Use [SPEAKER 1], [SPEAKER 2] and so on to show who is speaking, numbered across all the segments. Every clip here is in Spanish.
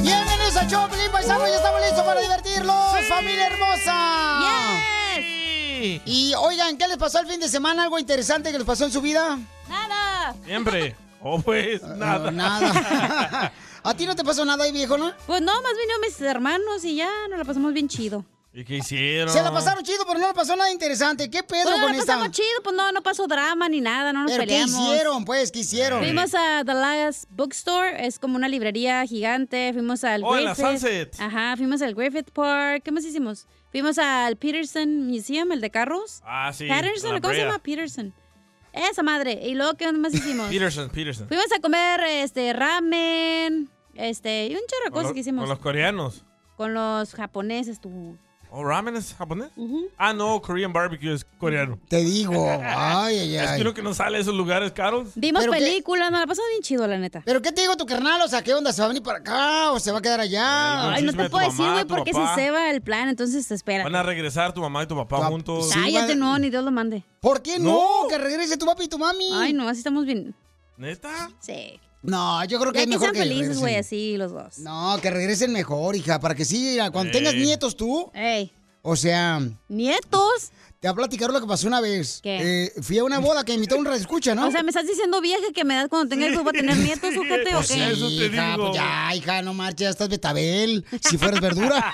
[SPEAKER 1] Bienvenidos a Choplin, paisanos, ya estamos listos para divertirlos, familia hermosa. Y oigan, ¿qué les pasó el fin de semana? ¿Algo interesante que les pasó en su vida?
[SPEAKER 2] Nada.
[SPEAKER 3] Siempre. Oh, pues, nada.
[SPEAKER 1] nada. ¿A ti no te pasó nada ahí, viejo, no?
[SPEAKER 2] Pues no, más vinieron mis hermanos y ya nos la pasamos bien chido.
[SPEAKER 3] ¿Y qué hicieron?
[SPEAKER 1] Se la pasaron chido, pero no le pasó nada interesante. ¿Qué pedo
[SPEAKER 2] Pues no
[SPEAKER 1] con
[SPEAKER 2] la
[SPEAKER 1] esta?
[SPEAKER 2] pasamos chido, pues no, no pasó drama ni nada, no nos
[SPEAKER 1] ¿Pero qué
[SPEAKER 2] peleamos.
[SPEAKER 1] hicieron, pues? ¿Qué hicieron?
[SPEAKER 2] Fuimos a The Last Bookstore, es como una librería gigante. Fuimos al
[SPEAKER 1] Oh, en la
[SPEAKER 2] Griffith.
[SPEAKER 1] Sunset.
[SPEAKER 2] Ajá, fuimos al Griffith Park. ¿Qué más hicimos? Fuimos al Peterson Museum, el de carros.
[SPEAKER 3] Ah, sí.
[SPEAKER 2] Patterson,
[SPEAKER 3] la
[SPEAKER 2] ¿cómo se
[SPEAKER 3] brea.
[SPEAKER 2] llama? Peterson. Esa madre. ¿Y luego qué más hicimos? Pues
[SPEAKER 3] Peterson, Peterson.
[SPEAKER 2] Fuimos a comer este ramen, este, y un chorro de
[SPEAKER 3] Con
[SPEAKER 2] cosas
[SPEAKER 3] lo-
[SPEAKER 2] que hicimos.
[SPEAKER 3] Con los coreanos.
[SPEAKER 2] Con los japoneses, tú.
[SPEAKER 3] ¿O ramen es japonés? Ah, no, Korean barbecue es coreano.
[SPEAKER 1] Te digo, ay, ay,
[SPEAKER 3] Es
[SPEAKER 1] ay.
[SPEAKER 3] que uno que no sale a esos lugares caros.
[SPEAKER 2] Vimos
[SPEAKER 1] Pero qué-
[SPEAKER 2] películas, nos la pasamos bien chido, la neta.
[SPEAKER 1] ¿Pero qué te digo tu carnal? O sea, ¿qué onda? ¿Se va a venir para acá o se va a quedar allá?
[SPEAKER 2] Ay, no te puedo decir, güey, porque se ceba el plan, entonces te espera.
[SPEAKER 3] Van a regresar tu mamá y tu papá juntos.
[SPEAKER 2] Cállate, no, ni Dios lo mande.
[SPEAKER 1] ¿Por qué
[SPEAKER 3] no?
[SPEAKER 1] Que regrese tu papi y tu mami.
[SPEAKER 2] Ay, no, así estamos bien.
[SPEAKER 3] ¿Neta?
[SPEAKER 2] Sí.
[SPEAKER 1] No, yo creo que
[SPEAKER 2] Ya
[SPEAKER 1] es
[SPEAKER 2] que
[SPEAKER 1] mejor
[SPEAKER 2] sean
[SPEAKER 1] que
[SPEAKER 2] felices,
[SPEAKER 1] regresen.
[SPEAKER 2] güey, así los dos.
[SPEAKER 1] No, que regresen mejor, hija, para que sí, mira, cuando
[SPEAKER 2] Ey.
[SPEAKER 1] tengas nietos tú.
[SPEAKER 2] Ey.
[SPEAKER 1] O sea.
[SPEAKER 2] ¿Nietos?
[SPEAKER 1] Te voy a platicar lo que pasó una vez.
[SPEAKER 2] ¿Qué?
[SPEAKER 1] Eh, fui a una boda que me invitó un escucha, ¿no?
[SPEAKER 2] O sea, ¿me estás diciendo vieja que me das cuando tenga hijos? ¿Voy a tener nietos, ojete, o
[SPEAKER 1] Pues sí,
[SPEAKER 2] qué?
[SPEAKER 1] hija, pues ya, hija, no marches, ya estás betabel, si fueras verdura.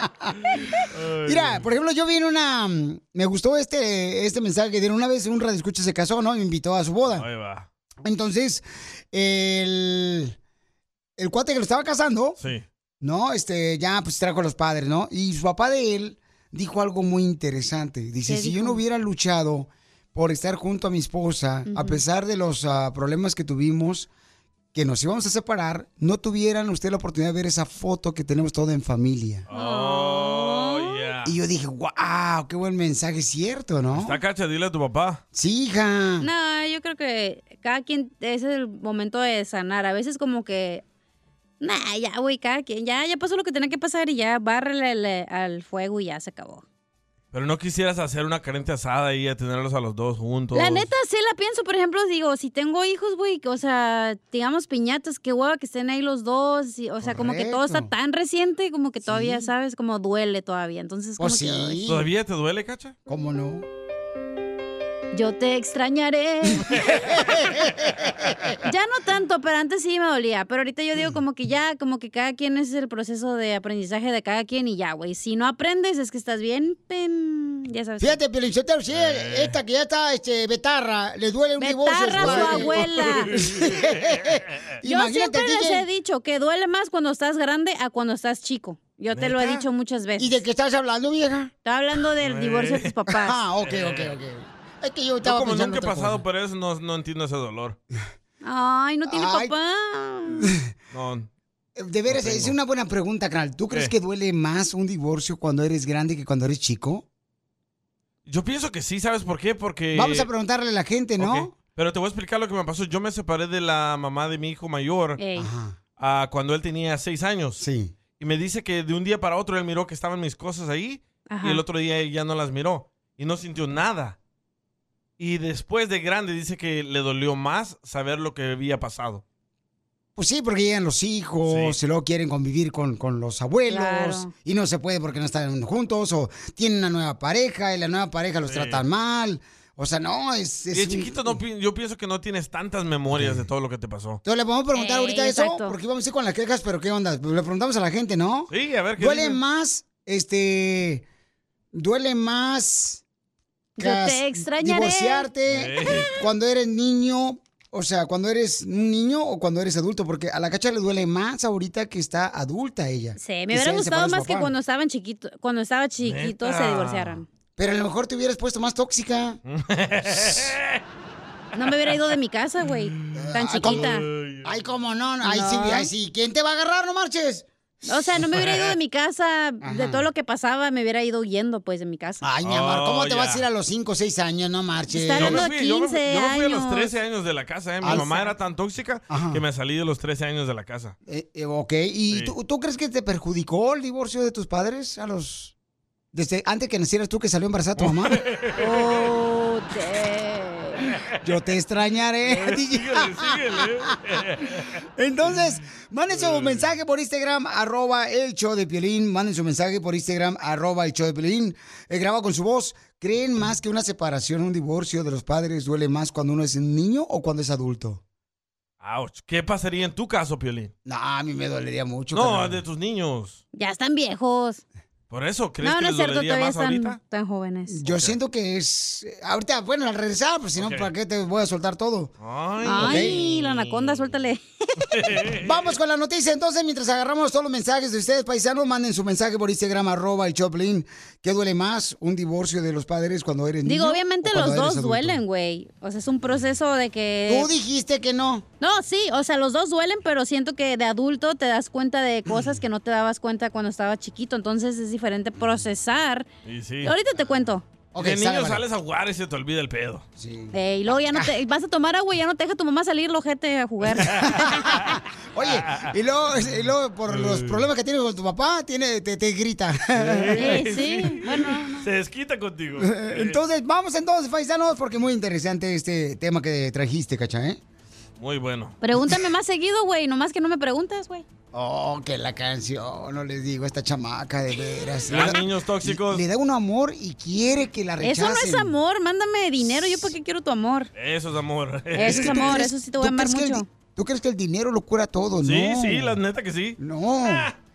[SPEAKER 1] Mira, por ejemplo, yo vi en una... mm, Me gustó este, este mensaje que dieron una vez, un radioescucha se casó, ¿no? Y me invitó a su boda.
[SPEAKER 3] Ahí va.
[SPEAKER 1] Entonces, el, el cuate que lo estaba casando,
[SPEAKER 3] Sí.
[SPEAKER 1] ¿no? Este, ya pues trajo a los padres, ¿no? Y su papá de él dijo algo muy interesante. Dice,
[SPEAKER 4] ¿Qué
[SPEAKER 1] si yo
[SPEAKER 4] dijo?
[SPEAKER 1] no hubiera luchado por estar junto a mi esposa, a
[SPEAKER 4] Ujú.
[SPEAKER 1] pesar de los ah, problemas que tuvimos, que nos íbamos a separar, no tuvieran usted la oportunidad de ver esa foto que tenemos todo en familia.
[SPEAKER 3] Oh,
[SPEAKER 1] Y yo dije, wow, qué buen mensaje, cierto, ¿no?
[SPEAKER 3] Está cacha, dile a tu papá.
[SPEAKER 1] Sí, hija.
[SPEAKER 2] No, yo creo que cada quien es el momento de sanar. A veces como que, nah, ya, güey, cada quien, ya, ya pasó lo que tenía que pasar y ya bárrele le- al fuego y ya se acabó.
[SPEAKER 3] Pero no quisieras hacer una carente asada y a tenerlos a los dos juntos.
[SPEAKER 2] La neta, sí la pienso, por ejemplo, digo, si tengo hijos, güey, que, o sea, digamos piñatas, qué hueva que estén ahí los dos, y, o sea, como que todo está
[SPEAKER 3] Correcto.
[SPEAKER 2] tan reciente, como que todavía, ¿sabes? Como duele todavía, entonces
[SPEAKER 3] Oh,
[SPEAKER 2] como que, ay,
[SPEAKER 3] ¿Todavía te duele, cacha?
[SPEAKER 1] ¿Cómo no?
[SPEAKER 2] yo te extrañaré. Ya no tanto, pero antes sí me dolía. Pero ahorita yo digo como que ya, como que cada quien es el proceso de aprendizaje de cada quien y ya, güey. Si no aprendes es que estás bien, pen... ya sabes.
[SPEAKER 1] Fíjate, Piolichotero, sí, esta que ya está, este, Betarra, le duele un divorcio.
[SPEAKER 2] Betarra, su
[SPEAKER 1] padre.
[SPEAKER 2] abuela. Yo
[SPEAKER 1] Imagínate
[SPEAKER 2] siempre
[SPEAKER 1] a ti
[SPEAKER 2] les
[SPEAKER 1] que-
[SPEAKER 2] he dicho que duele más cuando estás grande a cuando estás chico. Yo te lo he
[SPEAKER 1] ¿Neta?
[SPEAKER 2] dicho muchas veces.
[SPEAKER 1] ¿Y de qué estás hablando, vieja?
[SPEAKER 2] Estaba hablando del divorcio de tus papás.
[SPEAKER 1] Ah, ok, ok, ok. Es que yo
[SPEAKER 3] Eh, Yo
[SPEAKER 1] estaba
[SPEAKER 3] como
[SPEAKER 1] pensando
[SPEAKER 3] nunca he
[SPEAKER 1] otra cosa.
[SPEAKER 3] pasado por eso, no, no entiendo ese dolor.
[SPEAKER 2] Ay, no tiene
[SPEAKER 1] Ay.
[SPEAKER 2] papá.
[SPEAKER 3] No.
[SPEAKER 1] De veras,
[SPEAKER 3] No
[SPEAKER 1] es
[SPEAKER 3] tengo.
[SPEAKER 1] una buena pregunta, carnal. ¿Tú crees
[SPEAKER 3] ¿Qué?
[SPEAKER 1] que duele más un divorcio cuando eres grande que cuando eres chico?
[SPEAKER 3] Yo pienso que sí, ¿sabes por qué? Porque...
[SPEAKER 1] Vamos a preguntarle a la gente, ¿no?
[SPEAKER 3] Ok, Pero te voy a explicar lo que me pasó. Yo me separé de la mamá de mi hijo mayor
[SPEAKER 2] Ey.
[SPEAKER 3] ah, cuando él tenía seis años.
[SPEAKER 1] Sí.
[SPEAKER 3] Y me dice que de un día para otro él miró que estaban mis cosas ahí
[SPEAKER 2] Ajá.
[SPEAKER 3] y el otro día él ya no las miró y no sintió nada. Y después de grande dice que le dolió más saber lo que había pasado.
[SPEAKER 1] Pues sí, porque llegan los hijos, y luego quieren convivir con, con los abuelos,
[SPEAKER 3] Claro.
[SPEAKER 1] y no se puede porque no están juntos, o tienen una nueva pareja, y la nueva pareja los
[SPEAKER 3] Sí.
[SPEAKER 1] tratan mal. O sea, no, es...
[SPEAKER 3] Y
[SPEAKER 1] es
[SPEAKER 3] de
[SPEAKER 1] un-
[SPEAKER 3] chiquito no, pi- yo pienso que no tienes tantas memorias de todo lo que te pasó.
[SPEAKER 1] Entonces le vamos a preguntar
[SPEAKER 2] Eh,
[SPEAKER 1] ahorita eso,
[SPEAKER 2] exacto.
[SPEAKER 1] porque íbamos a ir con las quejas, pero ¿qué onda? Le preguntamos a la gente, ¿no?
[SPEAKER 3] Sí, a ver qué
[SPEAKER 1] Duele
[SPEAKER 3] dicen.
[SPEAKER 1] más, este... Duele más...
[SPEAKER 2] Yo te extrañaré.
[SPEAKER 1] Divorciarte
[SPEAKER 3] Eh.
[SPEAKER 1] cuando eres niño, o sea, cuando eres un niño o cuando eres adulto, porque a la cacha le duele más ahorita que está adulta ella.
[SPEAKER 2] Sí,
[SPEAKER 1] Que
[SPEAKER 2] me
[SPEAKER 1] se
[SPEAKER 2] hubiera
[SPEAKER 1] haya
[SPEAKER 2] gustado
[SPEAKER 1] separado su
[SPEAKER 2] más que
[SPEAKER 1] papá.
[SPEAKER 2] cuando estaban chiquitos, cuando estaba chiquito se
[SPEAKER 3] Neta.
[SPEAKER 2] divorciaran.
[SPEAKER 1] Pero a lo mejor te hubieras puesto más tóxica.
[SPEAKER 2] No me hubiera ido de mi casa, güey.
[SPEAKER 1] Ah,
[SPEAKER 2] Tan
[SPEAKER 1] ¿cómo?
[SPEAKER 2] chiquita.
[SPEAKER 1] Ay, cómo no, ay, sí,
[SPEAKER 2] No.
[SPEAKER 1] ay, sí. ¿Quién te va a agarrar, no marches?
[SPEAKER 2] O sea, no me hubiera ido de mi casa, de
[SPEAKER 1] Ajá.
[SPEAKER 2] todo lo que pasaba, me hubiera ido huyendo, pues, de mi casa.
[SPEAKER 1] Ay, mi amor, ¿cómo
[SPEAKER 3] Oh,
[SPEAKER 1] te
[SPEAKER 3] ya.
[SPEAKER 1] vas a ir a los 5 o 6 años? No marches.
[SPEAKER 2] Está
[SPEAKER 3] Yo
[SPEAKER 2] hablando
[SPEAKER 3] me,
[SPEAKER 2] de
[SPEAKER 3] fui, yo me fui-
[SPEAKER 2] 15
[SPEAKER 3] yo me fui a los
[SPEAKER 2] años.
[SPEAKER 3] 13 años de la casa, ¿eh? Mi
[SPEAKER 1] Al-
[SPEAKER 3] mamá era tan tóxica
[SPEAKER 1] Ajá.
[SPEAKER 3] que me salí de los 13 años de la casa.
[SPEAKER 1] Eh, eh, ok, ¿y
[SPEAKER 3] Sí.
[SPEAKER 1] tú, tú crees que te perjudicó el divorcio de tus padres a los... Desde antes que nacieras tú que salió embarazada tu mamá?
[SPEAKER 2] Oh, te-
[SPEAKER 1] Yo te extrañaré, DJ.
[SPEAKER 3] Síguele, síguele.
[SPEAKER 1] Entonces, manden su mensaje por Instagram, arroba el show de Piolín. Manden su mensaje por Instagram, arroba el show de Piolín. Eh, graba con su voz. ¿Creen más que una separación, un divorcio de los padres duele más cuando uno es niño o cuando es adulto?
[SPEAKER 3] Ouch. ¿Qué pasaría en tu caso, Piolín?
[SPEAKER 1] No, a mí me dolería mucho.
[SPEAKER 3] No,
[SPEAKER 1] carnal.
[SPEAKER 3] de tus niños.
[SPEAKER 2] Ya están viejos.
[SPEAKER 3] ¿Por eso crees
[SPEAKER 2] No,
[SPEAKER 3] que
[SPEAKER 2] no es
[SPEAKER 3] les
[SPEAKER 2] cierto,
[SPEAKER 3] dolería
[SPEAKER 2] todavía
[SPEAKER 3] más
[SPEAKER 2] están
[SPEAKER 3] ahorita?
[SPEAKER 2] tan jóvenes.
[SPEAKER 1] Yo siento que es... Ahorita, bueno, al regresar, pues si no,
[SPEAKER 3] Ok.
[SPEAKER 1] ¿para qué te voy a soltar todo?
[SPEAKER 3] Ay,
[SPEAKER 2] Ay, la anaconda, suéltale.
[SPEAKER 1] Vamos con la noticia. Entonces, mientras agarramos todos los mensajes de ustedes, paisanos, manden su mensaje por Instagram, arroba el Choplin. ¿Qué duele más? ¿Un divorcio de los padres cuando eres niño?
[SPEAKER 2] Digo,
[SPEAKER 1] o
[SPEAKER 2] obviamente
[SPEAKER 1] cuando
[SPEAKER 2] los
[SPEAKER 1] eres
[SPEAKER 2] dos
[SPEAKER 1] adulto?
[SPEAKER 2] duelen, güey. O sea, es un proceso de que...
[SPEAKER 1] Tú dijiste que no.
[SPEAKER 2] No, sí, o sea, los dos duelen, pero siento que de adulto te das cuenta de cosas que no te dabas cuenta cuando estaba chiquito. Entonces es diferente procesar.
[SPEAKER 3] Y sí.
[SPEAKER 2] Ahorita te cuento.
[SPEAKER 1] Ok,
[SPEAKER 3] de niño
[SPEAKER 1] sale, vale.
[SPEAKER 3] sales a jugar y se te olvida el pedo.
[SPEAKER 1] Sí.
[SPEAKER 2] Eh, y luego ya no te... Vas a tomar agua y ya no te deja tu mamá salir, lojete, a jugar.
[SPEAKER 3] Ah,
[SPEAKER 1] Oye, y luego, y luego por los problemas que tienes con tu papá, tiene, te, te grita.
[SPEAKER 2] Eh, sí, bueno, no.
[SPEAKER 3] Se desquita contigo.
[SPEAKER 1] Eh, Entonces, vamos entonces, paisanos, porque muy interesante este tema que trajiste, cacha, ¿eh?
[SPEAKER 3] Muy bueno.
[SPEAKER 2] Pregúntame más seguido, güey. Nomás que no me preguntas, güey.
[SPEAKER 1] Oh, que la canción, no les digo, esta chamaca de veras.
[SPEAKER 3] Los niños tóxicos.
[SPEAKER 1] Le, le da un amor y quiere que la rechacen.
[SPEAKER 2] Eso no es amor. Mándame dinero. ¿Yo por qué quiero tu amor?
[SPEAKER 3] Eso es amor.
[SPEAKER 2] Eso es
[SPEAKER 1] ¿Tú
[SPEAKER 2] amor.
[SPEAKER 1] crees-
[SPEAKER 2] Eso sí te voy a
[SPEAKER 1] tú
[SPEAKER 2] amar
[SPEAKER 1] crees que el
[SPEAKER 2] mucho.
[SPEAKER 1] di- ¿Tú crees que el dinero lo cura todo,
[SPEAKER 3] Sí,
[SPEAKER 1] no?
[SPEAKER 3] sí, la neta que sí.
[SPEAKER 1] No.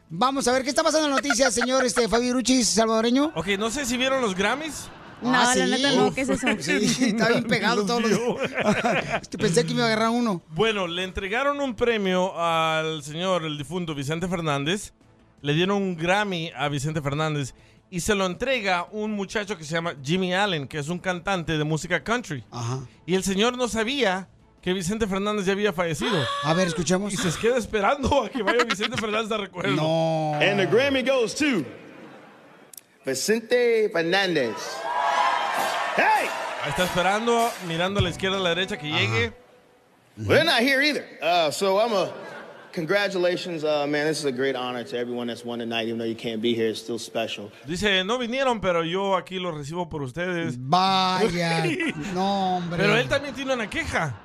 [SPEAKER 1] Vamos a ver, ¿qué está pasando en las noticias, señor este, Fabi Ruchis, salvadoreño?
[SPEAKER 3] Ok, no sé si vieron los Grammys.
[SPEAKER 2] No,
[SPEAKER 1] Ah,
[SPEAKER 2] la
[SPEAKER 1] sí.
[SPEAKER 2] neta no. ¿Qué es eso?
[SPEAKER 1] Sí, está bien pegado todos los... Este,
[SPEAKER 3] Dios mío.
[SPEAKER 1] Pensé que me iba a agarrar uno.
[SPEAKER 3] Bueno, le entregaron un premio al señor, el difunto Vicente Fernández. Le dieron un Grammy a Vicente Fernández. Y se lo entrega un muchacho que se llama Jimmy Allen, que es un cantante de música country.
[SPEAKER 1] Ajá.
[SPEAKER 3] Y el señor no sabía que Vicente Fernández ya había fallecido.
[SPEAKER 1] A ver, escuchamos.
[SPEAKER 3] Y se queda esperando a que vaya Vicente Fernández a recuerdo.
[SPEAKER 1] No. Pues
[SPEAKER 4] And the Grammy goes to Vicente Fernandez. Hey,
[SPEAKER 3] Ahí Está esperando, mirando a la izquierda, a la derecha que llegue.
[SPEAKER 4] they're not here either. Uh, so I'm a congratulations, uh, man. This is a great honor to everyone that's won tonight. Even though you can't be here, it's still special.
[SPEAKER 3] Dice, no vinieron, pero yo aquí lo recibo por ustedes.
[SPEAKER 1] Vaya. No, hombre.
[SPEAKER 3] Pero él también tiene una queja.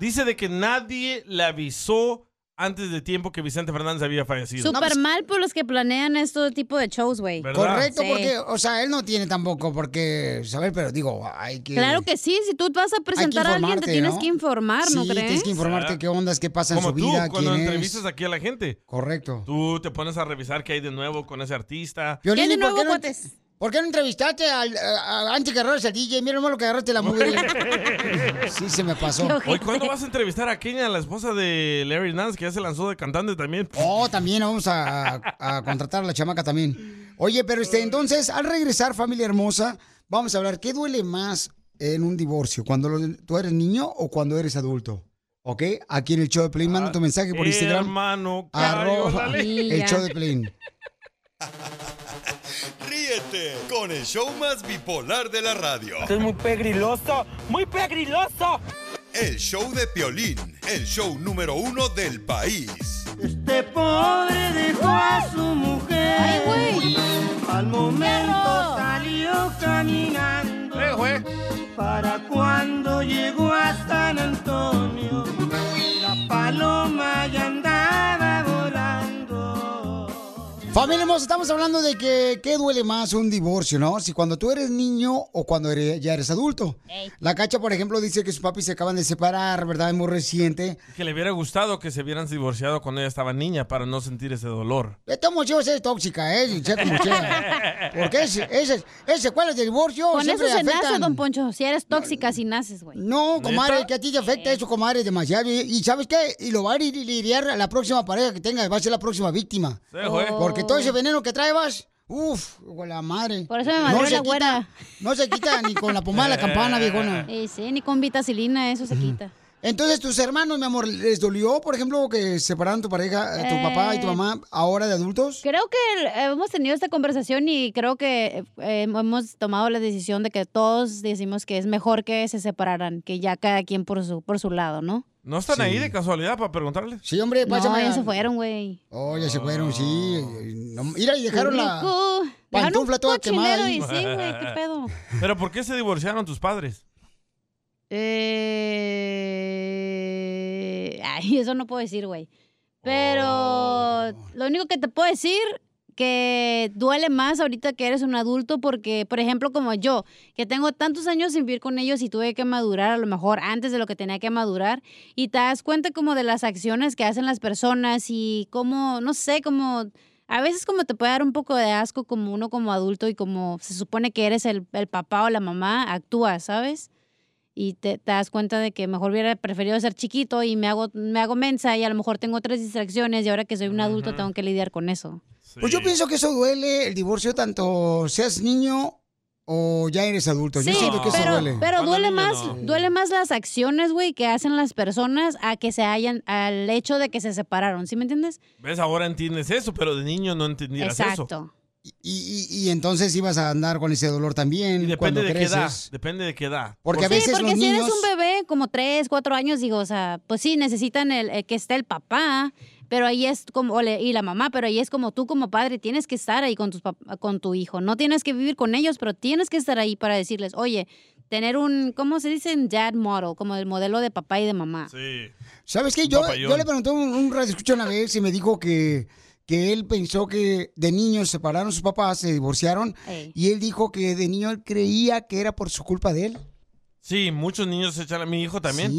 [SPEAKER 3] Dice de que nadie le avisó antes de tiempo que Vicente Fernández había fallecido.
[SPEAKER 2] Súper mal por los que planean este tipo de shows, güey.
[SPEAKER 3] ¿Verdad?
[SPEAKER 1] Correcto,
[SPEAKER 2] Sí.
[SPEAKER 1] porque, o sea, él no tiene tampoco porque saber, pero digo, hay que...
[SPEAKER 2] Claro que sí, si tú vas a presentar a alguien
[SPEAKER 1] informarte,
[SPEAKER 2] te tienes
[SPEAKER 1] ¿no?
[SPEAKER 2] que informar, ¿no
[SPEAKER 1] sí,
[SPEAKER 2] crees?
[SPEAKER 1] tienes que informarte qué ondas, qué pasa en
[SPEAKER 3] Como
[SPEAKER 1] su
[SPEAKER 3] tú,
[SPEAKER 1] vida,
[SPEAKER 3] cuando
[SPEAKER 1] quién es.
[SPEAKER 3] entrevistas aquí a la gente,
[SPEAKER 1] Correcto.
[SPEAKER 3] tú te pones a revisar qué hay de nuevo con ese artista.
[SPEAKER 1] Piolín,
[SPEAKER 2] ¿Qué de
[SPEAKER 1] ¿y por
[SPEAKER 2] nuevo,
[SPEAKER 1] qué no-
[SPEAKER 2] cuates?
[SPEAKER 1] ¿Por qué no entrevistaste al, a, a- antes que agarraras al DJ? Mira nomás lo que agarraste la mugre. Sí, se me pasó.
[SPEAKER 2] Qué ojete.
[SPEAKER 3] Hoy, ¿cuándo vas a entrevistar a Kenia, la esposa de Larry Nance, que ya se lanzó de cantante también?
[SPEAKER 1] Oh, también vamos a, a- a contratar a la chamaca también. Oye, pero este, entonces, al regresar, familia hermosa, vamos a hablar, ¿qué duele más en un divorcio? ¿Cuando lo- tú eres niño o cuando eres adulto? ¿Ok? Aquí en el show de Play, manda tu mensaje por Instagram.
[SPEAKER 3] Hermano,
[SPEAKER 1] Arroba
[SPEAKER 3] Cariola.
[SPEAKER 2] dale.
[SPEAKER 1] el show de Play.
[SPEAKER 5] Ríete con el show más bipolar de la radio.
[SPEAKER 6] Esto es muy pegriloso, muy pegriloso.
[SPEAKER 5] El show de Piolín, el show número uno del país.
[SPEAKER 6] Este pobre dejó a su mujer.
[SPEAKER 2] Ay, güey.
[SPEAKER 6] Al
[SPEAKER 2] Perro.
[SPEAKER 6] momento salió caminando. Para cuando llegó a San Antonio, la paloma ya andaba volando.
[SPEAKER 1] Familia hermosa, estamos hablando de que qué duele más un divorcio, ¿no? Si cuando tú eres niño o cuando eres- ya eres adulto. La cacha, por ejemplo, dice que sus papis se acaban de separar, ¿verdad? Es muy reciente.
[SPEAKER 3] Que le hubiera gustado que se hubieran divorciado cuando ella estaba niña para no sentir ese dolor.
[SPEAKER 1] Esta mochila es tóxica, ¿eh? Sea como sea. Porque ese, ese, ese cuál es el divorcio.
[SPEAKER 2] Con eso
[SPEAKER 1] siempre
[SPEAKER 2] se nace,
[SPEAKER 1] afectan.
[SPEAKER 2] don Poncho. Si eres tóxica, si naces, güey.
[SPEAKER 1] No, comadre, que a ti te afecta eso, comadre, demasiado. Y, y ¿sabes qué? Y lo va a ir- lidiar a la próxima pareja que tengas, va a ser la próxima víctima.
[SPEAKER 6] Sí, güey.
[SPEAKER 1] Porque todo ese veneno que traes, vas, uf, con la madre. Por
[SPEAKER 2] eso me madreó la
[SPEAKER 1] güera. No se quita ni con la pomada de la campana, viejona.
[SPEAKER 2] Eh, sí, ni con vitacilina eso se quita.
[SPEAKER 1] Entonces, tus hermanos, mi amor, ¿les dolió, por ejemplo, que separaron tu pareja, eh, tu papá y tu
[SPEAKER 2] Eh,
[SPEAKER 1] mamá, ahora de adultos?
[SPEAKER 2] Creo que eh, hemos tenido esta conversación y creo que eh, hemos tomado la decisión de que todos decimos que es mejor que se separaran, que ya cada quien por su, por su lado, ¿no?
[SPEAKER 3] ¿No están
[SPEAKER 1] Sí.
[SPEAKER 3] ahí de casualidad para preguntarles?
[SPEAKER 1] Sí, hombre,
[SPEAKER 2] No, ya se fueron, güey.
[SPEAKER 1] Oh, ya se fueron, sí. No, mira, y dejaron la...
[SPEAKER 2] Rico. Dejaron
[SPEAKER 1] pantufla
[SPEAKER 2] un
[SPEAKER 1] toda quemada
[SPEAKER 2] cochinero
[SPEAKER 1] ahí.
[SPEAKER 2] Y sí, güey, qué pedo.
[SPEAKER 3] ¿Pero por qué se divorciaron tus padres?
[SPEAKER 2] Eh, Ay, eso no puedo decir, güey. Pero lo único que te puedo decir que duele más ahorita que eres un adulto porque, por ejemplo, como yo, que tengo tantos años sin vivir con ellos y tuve que madurar a lo mejor antes de lo que tenía que madurar y te das cuenta como de las acciones que hacen las personas y cómo, no sé, como... A veces como te puede dar un poco de asco como uno como adulto y como se supone que eres el, el papá o la mamá, actúas, ¿sabes? y te, te das cuenta de que mejor hubiera preferido ser chiquito y me hago, me hago mensa y a lo mejor tengo otras distracciones y ahora que soy un adulto tengo que lidiar con eso.
[SPEAKER 1] Pues yo pienso que eso duele, el divorcio, tanto seas niño o ya eres adulto.
[SPEAKER 2] Sí,
[SPEAKER 1] Pues yo siento que eso
[SPEAKER 2] pero,
[SPEAKER 1] duele.
[SPEAKER 2] pero duele más, duele más las acciones, güey, que hacen las personas a que se hayan, al hecho de que se separaron, ¿sí me entiendes?
[SPEAKER 3] ¿Ves? Ahora entiendes eso, pero de niño no entendías eso.
[SPEAKER 1] Y, y- y entonces ibas a andar con ese dolor también
[SPEAKER 3] Depende
[SPEAKER 1] cuando
[SPEAKER 3] de qué edad.
[SPEAKER 1] creces.
[SPEAKER 3] Depende de qué edad.
[SPEAKER 1] Porque a
[SPEAKER 2] Sí,
[SPEAKER 1] veces
[SPEAKER 2] porque
[SPEAKER 1] los
[SPEAKER 2] si
[SPEAKER 1] niños...
[SPEAKER 2] eres un bebé como 3, 4 años, digo, o sea, pues sí, necesitan el, el que esté el papá, pero ahí es como, o le- y la mamá, pero ahí es como tú como padre, tienes que estar ahí con, tus pap- con tu hijo, no tienes que vivir con ellos, pero tienes que estar ahí para decirles, oye, tener un, ¿cómo se dice? Un Dad model, como el modelo de papá y de mamá.
[SPEAKER 3] Sí.
[SPEAKER 1] ¿Sabes qué? Yo,
[SPEAKER 3] Papayón.
[SPEAKER 1] yo le pregunté a un, un radio una vez y me dijo que, que él pensó que de niño se separaron sus papás, se divorciaron.
[SPEAKER 2] Ey.
[SPEAKER 1] Y él dijo que de niño él creía que era por su culpa de él.
[SPEAKER 3] Sí, muchos niños se echan a mi hijo también.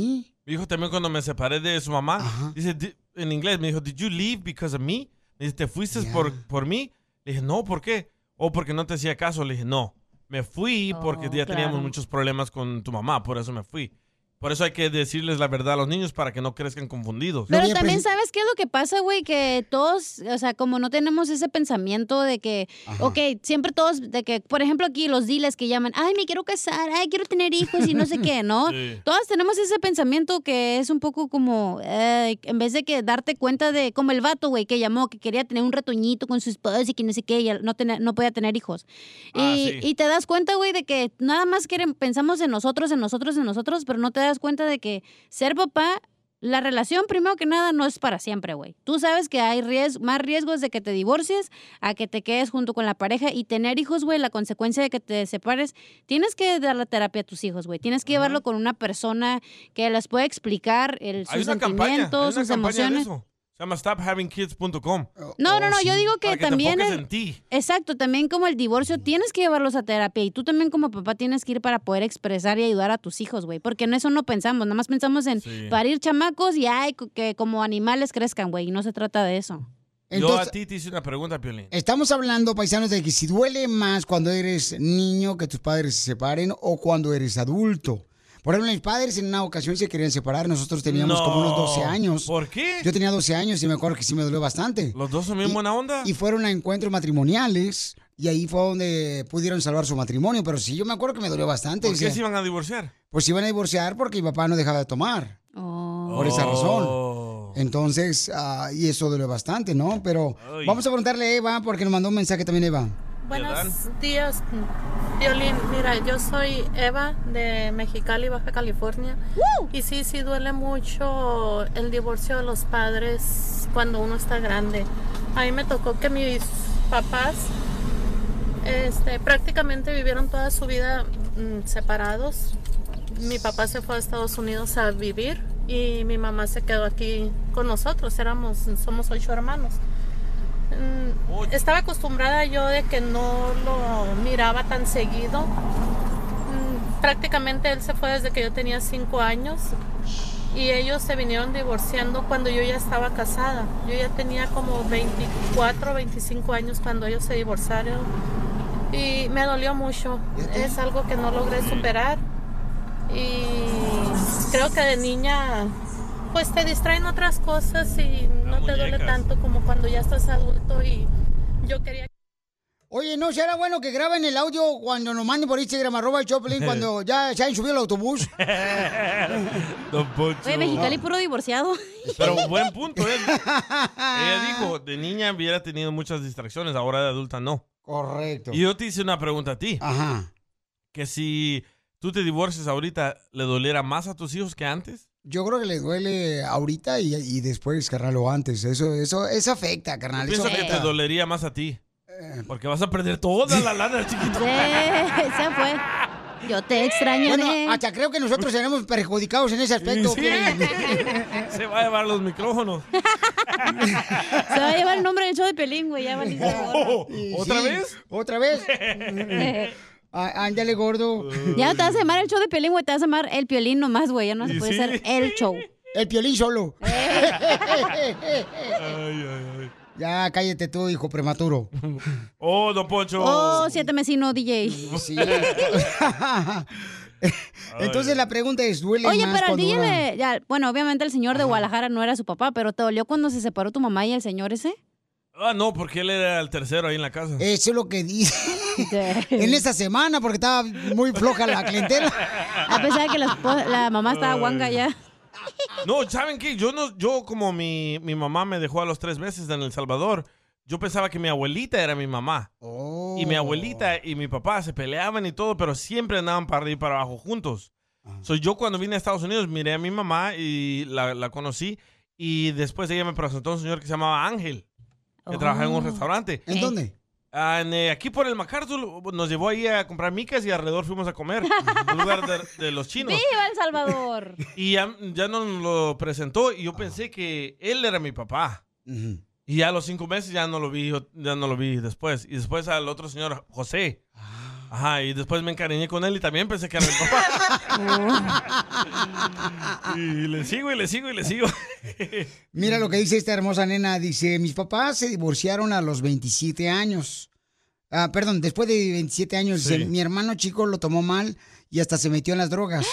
[SPEAKER 3] Mi hijo también cuando me separé de su mamá, dice "Di- en inglés, me dijo, "Did you leave because of me?" Me dice, "¿Te fuiste por por mí?" Le dije, "No, ¿por qué?" "O porque no te hacía caso." Le dije, "No, me fui porque ya teníamos
[SPEAKER 7] claro.
[SPEAKER 3] muchos problemas con tu mamá, por eso me fui." Por eso hay que decirles la verdad a los niños para que no crezcan confundidos.
[SPEAKER 2] Pero también sabes qué es lo que pasa, güey, que todos, o sea, como no tenemos ese pensamiento de que, ok, siempre todos, de que, por ejemplo, aquí los diles que llaman, ay, me quiero casar, ay, quiero tener hijos y no sé qué, ¿no?
[SPEAKER 6] Sí.
[SPEAKER 2] Todos tenemos ese pensamiento que es un poco como, eh, en vez de que darte cuenta de, como el vato, güey, que llamó, que quería tener un retoñito con su esposa y que no sé qué, y no, tener, no podía tener hijos.
[SPEAKER 6] Ah,
[SPEAKER 2] y,
[SPEAKER 6] sí.
[SPEAKER 2] y te das cuenta, güey, de que nada más querem- pensamos en nosotros, en nosotros, en nosotros, pero no te das cuenta de que ser papá, la relación, primero que nada, no es para siempre, güey. Tú sabes que hay ries- más riesgos de que te divorcies a que te quedes junto con la pareja y tener hijos, güey, la consecuencia de que te separes. Tienes que dar la terapia a tus hijos, güey. Tienes que llevarlo con una persona que les pueda explicar el,
[SPEAKER 3] Hay
[SPEAKER 2] sus
[SPEAKER 3] una campaña, hay una
[SPEAKER 2] sentimientos, sus
[SPEAKER 3] campaña de
[SPEAKER 2] emociones.
[SPEAKER 3] eso. Se llama stophavingkids.com.
[SPEAKER 2] No, no, no, yo digo que
[SPEAKER 3] Para te
[SPEAKER 2] también
[SPEAKER 3] enfoques
[SPEAKER 2] el-
[SPEAKER 3] en ti.
[SPEAKER 2] Exacto, también como el divorcio tienes que llevarlos a terapia y tú también como papá tienes que ir para poder expresar y ayudar a tus hijos, güey, porque en eso no pensamos, nada más pensamos en
[SPEAKER 3] Sí.
[SPEAKER 2] parir chamacos y ay, co- que como animales crezcan, güey, y no se trata de eso.
[SPEAKER 3] yo
[SPEAKER 1] Entonces-
[SPEAKER 3] a ti te hice una pregunta, Piolín.
[SPEAKER 1] Estamos hablando, paisanos, de que si duele más cuando eres niño que tus padres se separen o cuando eres adulto. Por ejemplo, mis padres en una ocasión se querían separar. Nosotros teníamos como unos 12 años.
[SPEAKER 3] ¿Por qué?
[SPEAKER 1] Yo tenía 12 años y me acuerdo que sí me dolió bastante.
[SPEAKER 3] ¿Los dos son bien
[SPEAKER 1] Y-
[SPEAKER 3] buena onda?
[SPEAKER 1] Y fueron a encuentros matrimoniales y ahí fue donde pudieron salvar su matrimonio. Pero sí, yo me acuerdo que me dolió bastante.
[SPEAKER 3] ¿Por qué
[SPEAKER 1] Decía,
[SPEAKER 3] se iban a divorciar?
[SPEAKER 1] Pues se iban a divorciar porque mi papá no dejaba de tomar. Por esa
[SPEAKER 3] Oh.
[SPEAKER 1] razón. Entonces, ah, y eso dolió bastante, ¿no? Pero
[SPEAKER 3] Ay.
[SPEAKER 1] vamos a preguntarle a Eva porque nos mandó un mensaje también Eva.
[SPEAKER 8] Buenos días, Violín. Mira, yo soy Eva de Mexicali, Baja California. Y sí, sí duele mucho el divorcio de los padres cuando uno está grande. A mí me tocó que mis papás este, prácticamente vivieron toda su vida mm, separados. Mi papá se fue a Estados Unidos a vivir y mi mamá se quedó aquí con nosotros. Éramos, somos ocho hermanos. Mm, Estaba acostumbrada yo de que no lo miraba tan seguido. Mm, Prácticamente él se fue desde que yo tenía cinco años y ellos se vinieron divorciando cuando yo ya estaba casada. Yo ya tenía como 24, 25 años cuando ellos se divorciaron y me dolió mucho. Es algo que no logré superar y creo que de niña pues te distraen otras cosas y no te duele
[SPEAKER 1] muñecas.
[SPEAKER 8] tanto como cuando ya estás adulto y yo quería
[SPEAKER 1] Oye, ¿no será bueno que graben el audio cuando nos manden por Instagram, arroba el Choplin, cuando ya se hayan subido al autobús?
[SPEAKER 3] Don Poncho.
[SPEAKER 2] Oye, Mexicali puro divorciado.
[SPEAKER 3] Pero buen punto, ¿eh? Ella dijo, de niña hubiera tenido muchas distracciones, ahora de adulta no.
[SPEAKER 1] Correcto.
[SPEAKER 3] Y yo te hice una pregunta a ti.
[SPEAKER 1] Ajá.
[SPEAKER 3] Que si tú te divorcias ahorita, ¿le doliera más a tus hijos que antes?
[SPEAKER 1] Yo creo que le duele ahorita y, y después, carnal, o antes. Eso, eso, eso afecta, carnal.
[SPEAKER 3] Pienso
[SPEAKER 1] eso
[SPEAKER 3] que te
[SPEAKER 1] afecta.
[SPEAKER 3] dolería más a ti.
[SPEAKER 1] Eh.
[SPEAKER 3] Porque vas a perder toda la lana, chiquito.
[SPEAKER 2] Se fue. Yo te extrañaré.
[SPEAKER 1] Bueno, hasta creo que nosotros seremos perjudicados en ese aspecto.
[SPEAKER 3] Sí.
[SPEAKER 1] Piolín.
[SPEAKER 3] Se va a llevar los micrófonos.
[SPEAKER 2] Se va a llevar el nombre del show de Pelín, güey. Ya valiste
[SPEAKER 1] Oh.
[SPEAKER 2] gorro.
[SPEAKER 3] ¿Otra
[SPEAKER 1] Sí,
[SPEAKER 3] vez?
[SPEAKER 1] ¿Otra vez?
[SPEAKER 2] Eh,
[SPEAKER 1] Á- Ándale, gordo.
[SPEAKER 2] Ya no te vas a llamar el show de Pelín, güey. Te vas a llamar el Piolín nomás, güey. Ya no se
[SPEAKER 3] Y
[SPEAKER 2] puede
[SPEAKER 3] sí.
[SPEAKER 2] ser el show.
[SPEAKER 1] El piolín solo.
[SPEAKER 3] Ay, ay, ay.
[SPEAKER 1] Ya, cállate tú, hijo prematuro.
[SPEAKER 3] Oh, don Poncho.
[SPEAKER 2] Oh, siete mesino, DJ.
[SPEAKER 1] Sí. Entonces la pregunta es, ¿duele
[SPEAKER 2] Oye,
[SPEAKER 1] más
[SPEAKER 2] pero al
[SPEAKER 1] cuando
[SPEAKER 2] DJ
[SPEAKER 1] una-
[SPEAKER 2] le- ya, bueno, obviamente el señor de Guadalajara no era su papá, pero ¿te dolió cuando se separó tu mamá y el señor ese?
[SPEAKER 3] Ah, no, porque él era el tercero ahí en la casa.
[SPEAKER 1] Eso es lo que dice. en esta semana, porque estaba muy floja la clientela.
[SPEAKER 2] A pesar de que la, espo- la mamá estaba guanga ya.
[SPEAKER 3] No, ¿saben qué? Yo no, yo como mi, mi mamá me dejó a los tres meses en El Salvador, yo pensaba que mi abuelita era mi mamá. Y
[SPEAKER 9] Oh.
[SPEAKER 3] mi abuelita y mi papá se peleaban y todo, pero siempre andaban para arriba y para abajo juntos. Soy yo cuando vine a Estados Unidos, miré a mi mamá y la, la conocí. Y después ella me presentó a un señor que se llamaba Ángel, que
[SPEAKER 2] Oh. Eh.
[SPEAKER 3] trabajaba en un restaurante.
[SPEAKER 1] ¿En dónde?
[SPEAKER 3] Ah, en, eh, aquí por el MacArthur nos llevó ahí a comprar micas y alrededor fuimos a comer. un lugar de, de los chinos.
[SPEAKER 2] ¡Viva El Salvador!
[SPEAKER 3] Y ya, ya nos lo presentó y yo pensé que él era mi papá. Y ya a los cinco meses ya no lo vi, ya no lo vi después. Y después al otro señor, José.
[SPEAKER 1] Ah.
[SPEAKER 3] Ajá, y después me encariñé con él y también pensé que era mi papá. y le sigo y le sigo y le sigo.
[SPEAKER 1] Mira lo que dice esta hermosa nena. Dice, mis papás se divorciaron a los 27 años. Ah, perdón, después de 27 años,
[SPEAKER 3] Sí.
[SPEAKER 1] dice, mi hermano chico lo tomó mal y hasta se metió en las drogas.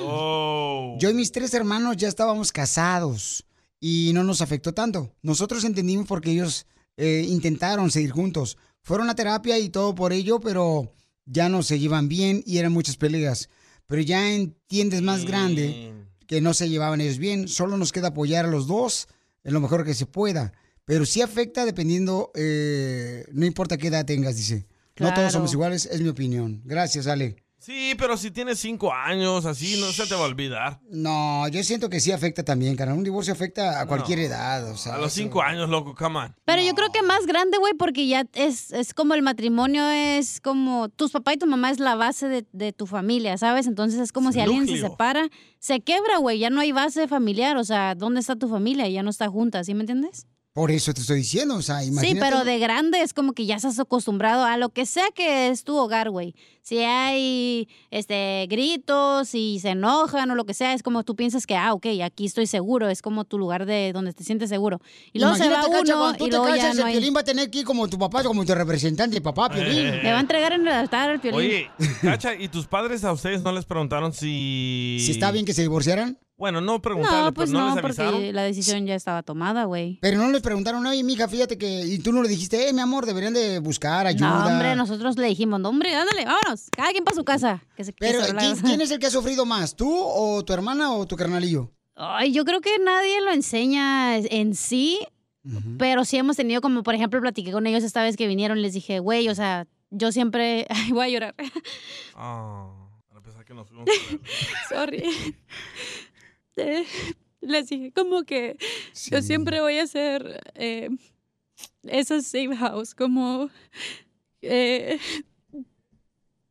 [SPEAKER 3] Oh.
[SPEAKER 1] Yo y mis tres hermanos ya estábamos casados y no nos afectó tanto. Nosotros entendimos porque ellos eh, intentaron seguir juntos. Fueron a terapia y todo por ello, pero ya no se llevan bien y eran muchas peleas. Pero ya entiendes más grande que no se llevaban ellos bien. Solo nos queda apoyar a los dos en lo mejor que se pueda. Pero sí afecta dependiendo, eh, no importa qué edad tengas, dice. No
[SPEAKER 3] Claro.
[SPEAKER 1] todos somos iguales, es mi opinión. Gracias, Ale.
[SPEAKER 3] Sí, pero si tienes cinco años, así no se te va a olvidar.
[SPEAKER 1] No, yo siento que sí afecta también, carnal. Un divorcio afecta a cualquier edad, o sea.
[SPEAKER 3] A los
[SPEAKER 1] eso-
[SPEAKER 3] cinco años, loco, come on.
[SPEAKER 2] Pero yo creo que más grande, güey, porque ya es, es como el matrimonio, es como tus papás y tu mamá es la base de, de tu familia, ¿sabes? Entonces es como
[SPEAKER 7] Es
[SPEAKER 2] si
[SPEAKER 7] el
[SPEAKER 2] alguien se
[SPEAKER 7] núcleo.
[SPEAKER 2] separa, se quebra, güey, ya no hay base familiar, o sea, ¿dónde está tu familia? Ya no está junta, ¿sí me entiendes?
[SPEAKER 1] Por eso te estoy diciendo, o sea, imagínate.
[SPEAKER 2] Sí, pero de grande es como que ya estás acostumbrado a lo que sea que es tu hogar, güey. Si hay este gritos, si se enojan o lo que sea, es como tú piensas que, ah, ok, aquí estoy seguro, es como tu lugar de donde te sientes seguro. Y luego se va
[SPEAKER 1] Cacha,
[SPEAKER 2] uno
[SPEAKER 1] cuando tú
[SPEAKER 2] y
[SPEAKER 1] te
[SPEAKER 2] luego ya
[SPEAKER 1] casas,
[SPEAKER 2] no
[SPEAKER 1] el
[SPEAKER 2] hay...
[SPEAKER 1] Piolín va a tener aquí como tu papá, como tu representante, papá, Piolín.
[SPEAKER 3] Eh.
[SPEAKER 2] Me va a entregar en el altar al piolín.
[SPEAKER 3] Oye, Cacha, ¿y tus padres a ustedes no les preguntaron si...
[SPEAKER 1] Si está bien que se divorciaran.
[SPEAKER 3] Bueno, no preguntaron,
[SPEAKER 2] no, pues
[SPEAKER 3] pero no,
[SPEAKER 2] no,
[SPEAKER 3] les avisaron.
[SPEAKER 2] porque la decisión ya estaba tomada, güey.
[SPEAKER 1] Pero no les preguntaron, oye, mija, fíjate que. Y tú no le dijiste, eh, mi amor, deberían de buscar ayuda.
[SPEAKER 2] No, hombre, nosotros le dijimos, no, hombre, ándale, vámonos, cada quien para su casa. Que se, que
[SPEAKER 1] Pero,
[SPEAKER 2] se relaje.
[SPEAKER 1] ¿quién, quién es el que ha sufrido más? ¿Tú o tu hermana o tu carnalillo?
[SPEAKER 2] Ay, yo creo que nadie lo enseña en sí, pero sí hemos tenido como, por ejemplo, platiqué con ellos esta vez que vinieron, les dije, güey, o sea, yo siempre, ay, voy a llorar,
[SPEAKER 3] Ah, a pesar que nos fuimos.
[SPEAKER 2] sorry. Eh, les dije, como que yo siempre voy a hacer eh, esas safe house, como, eh,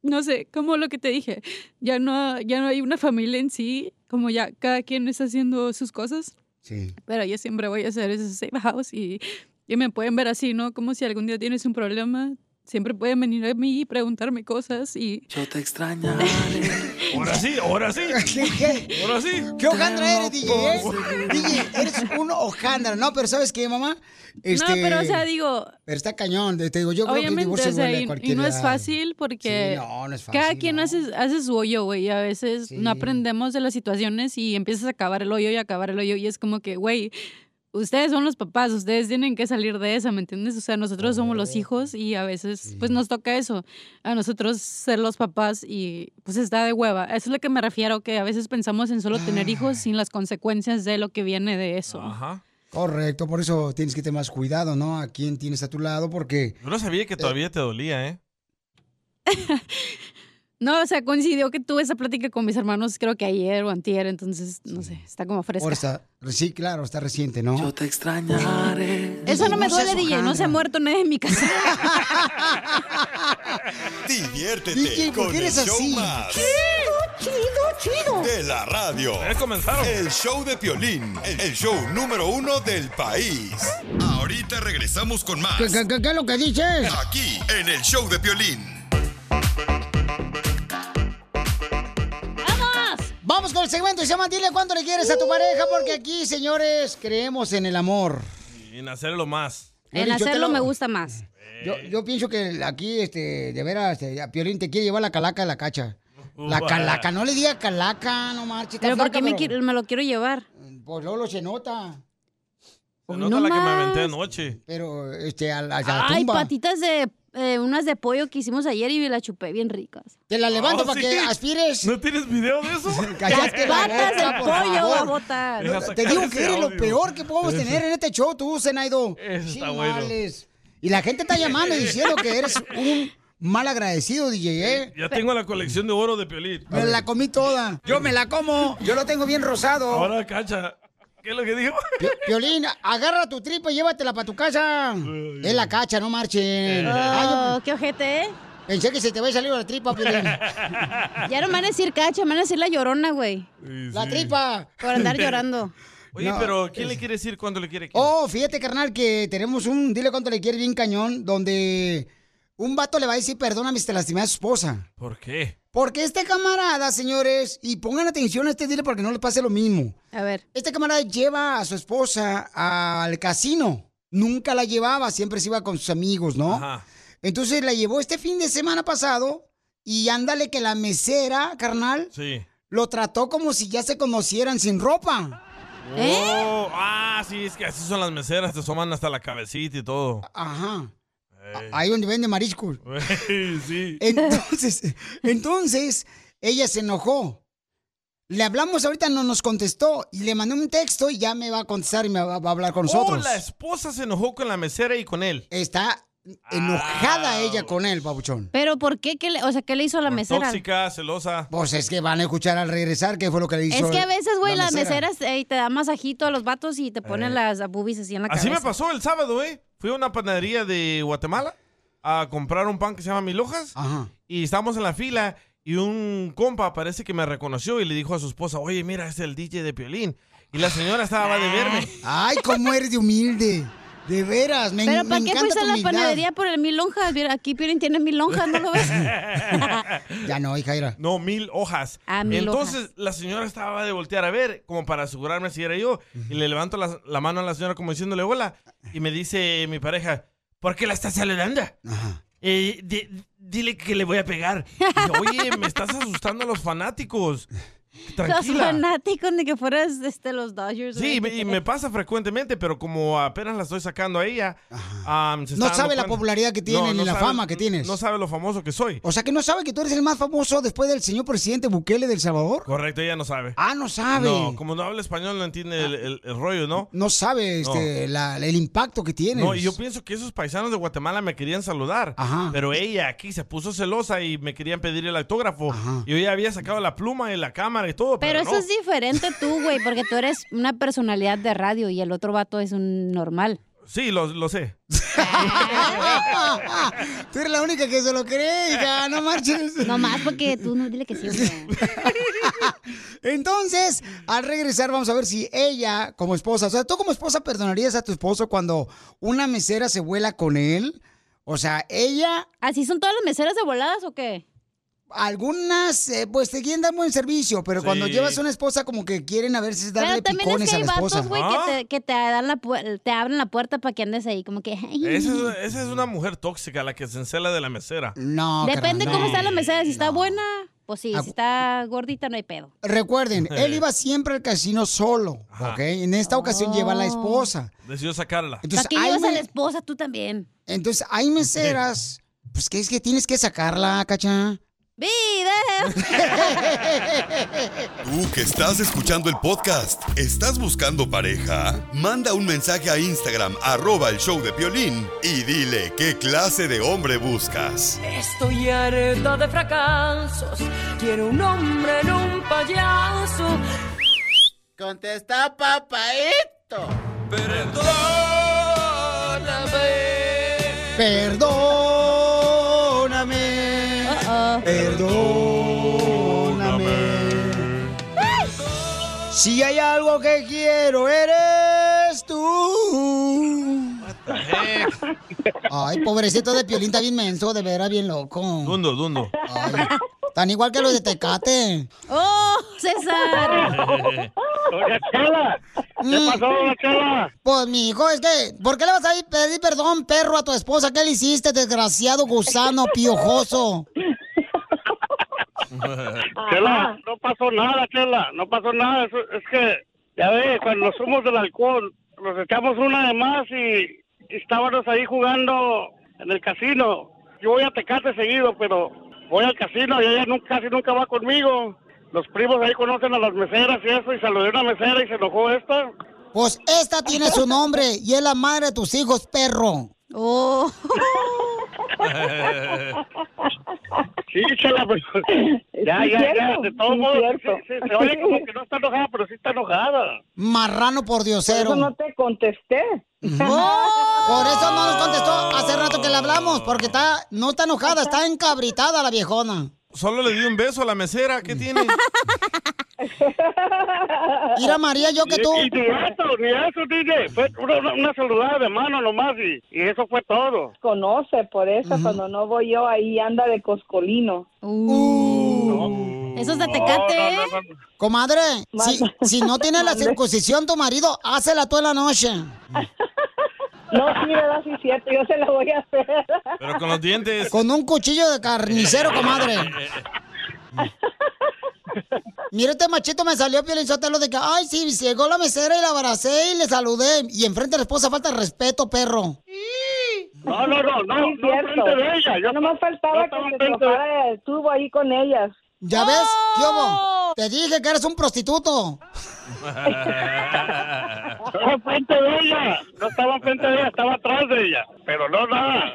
[SPEAKER 2] no sé, como lo que te dije, ya no, ya no hay una familia en sí, como ya cada quien está haciendo sus cosas.
[SPEAKER 1] Sí.
[SPEAKER 2] Pero yo siempre voy a hacer ese safe house y
[SPEAKER 7] Y me pueden ver así, ¿no? Como si algún día tienes un problema. Siempre pueden venir a mí y preguntarme cosas y...
[SPEAKER 6] Yo te extraño.
[SPEAKER 3] Ahora sí, ahora sí. Ahora sí.
[SPEAKER 1] ¿Qué hojandra eres, DJ? eh? DJ, eres un hojandra. No, pero ¿sabes qué, mamá?
[SPEAKER 7] No, pero o sea, digo,
[SPEAKER 1] Pero está cañón. Te digo, yo creo que el
[SPEAKER 7] obviamente,
[SPEAKER 1] divorcio
[SPEAKER 7] o sea,
[SPEAKER 1] duele a
[SPEAKER 7] y,
[SPEAKER 1] cualquier
[SPEAKER 7] y no es
[SPEAKER 1] edad.
[SPEAKER 7] fácil porque
[SPEAKER 1] Sí, no, no es
[SPEAKER 7] cada
[SPEAKER 1] fácil,
[SPEAKER 7] quien hace, hace su hoyo, güey, y a veces no aprendemos de las situaciones y empiezas a acabar el hoyo y a acabar el hoyo y es como que, güey, ustedes son los papás, ustedes tienen que salir de esa, ¿me entiendes? O sea, nosotros somos los hijos y a veces pues nos toca eso, a nosotros ser los papás y pues está de hueva. Eso es lo que me refiero, que a veces pensamos en solo tener
[SPEAKER 1] Ah.
[SPEAKER 7] hijos sin las consecuencias de lo que viene de eso.
[SPEAKER 1] Correcto, por eso tienes que tener más cuidado, ¿no? A quién tienes a tu lado, porque...
[SPEAKER 3] Yo no sabía que todavía te dolía, ¿eh?
[SPEAKER 7] No, o sea, coincidió que tuve esa plática con mis hermanos, creo que ayer o antier, entonces, no sé, está como fresca.
[SPEAKER 1] Ahora está, sí, claro, está reciente, ¿no? Yo
[SPEAKER 6] te extrañaré.
[SPEAKER 7] Eso no me duele, DJ, no se ha muerto nadie en mi casa.
[SPEAKER 5] Diviértete
[SPEAKER 6] DJ, ¿por
[SPEAKER 5] con
[SPEAKER 6] qué
[SPEAKER 5] el
[SPEAKER 6] eres
[SPEAKER 5] show
[SPEAKER 6] así?
[SPEAKER 5] más
[SPEAKER 6] Chido, chido, chido.
[SPEAKER 5] de la radio. El show de Piolín, el show número uno del país. Ahorita regresamos con más
[SPEAKER 1] ¿Qué, qué, qué- qué es lo que dices?
[SPEAKER 5] aquí en el show de Piolín.
[SPEAKER 1] ¡Vamos! Vamos con el segmento, se llama Dile cuánto le quieres a tu pareja, porque aquí, señores, creemos en el amor.
[SPEAKER 3] Y en hacerlo más.
[SPEAKER 1] En Yo te hacerlo lo- me
[SPEAKER 2] gusta más.
[SPEAKER 1] Yo, yo pienso que aquí, este, de veras, este, a Piolín te quiere llevar la calaca de la cacha. La
[SPEAKER 2] Upa.
[SPEAKER 1] calaca, no le diga calaca, no marches. está
[SPEAKER 2] Pero ¿por
[SPEAKER 1] flaca,
[SPEAKER 2] qué me,
[SPEAKER 1] pero-
[SPEAKER 2] qui- me lo quiero llevar?
[SPEAKER 1] Pues Lolo se nota.
[SPEAKER 3] Se nota la que me aventé anoche.
[SPEAKER 1] Pues Pero, este, a la, a la
[SPEAKER 2] Ay,
[SPEAKER 1] tumba.
[SPEAKER 2] patitas de... eh, unas de pollo que hicimos ayer y me las chupé bien ricas.
[SPEAKER 1] Te la levanto para que aspires.
[SPEAKER 3] Oh, ¿No tienes video de eso?
[SPEAKER 1] Cállate la
[SPEAKER 2] patas
[SPEAKER 1] boca,
[SPEAKER 2] del
[SPEAKER 1] por
[SPEAKER 2] pollo,
[SPEAKER 1] favor.
[SPEAKER 2] babota.
[SPEAKER 1] No,
[SPEAKER 2] Deja
[SPEAKER 1] Te
[SPEAKER 2] sacar
[SPEAKER 1] digo
[SPEAKER 2] ese
[SPEAKER 1] que eres lo
[SPEAKER 2] audio.
[SPEAKER 1] peor que podemos tener en este show, tú, Zenaido.
[SPEAKER 3] está
[SPEAKER 1] Chimales. Y la gente está llamando y diciendo que eres un mal agradecido, DJ, ¿eh?
[SPEAKER 3] Ya tengo la colección de oro de Piolín.
[SPEAKER 1] Me la comí toda. Yo me la como. Yo lo tengo bien rosado.
[SPEAKER 3] Ahora, cacha. ¿Qué es lo que dijo?
[SPEAKER 1] Violín, agarra tu tripa y llévatela para tu casa. Es la cacha, no marchen.
[SPEAKER 2] Oh, qué ojete, ¿eh?
[SPEAKER 1] Pensé que se te va a salir la tripa, Piolín.
[SPEAKER 2] Ya no me van a decir cacha, me van a decir la llorona, güey.
[SPEAKER 1] La tripa.
[SPEAKER 2] Por andar llorando.
[SPEAKER 3] Oye,
[SPEAKER 1] No,
[SPEAKER 3] pero ¿quién le quiere decir cuándo le quiere?
[SPEAKER 1] Oh, fíjate, carnal, que tenemos un dile cuánto le quieres bien cañón, donde un vato le va a decir perdóname si te lastimé a su esposa.
[SPEAKER 3] ¿Por qué?
[SPEAKER 1] Porque este camarada, señores, y pongan atención a este dile porque no le pase lo mismo.
[SPEAKER 2] A ver.
[SPEAKER 1] Este camarada lleva a su esposa al casino. Nunca la llevaba, siempre se iba con sus amigos, ¿no? Entonces la llevó este fin de semana pasado y ándale que la mesera, carnal,
[SPEAKER 3] Sí.
[SPEAKER 1] lo trató como si ya se conocieran sin ropa. ¿Eh?
[SPEAKER 3] Oh, ah, sí, es que así son las meseras, te asoman hasta la cabecita y todo.
[SPEAKER 1] Ajá. Ahí donde vende mariscos.
[SPEAKER 3] Ey, sí.
[SPEAKER 1] Entonces, entonces, ella se enojó. Le hablamos ahorita, no nos contestó. Y le mandé un texto y ya me va a contestar y me va, va a hablar con
[SPEAKER 3] Oh,
[SPEAKER 1] nosotros.
[SPEAKER 3] la esposa se enojó con la mesera y con él.
[SPEAKER 1] Está enojada ella con él, babuchón.
[SPEAKER 2] Pero ¿por qué? ¿Qué le- o sea, ¿qué le hizo a la mesera?
[SPEAKER 3] Tóxica, celosa.
[SPEAKER 1] Pues es que van a escuchar al regresar qué fue lo que le hizo.
[SPEAKER 2] Es que a veces, güey,
[SPEAKER 1] la
[SPEAKER 2] las
[SPEAKER 1] mesera.
[SPEAKER 2] meseras eh, te da masajito a los vatos y te ponen
[SPEAKER 3] Eh.
[SPEAKER 2] las boobies así en la
[SPEAKER 3] Así
[SPEAKER 2] cabeza.
[SPEAKER 3] me pasó el sábado, ¿eh? Fui a una panadería de Guatemala a comprar un pan que se llama Mil Hojas. Y estábamos en la fila y un compa parece que me reconoció y le dijo a su esposa, oye, mira, es el DJ de Piolín. Y la señora estaba de verme.
[SPEAKER 1] Ay, cómo eres de humilde. De veras, me
[SPEAKER 2] Pero
[SPEAKER 1] me
[SPEAKER 2] ¿para qué
[SPEAKER 1] encanta
[SPEAKER 2] fuiste a
[SPEAKER 1] tu
[SPEAKER 2] la
[SPEAKER 1] humildad.
[SPEAKER 2] panadería por el mil lonjas? Mira, Aquí Piolín tiene mil lonjas, ¿no lo ves?
[SPEAKER 1] ya no, hija, era.
[SPEAKER 3] No, mil hojas.
[SPEAKER 2] Ah, mil
[SPEAKER 3] Entonces la señora estaba de voltear a ver, como para asegurarme si era yo. Y le levanto la, la mano a la señora como diciéndole hola. Y me dice mi pareja, ¿por qué la estás saludando? Eh, di- dile que le voy a pegar. Y yo, Oye, me estás asustando a los fanáticos.
[SPEAKER 2] Los
[SPEAKER 3] Tranquila.
[SPEAKER 2] fanáticos de que fueras este, los Dodgers.
[SPEAKER 3] Sí, me-
[SPEAKER 2] güey.
[SPEAKER 3] y me pasa frecuentemente, pero como apenas la estoy sacando a ella, am, se
[SPEAKER 1] No
[SPEAKER 3] está dando
[SPEAKER 1] sabe la
[SPEAKER 3] cuenta.
[SPEAKER 1] popularidad que tienen ni la fama que tienes.
[SPEAKER 3] No sabe lo famoso que soy.
[SPEAKER 1] O sea que no sabe que tú eres el más famoso después del señor presidente Bukele del Salvador.
[SPEAKER 3] Correcto, ella no sabe.
[SPEAKER 1] Ah, no sabe.
[SPEAKER 3] No, como no habla español, no entiende el, el- el rollo, ¿no?
[SPEAKER 1] No sabe este, la- el impacto que tienes.
[SPEAKER 3] No, y yo pienso que esos paisanos de Guatemala me querían saludar. Pero ella aquí se puso celosa y me querían pedir el autógrafo. Y yo ya había sacado la pluma y la cámara y todo.
[SPEAKER 2] Pero
[SPEAKER 3] Pero,
[SPEAKER 2] eso
[SPEAKER 3] no.
[SPEAKER 2] es diferente tú, güey, porque tú eres una personalidad de radio y el otro vato es un normal.
[SPEAKER 3] Sí, lo, lo sé.
[SPEAKER 1] Tú eres la única que se lo cree, hija, no marches.
[SPEAKER 2] No más porque tú no dile que sí.
[SPEAKER 1] Entonces, al regresar vamos a ver si ella, como esposa, o sea, tú como esposa perdonarías a tu esposo cuando una mesera se vuela con él. O sea, ella...
[SPEAKER 2] ¿Así ¿Ah, son todas las meseras de voladas o qué?
[SPEAKER 1] Algunas, eh, pues te quieren dar buen servicio, pero cuando
[SPEAKER 2] Sí.
[SPEAKER 1] llevas a una esposa como que quieren a ver si darle
[SPEAKER 2] Pero también es
[SPEAKER 1] picones
[SPEAKER 2] que
[SPEAKER 1] a
[SPEAKER 2] hay
[SPEAKER 1] la esposa.
[SPEAKER 2] vatos, güey,
[SPEAKER 3] Ah.
[SPEAKER 2] que, te, que te, dan la pu- te abren la puerta para que andes ahí, como que... ay.
[SPEAKER 3] Esa es, esa es una mujer tóxica, la que se encela de la mesera.
[SPEAKER 1] No,
[SPEAKER 2] Depende cómo está la mesera, si está buena, pues sí, si está gordita no hay pedo.
[SPEAKER 1] Recuerden, él iba siempre al casino solo, ¿ok? En esta ocasión lleva a la esposa.
[SPEAKER 3] Decidió sacarla.
[SPEAKER 1] Entonces,
[SPEAKER 2] ¿Para qué llevas a
[SPEAKER 1] me-
[SPEAKER 2] la esposa tú también?
[SPEAKER 1] Entonces, hay meseras, pues que es que tienes que sacarla, cacha.
[SPEAKER 2] ¡Video!
[SPEAKER 5] Tú que estás escuchando el podcast, ¿estás buscando pareja? Manda un mensaje a Instagram, arroba el show de violín, y dile qué clase de hombre buscas.
[SPEAKER 6] Estoy harta de fracasos. Quiero un hombre en un payaso. Contesta, papaito. Perdóname.
[SPEAKER 1] Perdóname. Perdóname. Si hay algo que quiero, eres tú. Ay, pobrecito de Piolín, está bien menso, de veras, bien loco.
[SPEAKER 3] Dundo, dundo.
[SPEAKER 1] Tan igual que los de Tecate.
[SPEAKER 2] ¡Oh, César!
[SPEAKER 10] Oye, Chela, ¿qué pasó, Chela?
[SPEAKER 1] Mm. Pues, mi hijo, es que, ¿por qué le vas a ir- pedir perdón, perro, a tu esposa? ¿Qué le hiciste, desgraciado gusano piojoso?
[SPEAKER 10] Chela, no pasó nada, Chela, no pasó nada. Eso- es que, ya ve, cuando nos somos del alcohol, nos echamos una de más y, y estábamos ahí jugando en el casino. Yo voy a Tecate seguido, pero voy al casino y ella nunca, casi nunca va conmigo. Los primos ahí conocen a las meseras y eso, y saludé a una mesera y se enojó esta.
[SPEAKER 1] Pues esta tiene su nombre y es la madre de tus hijos, perro.
[SPEAKER 2] Oh.
[SPEAKER 10] Sí, chela, pero... Ya,
[SPEAKER 1] Sí,
[SPEAKER 10] ya, ya,
[SPEAKER 1] cierto,
[SPEAKER 10] de todos
[SPEAKER 1] sí,
[SPEAKER 10] modos,
[SPEAKER 1] cierto.
[SPEAKER 10] se, se- se oye como que no está enojada, pero sí está enojada.
[SPEAKER 1] Marrano por diosero.
[SPEAKER 10] Por eso
[SPEAKER 1] no te contesté. Por eso no nos contestó hace rato que le hablamos, porque está, no está enojada, está encabritada la viejona.
[SPEAKER 3] Solo le di un beso a la mesera. ¿Qué tiene?
[SPEAKER 1] Mira, María, yo que
[SPEAKER 10] Y-
[SPEAKER 1] tú-
[SPEAKER 10] Y, ni eso, ni eso, DJ. Fue una, una- una saludada de mano nomás y, y eso fue todo.
[SPEAKER 11] Conoce, por eso cuando no voy yo ahí anda de coscolino.
[SPEAKER 10] Uh.
[SPEAKER 2] Eso es
[SPEAKER 11] de Tecate,
[SPEAKER 10] No,
[SPEAKER 11] ¿eh?
[SPEAKER 10] no, no, no.
[SPEAKER 1] Comadre, si,
[SPEAKER 11] Mande.
[SPEAKER 1] si no tienes la
[SPEAKER 11] Mande.
[SPEAKER 1] circuncisión tu marido, hácela tú en la noche.
[SPEAKER 11] No, sí, verdad, sí, cierto, yo se la voy a hacer.
[SPEAKER 3] Pero con los dientes.
[SPEAKER 1] Con un cuchillo de carnicero, comadre. Mira este machito me salió Sotelo de que, ay, sí, llegó la mesera y la abracé y le saludé. Y enfrente de la esposa falta de respeto, perro.
[SPEAKER 10] No, no, no, no,
[SPEAKER 11] Sí,
[SPEAKER 10] no frente de ella. Yo
[SPEAKER 11] no más faltaba que se trozara el tubo ahí con ellas.
[SPEAKER 1] ¿Ya ves?
[SPEAKER 11] ¡Oh!
[SPEAKER 1] ¿Qué hubo? Te dije que eres un prostituto.
[SPEAKER 10] Estaba frente de ella. No estaba frente de ella, estaba atrás de ella. Pero no nada.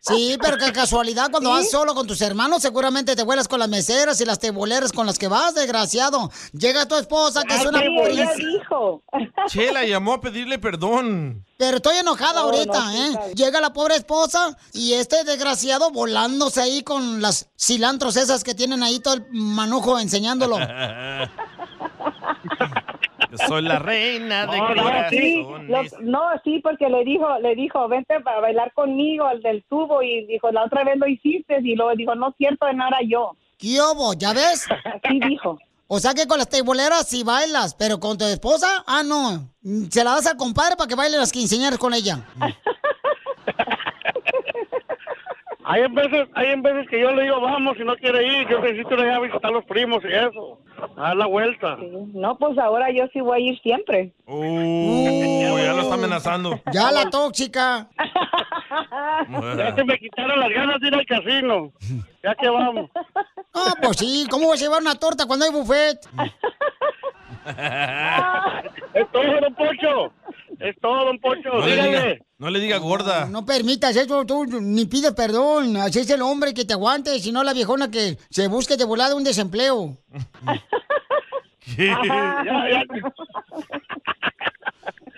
[SPEAKER 1] Sí, pero qué casualidad, cuando vas solo con tus hermanos, seguramente te vuelas con las meseras y las teboleras con las que vas, desgraciado. Llega tu esposa, que es una príncipe.
[SPEAKER 11] dijo.
[SPEAKER 3] Chela llamó a pedirle perdón.
[SPEAKER 1] Pero estoy enojada
[SPEAKER 3] No,
[SPEAKER 1] ahorita,
[SPEAKER 3] no, sí,
[SPEAKER 1] ¿eh?
[SPEAKER 3] está bien.
[SPEAKER 1] Llega la pobre esposa y este desgraciado volándose ahí con las cilantros esas que tienen ahí todo el manojo enseñándolo.
[SPEAKER 3] Yo soy la
[SPEAKER 10] Ah,
[SPEAKER 3] reina de
[SPEAKER 11] No, no, sí,
[SPEAKER 3] corazones.
[SPEAKER 11] lo- no, sí, porque le dijo, le dijo, vente para bailar conmigo, el del tubo, y dijo, la otra vez lo hiciste, y luego dijo, no es cierto, en ahora yo.
[SPEAKER 1] ¿Qué hubo? ¿Ya ves?
[SPEAKER 11] Así dijo.
[SPEAKER 1] O sea que con las teboleras sí bailas, pero con tu esposa, ah, no. Mm, Se la das al compadre para que baile las quinceañeras con ella.
[SPEAKER 10] Hay en veces, hay en veces que yo le digo, vamos, si no quiere ir, yo necesito ir a visitar a los primos y eso. A dar la vuelta.
[SPEAKER 11] No, pues ahora yo sí voy a ir siempre.
[SPEAKER 3] Uh, ya lo está amenazando.
[SPEAKER 1] Ya la tóxica.
[SPEAKER 10] Ya que me quitaron las ganas de ir al casino. Ya que vamos.
[SPEAKER 1] Ah, pues sí, ¿cómo vas a llevar una torta cuando hay buffet?
[SPEAKER 10] Es todo, don Pocho. Es todo, don Pocho.
[SPEAKER 3] No le diga,
[SPEAKER 10] Dígale.
[SPEAKER 3] no le diga gorda.
[SPEAKER 1] No permitas eso, tú ni pides perdón. Así es el hombre que te aguante, sino la viejona que se busque de volada un desempleo.
[SPEAKER 10] Ya, ya.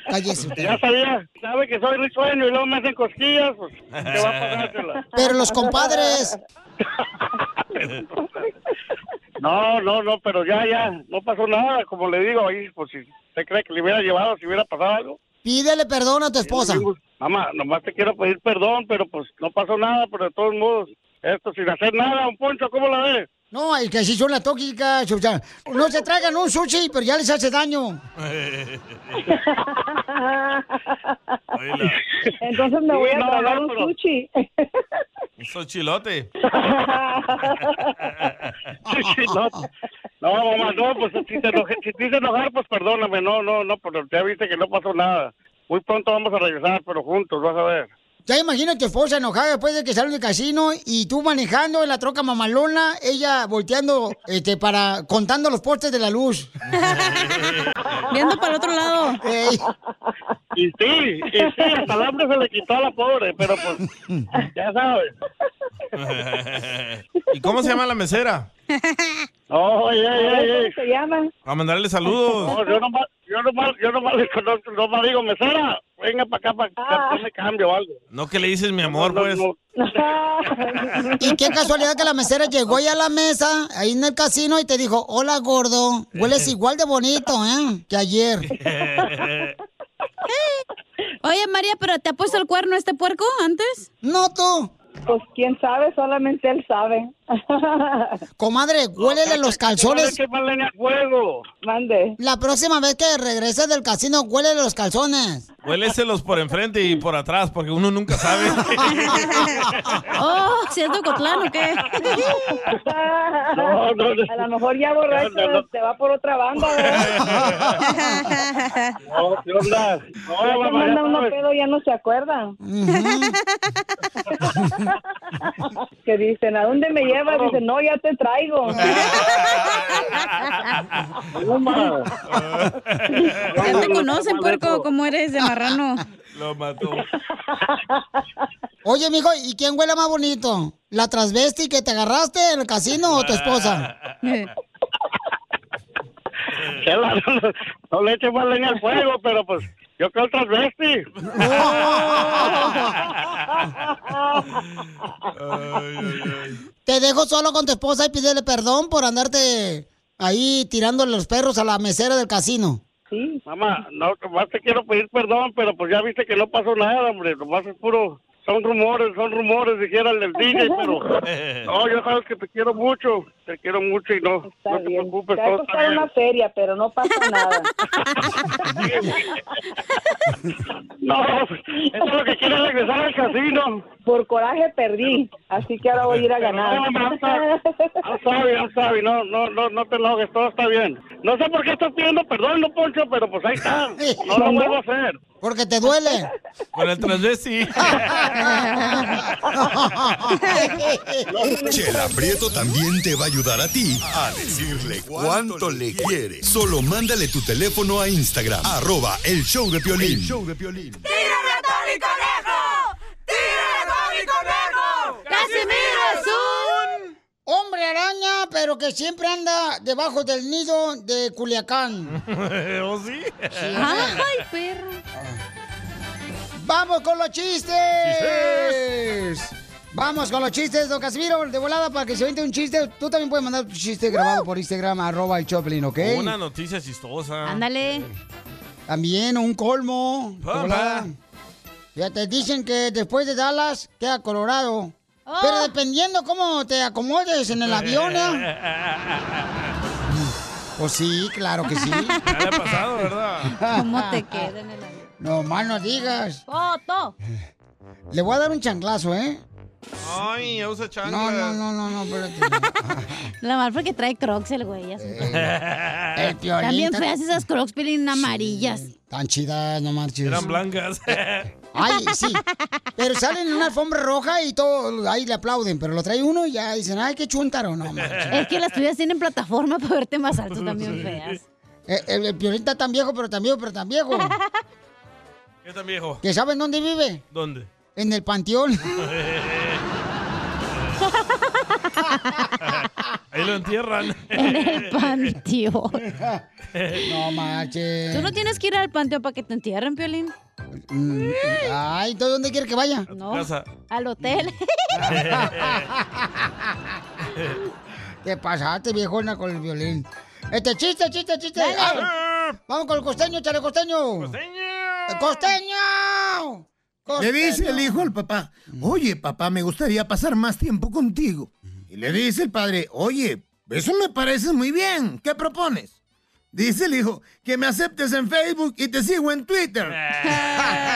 [SPEAKER 1] Cállese usted.
[SPEAKER 10] Ya sabía, sabe que soy risueño y luego me hacen cosquillas, pues, ¿qué va a pasar, Chela?
[SPEAKER 1] Pero los compadres.
[SPEAKER 10] No, no, no, pero ya, ya, no pasó nada, como le digo, ahí, pues, si usted cree que le hubiera llevado, si hubiera pasado algo.
[SPEAKER 1] Pídele perdón a tu esposa.
[SPEAKER 10] Mamá, nomás te quiero pedir perdón, pero pues no pasó nada, pero de todos modos, esto sin hacer nada, un poncho, ¿cómo la ves?
[SPEAKER 1] No, el que sí son las tóxicas, o sea, no se tragan un sushi, pero ya les hace daño.
[SPEAKER 11] Entonces me voy
[SPEAKER 3] Sí,
[SPEAKER 11] a
[SPEAKER 3] no,
[SPEAKER 11] tragar
[SPEAKER 3] no,
[SPEAKER 11] un
[SPEAKER 3] pero-
[SPEAKER 11] sushi.
[SPEAKER 3] Un sochilote.
[SPEAKER 10] no, no, mamá, no, pues si te, enoje- si te hice enojar, pues perdóname, no, no, no, pero ya viste que no pasó nada. Muy pronto vamos a regresar, pero juntos, vas a ver.
[SPEAKER 1] Ya imagino a tu esposa enojada después de que salió del casino y tú manejando en la troca mamalona, ella volteando este, para contando los postes de la luz.
[SPEAKER 2] Viendo para el otro lado.
[SPEAKER 10] Y sí, y sí, hasta el hambre se le quitó a la pobre, pero pues, ya sabes.
[SPEAKER 3] ¿Y cómo se llama la mesera?
[SPEAKER 10] Oye, oye, oye.
[SPEAKER 11] se llama?
[SPEAKER 3] A mandarle saludos.
[SPEAKER 10] No, yo nomás, yo nomás, yo nomás le conozco, nomás digo, mesera, venga para acá para
[SPEAKER 11] Ah.
[SPEAKER 10] que me cambio o algo.
[SPEAKER 3] No que le dices mi amor, pues.
[SPEAKER 1] Y qué casualidad que la mesera llegó ya a la mesa, ahí en el casino, y te dijo, hola gordo, hueles igual de bonito, ¿eh? Que ayer.
[SPEAKER 2] Oye, María, pero ¿te ha puesto el cuerno este puerco antes?
[SPEAKER 1] No, tú.
[SPEAKER 11] Pues quién sabe, solamente él sabe.
[SPEAKER 1] Comadre, huélele los calzones.
[SPEAKER 11] Mande.
[SPEAKER 1] La próxima vez que regreses del casino, huélele los calzones.
[SPEAKER 3] Huéleselos por enfrente y por atrás, porque uno nunca sabe.
[SPEAKER 2] Oh, ¿si es de Ocotlán o qué?
[SPEAKER 10] No, no, no.
[SPEAKER 11] A lo mejor ya borracho
[SPEAKER 10] No, no, no.
[SPEAKER 11] te va por otra banda, ¿verdad?
[SPEAKER 10] No, ¿qué onda?
[SPEAKER 11] Ya
[SPEAKER 10] No,
[SPEAKER 11] que
[SPEAKER 10] mamá,
[SPEAKER 11] manda
[SPEAKER 10] ya
[SPEAKER 11] uno
[SPEAKER 10] sabes.
[SPEAKER 11] pedo ya no se acuerda. que dicen, ¿a dónde me llevas? Dicen, no, ya te traigo.
[SPEAKER 2] Ya te conocen, puerco, cómo eres de marrano.
[SPEAKER 3] Lo mató.
[SPEAKER 1] Oye, mijo, ¿y quién huele más bonito? ¿La transvesti que te agarraste en el casino o tu esposa?
[SPEAKER 10] Chela, no, no, no le eches más leña al fuego, pero pues yo creo el transvesti.
[SPEAKER 1] Te dejo solo con tu esposa y pídele perdón por andarte ahí tirándole los perros a la mesera del casino.
[SPEAKER 11] Sí.
[SPEAKER 10] Mamá, no, nomás te quiero pedir perdón, pero pues ya viste que no pasó nada, hombre. Nomás es puro. Son rumores, son rumores, dijera el del DJ, pero. No, yo sabes que te quiero mucho. Te quiero mucho y no, no te preocupes,
[SPEAKER 11] Te va
[SPEAKER 10] todo
[SPEAKER 11] a
[SPEAKER 10] está
[SPEAKER 11] costar
[SPEAKER 10] bien.
[SPEAKER 11] una feria, pero no pasa nada.
[SPEAKER 10] No, eso es lo que quiere regresar al casino.
[SPEAKER 11] Por coraje perdí, así que ahora voy a ir a ganar.
[SPEAKER 10] No sabe, no sabe, no, no, no, no te enojes, todo está bien. No sé por qué estás pidiendo perdón, no, Poncho, pero pues ahí está. No lo vuelvo a hacer.
[SPEAKER 1] Porque te duele.
[SPEAKER 3] Con el transvesti.
[SPEAKER 5] Chela Prieto también te va a ayudar a ti a decirle cuánto le quiere. Solo mándale tu teléfono a Instagram, arroba el show de Piolín.
[SPEAKER 12] El
[SPEAKER 6] ¡Tírame a Tony Conejo! ¡Tírame a Tony Conejo!
[SPEAKER 1] ¡Casimiro es un hombre araña, pero que siempre anda debajo del nido de Culiacán.
[SPEAKER 3] ¿O ¿Oh, sí?
[SPEAKER 1] Ay,
[SPEAKER 13] pues,
[SPEAKER 2] perro.
[SPEAKER 1] Ah. ¡Vamos con los chistes! Vamos con los chistes, don Casimiro, de volada para que se vente un chiste. Tú también puedes mandar tu chiste grabado por Instagram, arroba el Choplin, ¿ok?
[SPEAKER 3] Una noticia chistosa.
[SPEAKER 2] Ándale.
[SPEAKER 1] También un colmo. de
[SPEAKER 3] Pamba.
[SPEAKER 1] volada. Ya te dicen que después de Dallas queda Colorado.
[SPEAKER 2] Oh.
[SPEAKER 1] Pero dependiendo cómo te acomodes en el avión, ¿eh? Pues sí, claro que sí.
[SPEAKER 3] Ya le ha pasado, ¿verdad?
[SPEAKER 2] ¿Cómo te queda en el avión?
[SPEAKER 1] No más no digas.
[SPEAKER 2] ¡Foto!
[SPEAKER 1] Le voy a dar un chanclazo, ¿eh?
[SPEAKER 3] Ay, ya usa chancla.
[SPEAKER 1] No, no, no, no, no, espérate.
[SPEAKER 2] La mal porque trae crocs el güey. ya sé.
[SPEAKER 1] El Eh, Piolín
[SPEAKER 2] También
[SPEAKER 1] tan-
[SPEAKER 2] feas esas crocs, pelín amarillas.
[SPEAKER 1] Tan chidas, no marches.
[SPEAKER 3] Eran blancas.
[SPEAKER 1] Ay, sí. Pero salen en una alfombra roja y todo, ahí le aplauden. Pero lo trae uno y ya dicen, ay, qué chuntaro, no manches.
[SPEAKER 2] Es que las tuyas tienen plataforma para verte más alto también, feas.
[SPEAKER 1] Eh, El, el Piolín está tan viejo, pero tan viejo, pero tan viejo.
[SPEAKER 3] ¿Qué tan viejo?
[SPEAKER 1] ¿Que saben dónde vive?
[SPEAKER 3] ¿Dónde?
[SPEAKER 1] En el panteón.
[SPEAKER 3] Ahí ahí lo entierran.
[SPEAKER 2] En el panteón.
[SPEAKER 1] No manches.
[SPEAKER 2] ¿Tú no tienes que ir al panteón para que te entierren, Piolín?
[SPEAKER 1] Mm, Ay, ¿tú dónde quieres que vaya?
[SPEAKER 2] No. Al hotel.
[SPEAKER 1] Te pasaste, viejona, con el violín. Este chiste, chiste, chiste. Ah, vamos con el costeño, chale costeño. ¡Costeño! ¡Costeño!
[SPEAKER 12] Le dice el hijo al papá, oye papá, me gustaría pasar más tiempo contigo. Y le dice el padre, oye, eso me parece muy bien, ¿qué propones? Dice el hijo, que me aceptes en Facebook y te sigo en Twitter.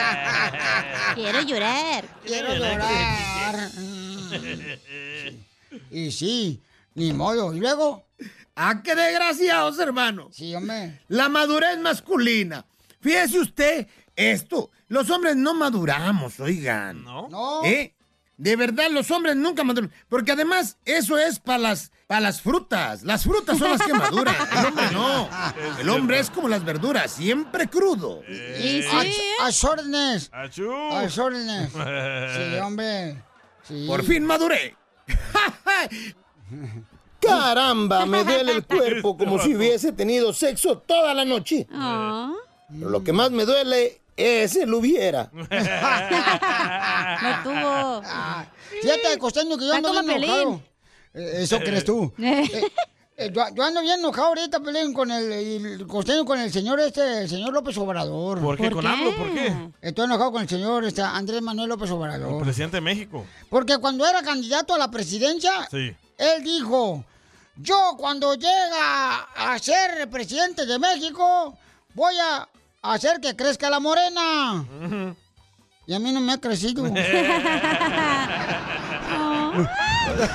[SPEAKER 2] Quiero llorar.
[SPEAKER 1] Quiero llorar. Y sí, ni modo. ¿Y luego?
[SPEAKER 12] ¡Ah, qué desgraciados, hermano!
[SPEAKER 1] Sí, hombre.
[SPEAKER 12] La madurez masculina. Fíjese usted esto. Los hombres no maduramos, oigan.
[SPEAKER 3] ¿No?
[SPEAKER 1] No.
[SPEAKER 12] ¿Eh? De verdad, los hombres nunca maduran. Porque además, eso es para las, pa' las frutas. Las frutas son las que maduran. El hombre no. El hombre es como las verduras, siempre crudo.
[SPEAKER 1] Y ¿eh? A, a órdenes.
[SPEAKER 3] ¡Achú!
[SPEAKER 1] A sus órdenes. Sí,
[SPEAKER 13] Eh.
[SPEAKER 1] hombre. Sí.
[SPEAKER 12] Por fin maduré.
[SPEAKER 14] Caramba, me duele el cuerpo como si hubiese tenido sexo toda la noche. Pero lo que más me duele es el hubiera.
[SPEAKER 2] No tuvo.
[SPEAKER 1] Fíjate, costeño, que yo ando
[SPEAKER 2] Está como
[SPEAKER 1] bien enojado.
[SPEAKER 2] Pelín.
[SPEAKER 1] Eh, Eso crees tú. Eh, eh, yo, yo ando bien enojado ahorita, Pelín, con el, el costeño, con el señor este, el señor López Obrador.
[SPEAKER 3] ¿Por qué? ¿Por ¿Con qué? AMLO? ¿Por qué?
[SPEAKER 1] Estoy enojado con el señor este, Andrés Manuel López Obrador.
[SPEAKER 3] El presidente de México.
[SPEAKER 1] Porque cuando era candidato a la presidencia,
[SPEAKER 3] Sí.
[SPEAKER 1] él dijo, yo cuando llega a ser presidente de México, voy a hacer que crezca la morena. Y a mí no me ha crecido.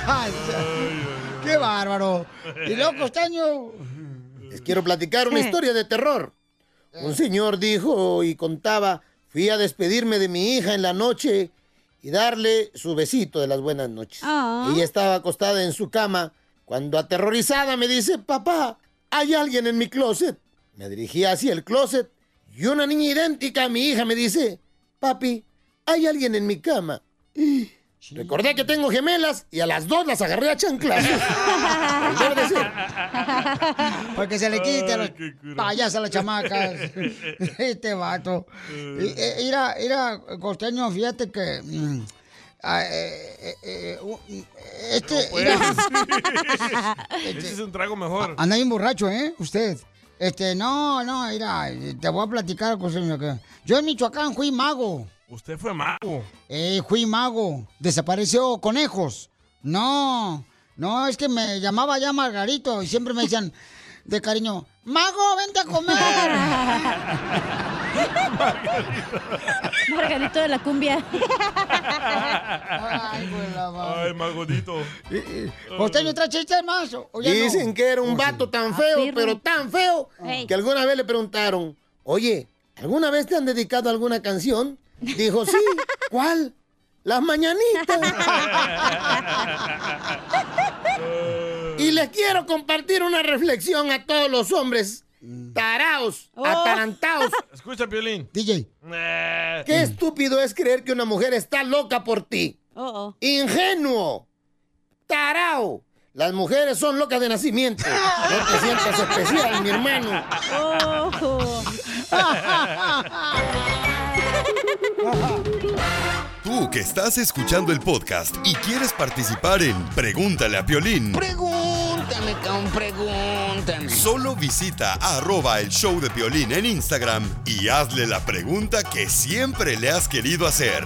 [SPEAKER 1] Ay, ¡Qué bárbaro! Y luego costeño.
[SPEAKER 14] Les quiero platicar una historia de terror. Un señor dijo y contaba, fui a despedirme de mi hija en la noche y darle su besito de las buenas noches.
[SPEAKER 2] Ah.
[SPEAKER 14] Ella estaba acostada en su cama cuando aterrorizada me dice, papá, hay alguien en mi closet. Me dirigí hacia el closet y una niña idéntica a mi hija me dice, papi, hay alguien en mi cama. Recordé que tengo gemelas y a las dos las agarré a chanclas.
[SPEAKER 1] Porque se le quite a los
[SPEAKER 14] Ay, qué cura.
[SPEAKER 1] payas a las chamacas. este vato. Y, eh, Mira, mira, costeño, fíjate que. mm, ah, eh, eh, eh, u- este. mira.
[SPEAKER 3] Ese es un trago mejor.
[SPEAKER 1] Anda bien borracho, ¿eh? Usted. Este, no, no, mira, te voy a platicar, costeño. que Yo en Michoacán fui mago.
[SPEAKER 3] Usted fue mago.
[SPEAKER 1] Eh, fui mago. Desapareció conejos. No, no, es que me llamaba ya Margarito y siempre me decían de cariño, mago, vente a comer.
[SPEAKER 2] Margarito de la cumbia.
[SPEAKER 3] Ay, magodito.
[SPEAKER 1] Costeño, otra chiste más. o- o ya no? Oh, Ah,
[SPEAKER 14] Dicen que era un vato tan feo, pero tan feo, que alguna vez le preguntaron, oye, ¿alguna vez te han dedicado alguna canción? Dijo, sí, ¿cuál? Las mañanitas. y les quiero compartir una reflexión a todos los hombres taraos,
[SPEAKER 1] Oh.
[SPEAKER 14] atarantaos.
[SPEAKER 3] Escucha, Piolín.
[SPEAKER 1] DJ.
[SPEAKER 14] Qué estúpido es creer que una mujer está loca por ti.
[SPEAKER 2] Oh,
[SPEAKER 14] Ingenuo. Tarao. Las mujeres son locas de nacimiento. No te sientas especial, mi hermano.
[SPEAKER 5] Tú que estás escuchando el podcast y quieres participar en Pregúntale a Piolín,
[SPEAKER 13] Pregúntame, con pregúntame.
[SPEAKER 5] solo visita arroba el show de Piolín en Instagram y hazle la pregunta que siempre le has querido hacer.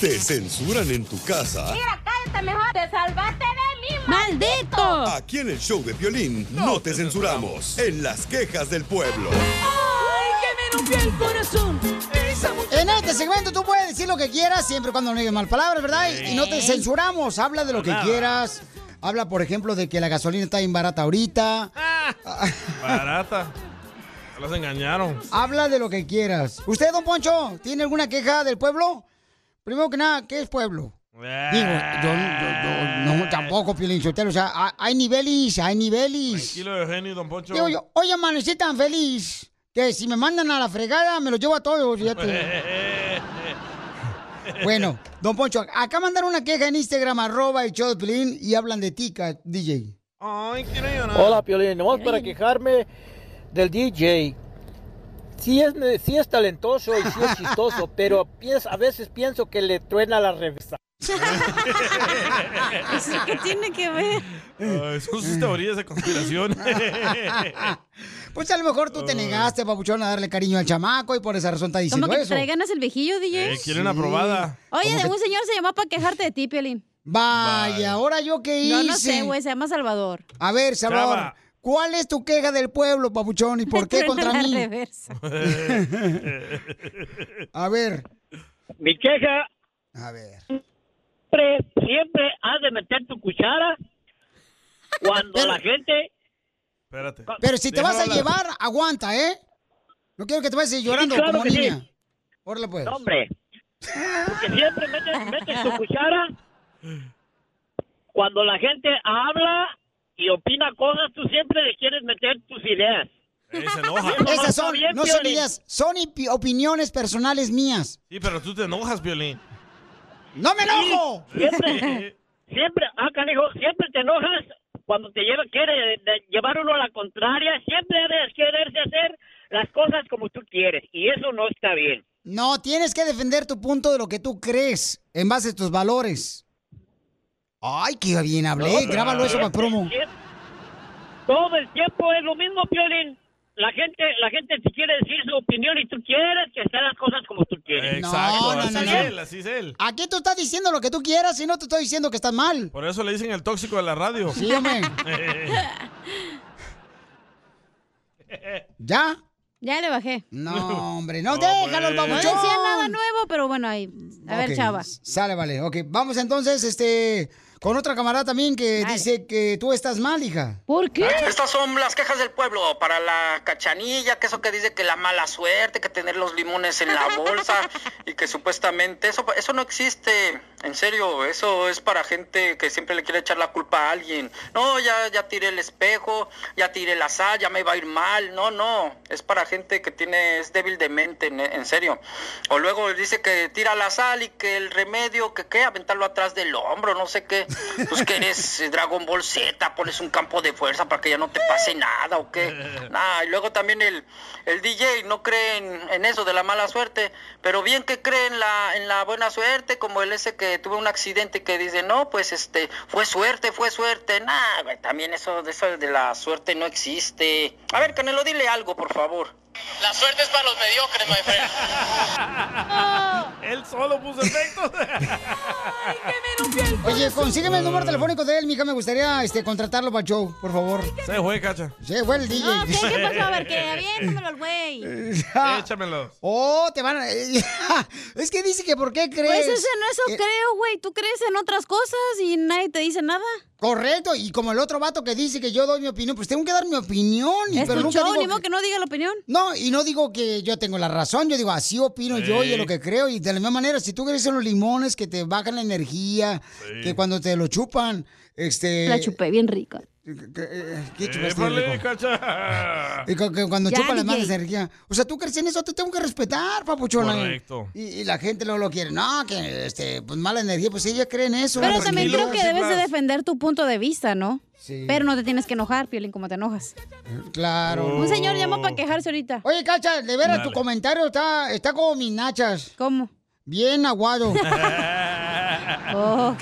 [SPEAKER 5] ¿Te censuran en tu casa?
[SPEAKER 15] cállate mejor, te salvaste de mí,
[SPEAKER 5] Aquí en el show de violín no, te censuramos. En las quejas del pueblo.
[SPEAKER 6] ¡Ay, que me rompió el corazón! Esa
[SPEAKER 1] En este segmento tú puedes decir lo que quieras, siempre y cuando no digas mal palabras, ¿verdad? Y-
[SPEAKER 6] Sí.
[SPEAKER 1] Y no te censuramos, habla de lo que
[SPEAKER 6] Nada.
[SPEAKER 1] quieras. Habla, por ejemplo, de que la gasolina está bien barata ahorita.
[SPEAKER 3] Barata. Las engañaron.
[SPEAKER 1] Habla de lo que quieras. ¿Usted, don Poncho, tiene alguna queja del pueblo? Primero que nada, ¿qué es pueblo? Digo,
[SPEAKER 3] Eh,
[SPEAKER 1] yo, yo- yo- no, tampoco, Piolín Sotelo, O sea, ha- hay niveles, hay niveles.
[SPEAKER 3] Kilo de genio, don Poncho.
[SPEAKER 1] Digo yo, hoy amanecí tan feliz que si me mandan a la fregada me lo llevo a todos.
[SPEAKER 3] Eh,
[SPEAKER 1] fíjate. bueno, don Poncho, acá mandaron una queja en Instagram, arroba el show de Piolín, y hablan de tica, DJ.
[SPEAKER 3] Ay, quiero llorar.
[SPEAKER 16] Hola, Piolín. Nomás para quejarme del DJ. Sí es, ne- sí es talentoso y sí es chistoso, pero piens- a veces pienso que le truena la revista.
[SPEAKER 2] ¿Eso qué tiene que ver?
[SPEAKER 1] Eh.
[SPEAKER 3] Ay, Eh, son sus teorías de conspiración. Eh,
[SPEAKER 1] Pues a lo mejor tú te negaste, papuchón, a darle cariño al chamaco y por esa razón está diciendo
[SPEAKER 2] Como que te
[SPEAKER 1] eso.
[SPEAKER 2] trae ganas el viejillo, DJ.
[SPEAKER 3] Eh, quieren aprobada.
[SPEAKER 2] Oye,
[SPEAKER 1] Como
[SPEAKER 2] de
[SPEAKER 1] que-
[SPEAKER 2] un señor se llamó para quejarte de ti, Piolín.
[SPEAKER 1] Vaya, ahora yo qué hice.
[SPEAKER 2] No, no sé, güey, se llama Salvador.
[SPEAKER 1] A ver, Salvador,
[SPEAKER 2] Chava.
[SPEAKER 1] ¿cuál es tu queja del pueblo, papuchón, y por qué contra
[SPEAKER 2] La
[SPEAKER 1] mí?
[SPEAKER 2] reversa.
[SPEAKER 1] A ver.
[SPEAKER 17] Mi queja.
[SPEAKER 1] A ver.
[SPEAKER 17] Siempre, siempre has de meter tu cuchara cuando la gente.
[SPEAKER 3] Espérate.
[SPEAKER 1] Pero si te vas a llevar, aguanta, ¿eh? No quiero que te vayas llorando
[SPEAKER 17] claro
[SPEAKER 1] como
[SPEAKER 17] que sí.
[SPEAKER 1] niña. Órale, pues.
[SPEAKER 17] No, hombre. Porque siempre metes, metes tu cuchara cuando la gente habla y opina cosas, tú siempre le quieres meter tus ideas.
[SPEAKER 1] Esas son,
[SPEAKER 17] Está bien,
[SPEAKER 1] no son
[SPEAKER 17] Piolín.
[SPEAKER 1] ideas, son opi- opiniones personales mías.
[SPEAKER 3] Sí, pero tú te enojas, Violín.
[SPEAKER 1] ¡No me enojo!
[SPEAKER 17] Siempre, siempre, ah, canijo, siempre te enojas cuando te lleva, quiere de- llevar uno a la contraria. Siempre debes quererse hacer las cosas como tú quieres. Y eso no está bien.
[SPEAKER 1] No, tienes que defender tu punto de lo que tú crees en base a tus valores. Ay, qué bien hablé.
[SPEAKER 17] No,
[SPEAKER 1] Grábalo eso para
[SPEAKER 17] siempre,
[SPEAKER 1] promo.
[SPEAKER 17] siempre. Todo el tiempo es lo mismo, Piolín. La gente, la gente te quiere decir su opinión y tú quieres que sean las cosas como tú quieres.
[SPEAKER 3] Eh, Exacto,
[SPEAKER 1] no,
[SPEAKER 3] así
[SPEAKER 1] no,
[SPEAKER 3] es
[SPEAKER 1] no.
[SPEAKER 3] él, así es él.
[SPEAKER 1] Aquí tú estás diciendo lo que tú quieras y no te estoy diciendo que estás mal.
[SPEAKER 3] Por eso le dicen el tóxico de la radio. Eh,
[SPEAKER 1] Sí, hombre. ¿Ya?
[SPEAKER 2] Ya le bajé.
[SPEAKER 1] No, hombre, no, déjalo, el
[SPEAKER 2] No
[SPEAKER 1] babuchón.
[SPEAKER 2] decía nada nuevo, pero bueno, ahí. A ver,
[SPEAKER 1] Ok,
[SPEAKER 2] chava.
[SPEAKER 1] Sale, vale. Ok, vamos entonces este, con otra camarada también que dice que tú estás mal, hija.
[SPEAKER 2] ¿Por
[SPEAKER 3] Ah,
[SPEAKER 13] Estas son las quejas del pueblo para la cachanilla, que eso que dice que la mala suerte, que tener los limones en la bolsa y que supuestamente eso eso no existe. En serio, eso es para gente que siempre le quiere echar la culpa a alguien. No, ya ya tiré el espejo, ya tiré la sal, ya me va a ir mal. No, no, es para gente que tiene es débil de mente, en, en serio. O luego dice que tira la sal y que el remedio que qué, aventarlo atrás del hombro, no sé qué. Pues que eres eh, Dragon Ball Z, pones un campo de fuerza para que ya no te pase nada o qué. Nah, Ah, y luego también el, el DJ no cree en, en eso de la mala suerte, pero bien que cree en la, en la buena suerte, como el ese que tuvo un accidente y que dice, no, pues este, fue suerte, fue suerte. Nah, güey, también eso de, eso de la suerte no existe. A ver, Canelo, dile algo, por favor. La suerte es para los mediocres, my friend.
[SPEAKER 3] Él solo puso efectos.
[SPEAKER 1] Oye, consígueme el número telefónico de él, mija. Me gustaría este, contratarlo para el show, por favor.
[SPEAKER 3] Se fue, cacha.
[SPEAKER 1] Se fue el DJ.
[SPEAKER 2] No, ¿qué, ¿Qué pasó? A ver, que aviéntamelo al güey.
[SPEAKER 3] Échamelo.
[SPEAKER 1] Oh, te van a... es que dice que por qué crees.
[SPEAKER 2] Pues eso no eso
[SPEAKER 1] Eh,
[SPEAKER 2] creo, güey. Tú crees en otras cosas y nadie te dice nada.
[SPEAKER 1] Correcto, y como el otro vato que dice que yo doy mi opinión, pues tengo que dar mi opinión. Y,
[SPEAKER 2] Es tu show, ni modo
[SPEAKER 1] que no diga la opinión. No, y no digo que yo tengo la razón, yo digo así opino yo y es lo que creo. Y de la misma manera, si tú crees en los limones que te bajan la energía, que cuando te lo chupan, este...
[SPEAKER 2] La chupé bien rica.
[SPEAKER 1] Qué chupastín,
[SPEAKER 3] Épale,
[SPEAKER 1] viejo.
[SPEAKER 3] cacha.
[SPEAKER 1] Y cu- que cuando
[SPEAKER 3] Ya,
[SPEAKER 1] chupa las
[SPEAKER 3] DJ.
[SPEAKER 1] manos energía. O sea, tú crees en eso, te tengo que respetar, papuchona.
[SPEAKER 3] Correcto.
[SPEAKER 1] Y, y la gente no lo quiere. No, que este, pues mala energía, pues ella cree en eso.
[SPEAKER 2] Pero también creo que debes de
[SPEAKER 1] defender.
[SPEAKER 2] defender tu punto de vista, ¿no?
[SPEAKER 1] Sí.
[SPEAKER 2] Pero no te tienes que enojar, Piolín, como te enojas.
[SPEAKER 1] Claro.
[SPEAKER 2] Un señor llamó para quejarse ahorita.
[SPEAKER 1] Oye, Cacha, de veras,
[SPEAKER 2] Dale.
[SPEAKER 1] tu comentario está, está como mis nachas.
[SPEAKER 2] ¿Cómo?
[SPEAKER 1] Bien aguado.
[SPEAKER 2] Ok.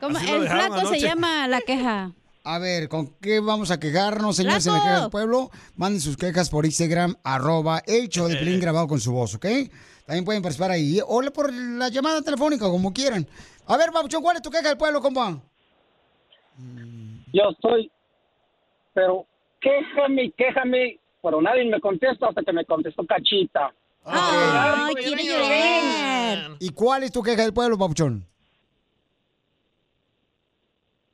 [SPEAKER 2] ¿Cómo?
[SPEAKER 1] Así lo
[SPEAKER 2] El
[SPEAKER 1] dejaron
[SPEAKER 2] flaco se
[SPEAKER 1] anoche.
[SPEAKER 2] llama la queja.
[SPEAKER 1] A ver, ¿con qué vamos a quejarnos, señores en la
[SPEAKER 2] ¡Flaco!
[SPEAKER 1] queja del pueblo? Manden sus quejas por Instagram, arroba el show de
[SPEAKER 18] Eh.
[SPEAKER 1] Pelín grabado con su voz, ¿ok? También pueden participar ahí. O le- por la llamada telefónica, como quieran. A ver, Papuchón, ¿cuál es tu queja del pueblo, compa?
[SPEAKER 18] Yo estoy, pero quéjame, quéjame, pero nadie me contesta hasta que me contestó Cachita.
[SPEAKER 2] Ay, quiere llorar.
[SPEAKER 1] ¿Y cuál es tu queja del pueblo, Papuchón?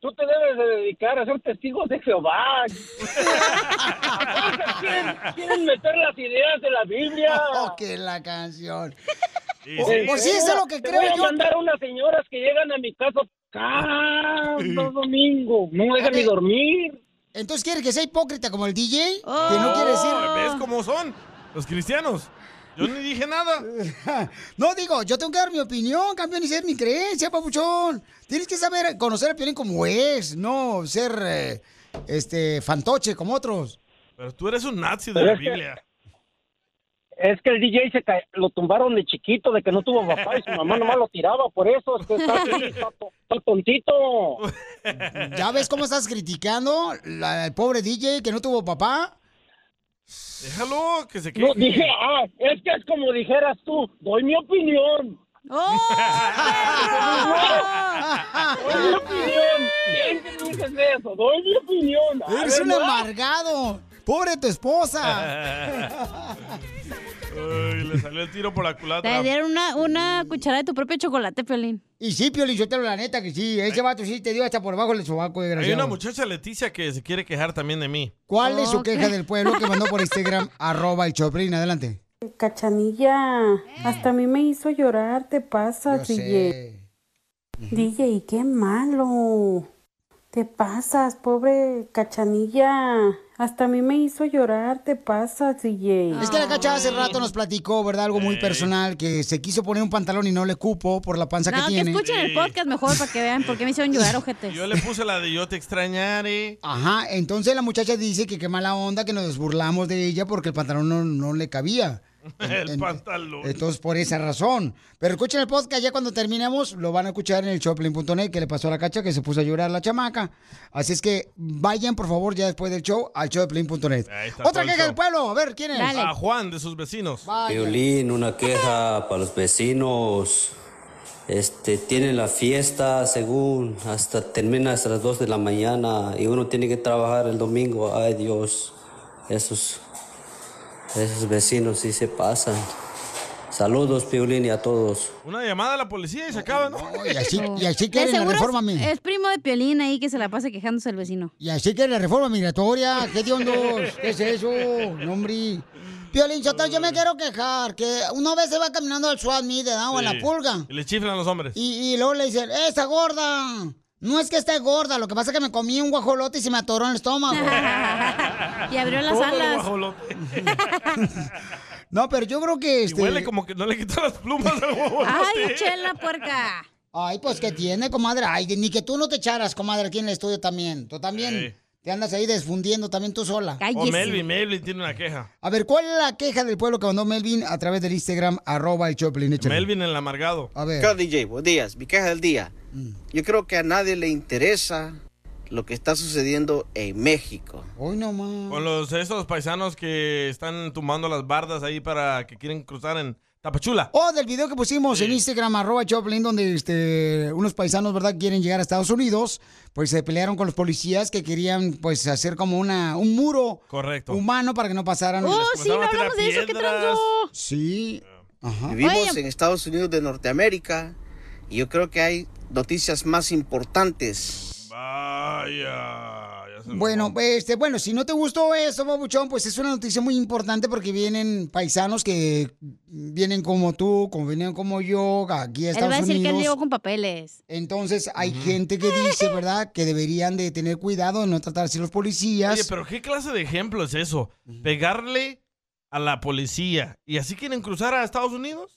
[SPEAKER 18] Tú te debes de dedicar a ser testigos de Jehová. quieren, quieren meter las ideas de la Biblia.
[SPEAKER 1] Oh, que la canción.
[SPEAKER 18] Sí,
[SPEAKER 1] O-
[SPEAKER 18] sí.
[SPEAKER 1] o sí, eso es lo que
[SPEAKER 18] Te
[SPEAKER 1] creo
[SPEAKER 18] voy a
[SPEAKER 1] yo.
[SPEAKER 18] mandar unas señoras que llegan a mi casa cada Ah, domingo. No me dejan ni dormir.
[SPEAKER 1] Entonces, ¿quieres que sea hipócrita como el DJ? Que no quiere decir...
[SPEAKER 3] Oh. ¿Ves cómo son los cristianos? Yo ni dije nada.
[SPEAKER 1] No, digo, yo tengo que dar mi opinión, campeón, y ser mi creencia, papuchón. Tienes que saber conocer al Piolín como es, no ser eh, este fantoche como otros.
[SPEAKER 3] Pero tú eres un nazi de
[SPEAKER 18] Pero
[SPEAKER 3] la
[SPEAKER 18] es que-
[SPEAKER 3] Biblia.
[SPEAKER 18] Es que el DJ se ca- lo tumbaron de chiquito, de que no tuvo papá y su mamá nomás lo tiraba. Por eso es que está así, está, to- está tontito.
[SPEAKER 1] ¿Ya ves cómo estás criticando la- al pobre DJ que no tuvo papá?
[SPEAKER 3] Déjalo que se quede.
[SPEAKER 18] No, dije, ah, es que es como dijeras tú, doy mi opinión. doy mi opinión. ¿Quién te dices eso? Doy mi opinión. A
[SPEAKER 1] ¡Eres
[SPEAKER 18] ver,
[SPEAKER 1] un
[SPEAKER 18] ¿no?
[SPEAKER 1] amargado! ¡Pobre tu esposa!
[SPEAKER 3] Ay, le salió el tiro por la culata.
[SPEAKER 2] Te dieron una, una cucharada de tu propio chocolate, Piolín. Eh.
[SPEAKER 1] Y sí, Piolín, yo te lo la neta que sí. Ese vato sí te dio hasta por abajo el sobaco, eh,
[SPEAKER 3] Hay
[SPEAKER 1] desgraciado.
[SPEAKER 3] una muchacha Leticia que se quiere quejar también de mí.
[SPEAKER 1] ¿Cuál es su queja del pueblo que mandó por Instagram, arroba el Choplin? Adelante.
[SPEAKER 19] Cachanilla, hasta a mí me hizo llorar, te pasas,
[SPEAKER 1] Yo
[SPEAKER 19] DJ. DJ, qué malo. Te pasas, pobre Cachanilla. Hasta a mí me hizo llorar, te pasas, DJ.
[SPEAKER 1] Es que la cacha hace rato nos platicó, ¿verdad? Algo
[SPEAKER 2] Eh.
[SPEAKER 1] muy personal, que se quiso poner un pantalón y no le cupo por la panza
[SPEAKER 2] No,
[SPEAKER 1] que
[SPEAKER 2] que
[SPEAKER 1] tiene.
[SPEAKER 2] escuchen el podcast mejor para que vean por qué me hicieron llorar, ojete.
[SPEAKER 3] Yo le puse la de yo te extrañaré.
[SPEAKER 1] Ajá, entonces la muchacha dice que qué mala onda que nos burlamos de ella porque el pantalón no, no le cabía.
[SPEAKER 3] El pantalón.
[SPEAKER 1] Entonces, por esa razón. Pero escuchen el podcast, ya cuando terminemos, lo van a escuchar en el choplin.net que le pasó a la cacha que se puso a llorar la chamaca. Así es que vayan, por favor, ya después del show, al choplin.net.
[SPEAKER 3] Ahí está todo
[SPEAKER 1] Otra
[SPEAKER 3] el
[SPEAKER 1] queja
[SPEAKER 3] show.
[SPEAKER 1] del pueblo, a ver, ¿quién es?
[SPEAKER 3] A Juan de sus vecinos.
[SPEAKER 20] Violín, una queja para los vecinos. Este, tienen la fiesta según hasta termina hasta las 2 de la mañana y uno tiene que trabajar el domingo. Ay Dios, esos, esos vecinos sí se pasan. Saludos, Piolín, y a todos.
[SPEAKER 3] Una llamada a la policía y se acaba, ¿no?
[SPEAKER 1] y así- y así
[SPEAKER 2] De seguro es- Es primo de Piolín ahí que se la pasa quejándose al vecino.
[SPEAKER 1] Y así que la reforma migratoria, ¿qué diondos? ¿Qué es eso? No, hombre. Piolín Sotelo, yo me quiero quejar que una vez se va caminando al SWAT Meet, ¿verdad? O a la
[SPEAKER 3] Sí.
[SPEAKER 1] pulga.
[SPEAKER 3] Y le chiflan los hombres.
[SPEAKER 1] Y, y luego le dicen, ¡eh, está gorda! No es que esté gorda, lo que pasa es que me comí un guajolote y se me atoró en el estómago.
[SPEAKER 2] Y abrió las
[SPEAKER 3] Todo el
[SPEAKER 2] alas.
[SPEAKER 3] guajolote.
[SPEAKER 1] no, pero yo creo que...
[SPEAKER 3] Y
[SPEAKER 1] Este...
[SPEAKER 3] huele como que no le quitan las plumas al guajolote.
[SPEAKER 1] Ay,
[SPEAKER 2] chela puerca.
[SPEAKER 1] Ay, pues que tiene, comadre. Ay, ni que tú no te echaras, comadre, aquí en el estudio también. Tú también te andas ahí desfundiendo también tú sola.
[SPEAKER 3] O Melvin, Melvin tiene una queja.
[SPEAKER 1] A ver, ¿cuál es la queja del pueblo que mandó Melvin a través del Instagram, arroba el Choplin? Échale.
[SPEAKER 3] Melvin el amargado.
[SPEAKER 1] A ver. Mm.
[SPEAKER 14] Claro, DJ, buenos días. Mi queja del día. Yo creo que a nadie le interesa lo que está sucediendo en México.
[SPEAKER 1] Hoy nomás.
[SPEAKER 3] Con los esos paisanos que están tumbando las bardas ahí para que quieren cruzar en Tapachula.
[SPEAKER 1] O Oh, del video que pusimos en Instagram, arroba Choplin, donde este, unos paisanos, ¿verdad?, quieren llegar a Estados Unidos, pues se pelearon con los policías que querían, pues, hacer como una, un muro
[SPEAKER 3] Correcto.
[SPEAKER 1] humano para que no pasaran.
[SPEAKER 14] Oh, Les sí, no comenzaron a hablamos de tirar eso, ¿qué piedras. transo?
[SPEAKER 1] Sí. Ajá.
[SPEAKER 14] Vivimos en Estados Unidos de Norteamérica y yo creo que hay noticias más importantes
[SPEAKER 3] Vaya, ya
[SPEAKER 1] Bueno, este, bueno, si no te gustó eso, Babuchón, pues es una noticia muy importante porque vienen paisanos que vienen como tú, como vienen como yo, aquí a
[SPEAKER 2] Él va
[SPEAKER 1] Estados
[SPEAKER 2] a decir que él
[SPEAKER 1] Unidos.
[SPEAKER 2] llegó con papeles.
[SPEAKER 1] Entonces hay gente que dice, ¿verdad?, que deberían de tener cuidado de no tratar así los policías.
[SPEAKER 3] Oye, pero ¿qué clase de ejemplo es eso? ¿Pegarle a la policía? ¿Y así quieren cruzar a Estados Unidos?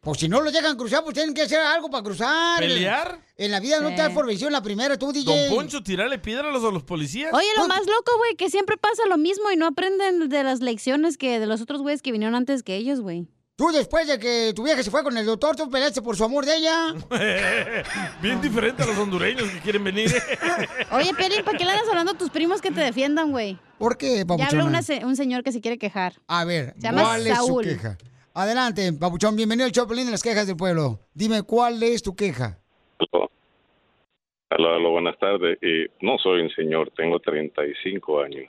[SPEAKER 1] Pues si no lo llegan a cruzar, pues tienen que hacer algo para cruzar.
[SPEAKER 3] ¿Pelear?
[SPEAKER 1] En la vida no
[SPEAKER 2] Sí.
[SPEAKER 1] te das por vencido en la primera, tú, DJ.
[SPEAKER 3] Don Poncho, tirarle piedras a los policías.
[SPEAKER 2] Oye, lo más loco, güey, que siempre pasa lo mismo y no aprenden de las lecciones que de los otros güeyes que vinieron antes que ellos, güey.
[SPEAKER 1] Tú después de que tu vieja se fue con el doctor, tú peleaste por su amor de ella.
[SPEAKER 3] Bien diferente a los hondureños que quieren venir.
[SPEAKER 2] Oye, Pelín, ¿para qué le andas hablando a tus primos que te defiendan, güey?
[SPEAKER 1] ¿Por qué,
[SPEAKER 2] Ya habla
[SPEAKER 1] papuchona? Ah.
[SPEAKER 2] una se- un señor que se quiere quejar.
[SPEAKER 1] A ver,
[SPEAKER 2] Se llama
[SPEAKER 1] ¿cuál
[SPEAKER 2] Saúl.
[SPEAKER 1] es su queja? Adelante, Papuchón, bienvenido al Choplin de las quejas del pueblo. Dime, ¿cuál es tu queja?
[SPEAKER 21] Aló, aló, aló, buenas tardes. Eh, no soy un señor, tengo 35 años.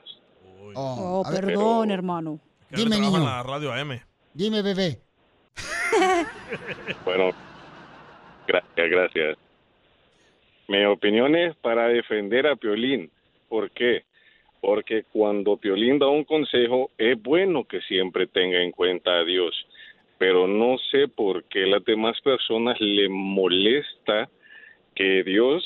[SPEAKER 2] Oh,
[SPEAKER 21] a ver.
[SPEAKER 2] perdón, hermano.
[SPEAKER 3] Que ahora
[SPEAKER 21] Dime,
[SPEAKER 3] trabaja en
[SPEAKER 21] niño.
[SPEAKER 3] la radio AM.
[SPEAKER 1] Dime, bebé.
[SPEAKER 21] Bueno, gracias, gracias. Mi opinión es para defender a Piolín. ¿Por qué? Porque cuando Piolín da un consejo, es bueno que siempre tenga en cuenta a Dios. Pero no sé por qué las demás personas le molesta que Dios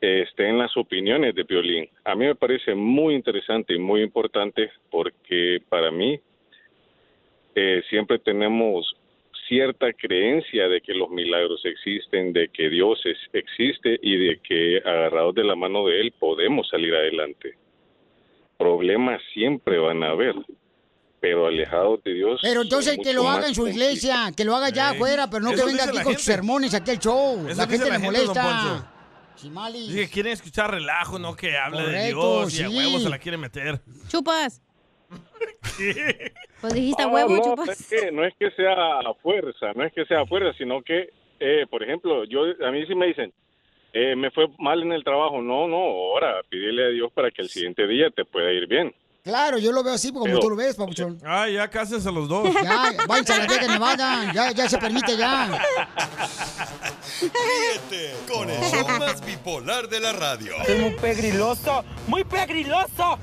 [SPEAKER 21] eh, esté en las opiniones de Piolín. A mí me parece muy interesante y muy importante porque para mí eh, siempre tenemos cierta creencia de que los milagros existen, de que Dios es- existe y de que agarrados de la mano de Él podemos salir adelante. Problemas siempre van a haber, pero alejados de Dios.
[SPEAKER 1] Pero entonces
[SPEAKER 21] son
[SPEAKER 1] que
[SPEAKER 21] mucho
[SPEAKER 1] lo haga
[SPEAKER 21] más
[SPEAKER 1] en su iglesia, que lo haga ya
[SPEAKER 3] Eh,
[SPEAKER 21] Ey,
[SPEAKER 1] afuera, pero no que
[SPEAKER 21] eso
[SPEAKER 1] venga
[SPEAKER 21] dice
[SPEAKER 1] aquí
[SPEAKER 21] la
[SPEAKER 1] con
[SPEAKER 21] gente.
[SPEAKER 1] sus sermones aquí al show.
[SPEAKER 3] Eso
[SPEAKER 1] la
[SPEAKER 3] dice
[SPEAKER 1] gente le
[SPEAKER 3] la gente, don
[SPEAKER 1] molesta.
[SPEAKER 3] Dice que quieren escuchar relajo, no que hable de
[SPEAKER 1] Correcto,
[SPEAKER 3] Dios y a
[SPEAKER 1] sí.
[SPEAKER 3] huevo se la quiere meter.
[SPEAKER 2] Chupas. Pues dijiste
[SPEAKER 21] Ah,
[SPEAKER 2] huevo, pues.
[SPEAKER 21] no,
[SPEAKER 2] chupas.
[SPEAKER 21] no
[SPEAKER 3] pues,
[SPEAKER 21] es, que, no es que sea a fuerza, no es que sea a fuerza, sino que, eh, por ejemplo, yo a mí sí me dicen, eh, me fue mal en el trabajo. No, no, ahora pídele a Dios para que el siguiente día te pueda ir bien.
[SPEAKER 1] Claro, yo lo veo así como
[SPEAKER 21] Pero-
[SPEAKER 1] tú lo ves, Papuchón.
[SPEAKER 3] Ah, ya cásense los dos.
[SPEAKER 1] Ya, váyanse a la Vega Nevada, ya, ya se permite ya.
[SPEAKER 5] Ríete con el show más bipolar de la radio.
[SPEAKER 22] Es muy pegriloso, muy pegriloso.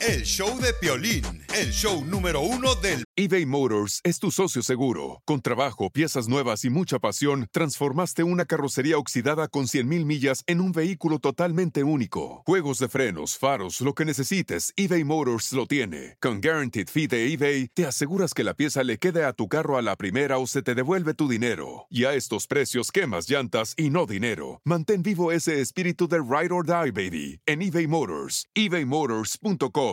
[SPEAKER 5] El show de Piolín, el show número uno del
[SPEAKER 23] eBay Motors es tu socio seguro. Con trabajo, piezas nuevas y mucha pasión, transformaste una carrocería oxidada con 100.000 millas en un vehículo totalmente único. Juegos de frenos, faros, lo que necesites, eBay Motors lo tiene. Con Guaranteed Fee de eBay, te aseguras que la pieza le quede a tu carro a la primera o se te devuelve tu dinero. Y a estos precios, quemas llantas y no dinero. Mantén vivo ese espíritu de Ride or Die, baby, en eBay Motors. ebaymotors.com.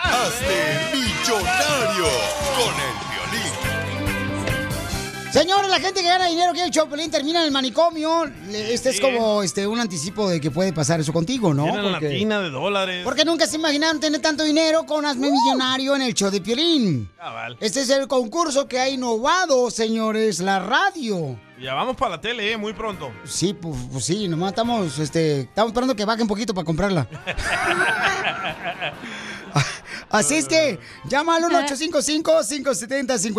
[SPEAKER 5] Hazte Millonario con el violín.
[SPEAKER 1] Señores, la gente que gana dinero que el Choplin termina en el manicomio. Le- Este es como este un anticipo de que puede pasar eso contigo, ¿no?
[SPEAKER 3] Tienen la tina de dólares.
[SPEAKER 1] porque nunca se imaginaron tener tanto dinero con Hazme Millonario en el show de Piolín.
[SPEAKER 3] Cabal.
[SPEAKER 1] Este es el concurso que ha innovado, señores, la radio.
[SPEAKER 3] Ya vamos para la tele, eh, muy pronto.
[SPEAKER 1] Sí, pues, pues sí, nomás estamos, este, estamos esperando que baje un poquito para comprarla. Así es que llama al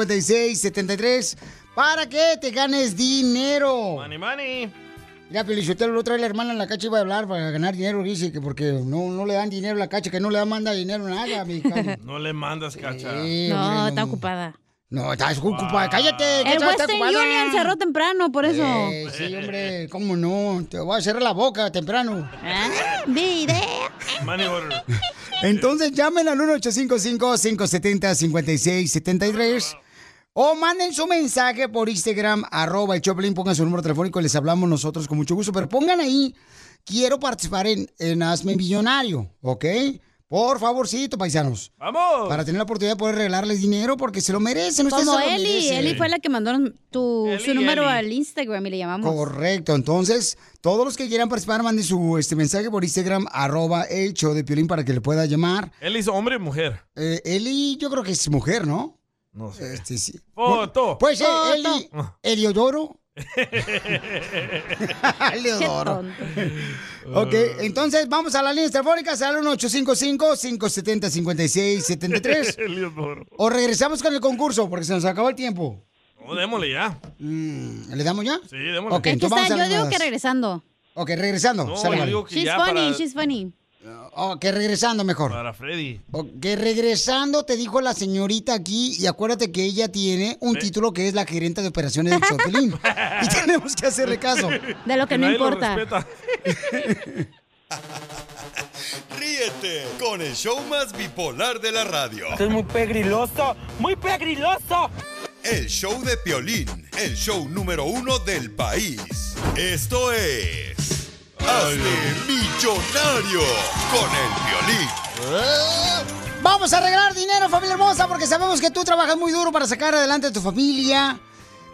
[SPEAKER 1] 1-855-570-5673 para que te ganes dinero.
[SPEAKER 3] Money, money.
[SPEAKER 1] Ya, Felicitelo, la otra vez la hermana en la cacha iba a hablar para ganar dinero, dice que porque no, no le dan dinero a la cacha, que no le dan manda dinero nada, mexicano.
[SPEAKER 3] No le mandas, cacha.
[SPEAKER 1] Sí,
[SPEAKER 2] No,
[SPEAKER 1] hombre,
[SPEAKER 2] está ocupada.
[SPEAKER 1] No, estás ocupada, Pues, cállate. que
[SPEAKER 2] El
[SPEAKER 1] estás
[SPEAKER 2] Western
[SPEAKER 1] ocupada.
[SPEAKER 2] Union cerró temprano, por eso.
[SPEAKER 1] Eh, sí, hombre, cómo no, te voy a cerrar la boca temprano.
[SPEAKER 2] ¿Eh? Video.
[SPEAKER 3] Money order.
[SPEAKER 1] Entonces llamen al 1-855-570-5673 o manden su mensaje por Instagram, arroba el Choplin, pongan su número telefónico y les hablamos nosotros con mucho gusto. Pero pongan ahí, quiero participar en, en Hazme Millonario, ¿ok? Por favorcito, paisanos.
[SPEAKER 3] ¡Vamos!
[SPEAKER 1] Para tener la oportunidad de poder regalarles dinero porque se lo merecen. ustedes
[SPEAKER 2] Como
[SPEAKER 1] se lo
[SPEAKER 2] Eli.
[SPEAKER 1] merecen.
[SPEAKER 2] Eli fue la que mandó tu, su número al Instagram y le llamamos.
[SPEAKER 1] Correcto, entonces todos los que quieran participar manden su este mensaje por Instagram arroba el show de Piolín para que le pueda llamar.
[SPEAKER 3] Él hizo hombre y mujer.
[SPEAKER 1] Eh, Eli yo creo que es mujer, ¿no?
[SPEAKER 3] No sé.
[SPEAKER 1] Este, sí.
[SPEAKER 3] Foto.
[SPEAKER 1] Pues eh,
[SPEAKER 3] Foto.
[SPEAKER 1] Eli, Eliodoro. Leodoro. Ok, entonces vamos a las líneas telefónicas al 1855-570-5673.
[SPEAKER 3] Leodoro.
[SPEAKER 1] o regresamos con el concurso porque se nos acabó el tiempo.
[SPEAKER 3] No, Oh, démosle ya.
[SPEAKER 1] ¿Le damos ya?
[SPEAKER 3] Sí, démosle.
[SPEAKER 1] Ok,
[SPEAKER 2] Es que
[SPEAKER 1] entonces vamos
[SPEAKER 2] está-
[SPEAKER 1] a
[SPEAKER 2] yo
[SPEAKER 1] las
[SPEAKER 2] digo que
[SPEAKER 1] llamadas.
[SPEAKER 2] regresando.
[SPEAKER 1] Ok, regresando.
[SPEAKER 3] No,
[SPEAKER 1] sale,
[SPEAKER 3] yo
[SPEAKER 1] vale.
[SPEAKER 3] digo que
[SPEAKER 2] She's
[SPEAKER 3] ya
[SPEAKER 2] funny,
[SPEAKER 3] para,
[SPEAKER 2] she's funny.
[SPEAKER 1] Ok, Oh, regresando mejor.
[SPEAKER 3] para Freddy.
[SPEAKER 1] Ok, regresando te dijo la señorita aquí y acuérdate que ella tiene un título que es la gerente de operaciones del Chopelín. y tenemos que hacerle caso.
[SPEAKER 2] De lo que no importa.
[SPEAKER 5] Ríete con el show más bipolar de la radio.
[SPEAKER 4] es muy pegriloso, muy pegriloso.
[SPEAKER 5] El show de Piolín, el show número uno del país. Esto es... Hazte millonario con el Piolín.
[SPEAKER 1] Vamos a regalar dinero, familia hermosa, porque sabemos que tú trabajas muy duro para sacar adelante a tu familia.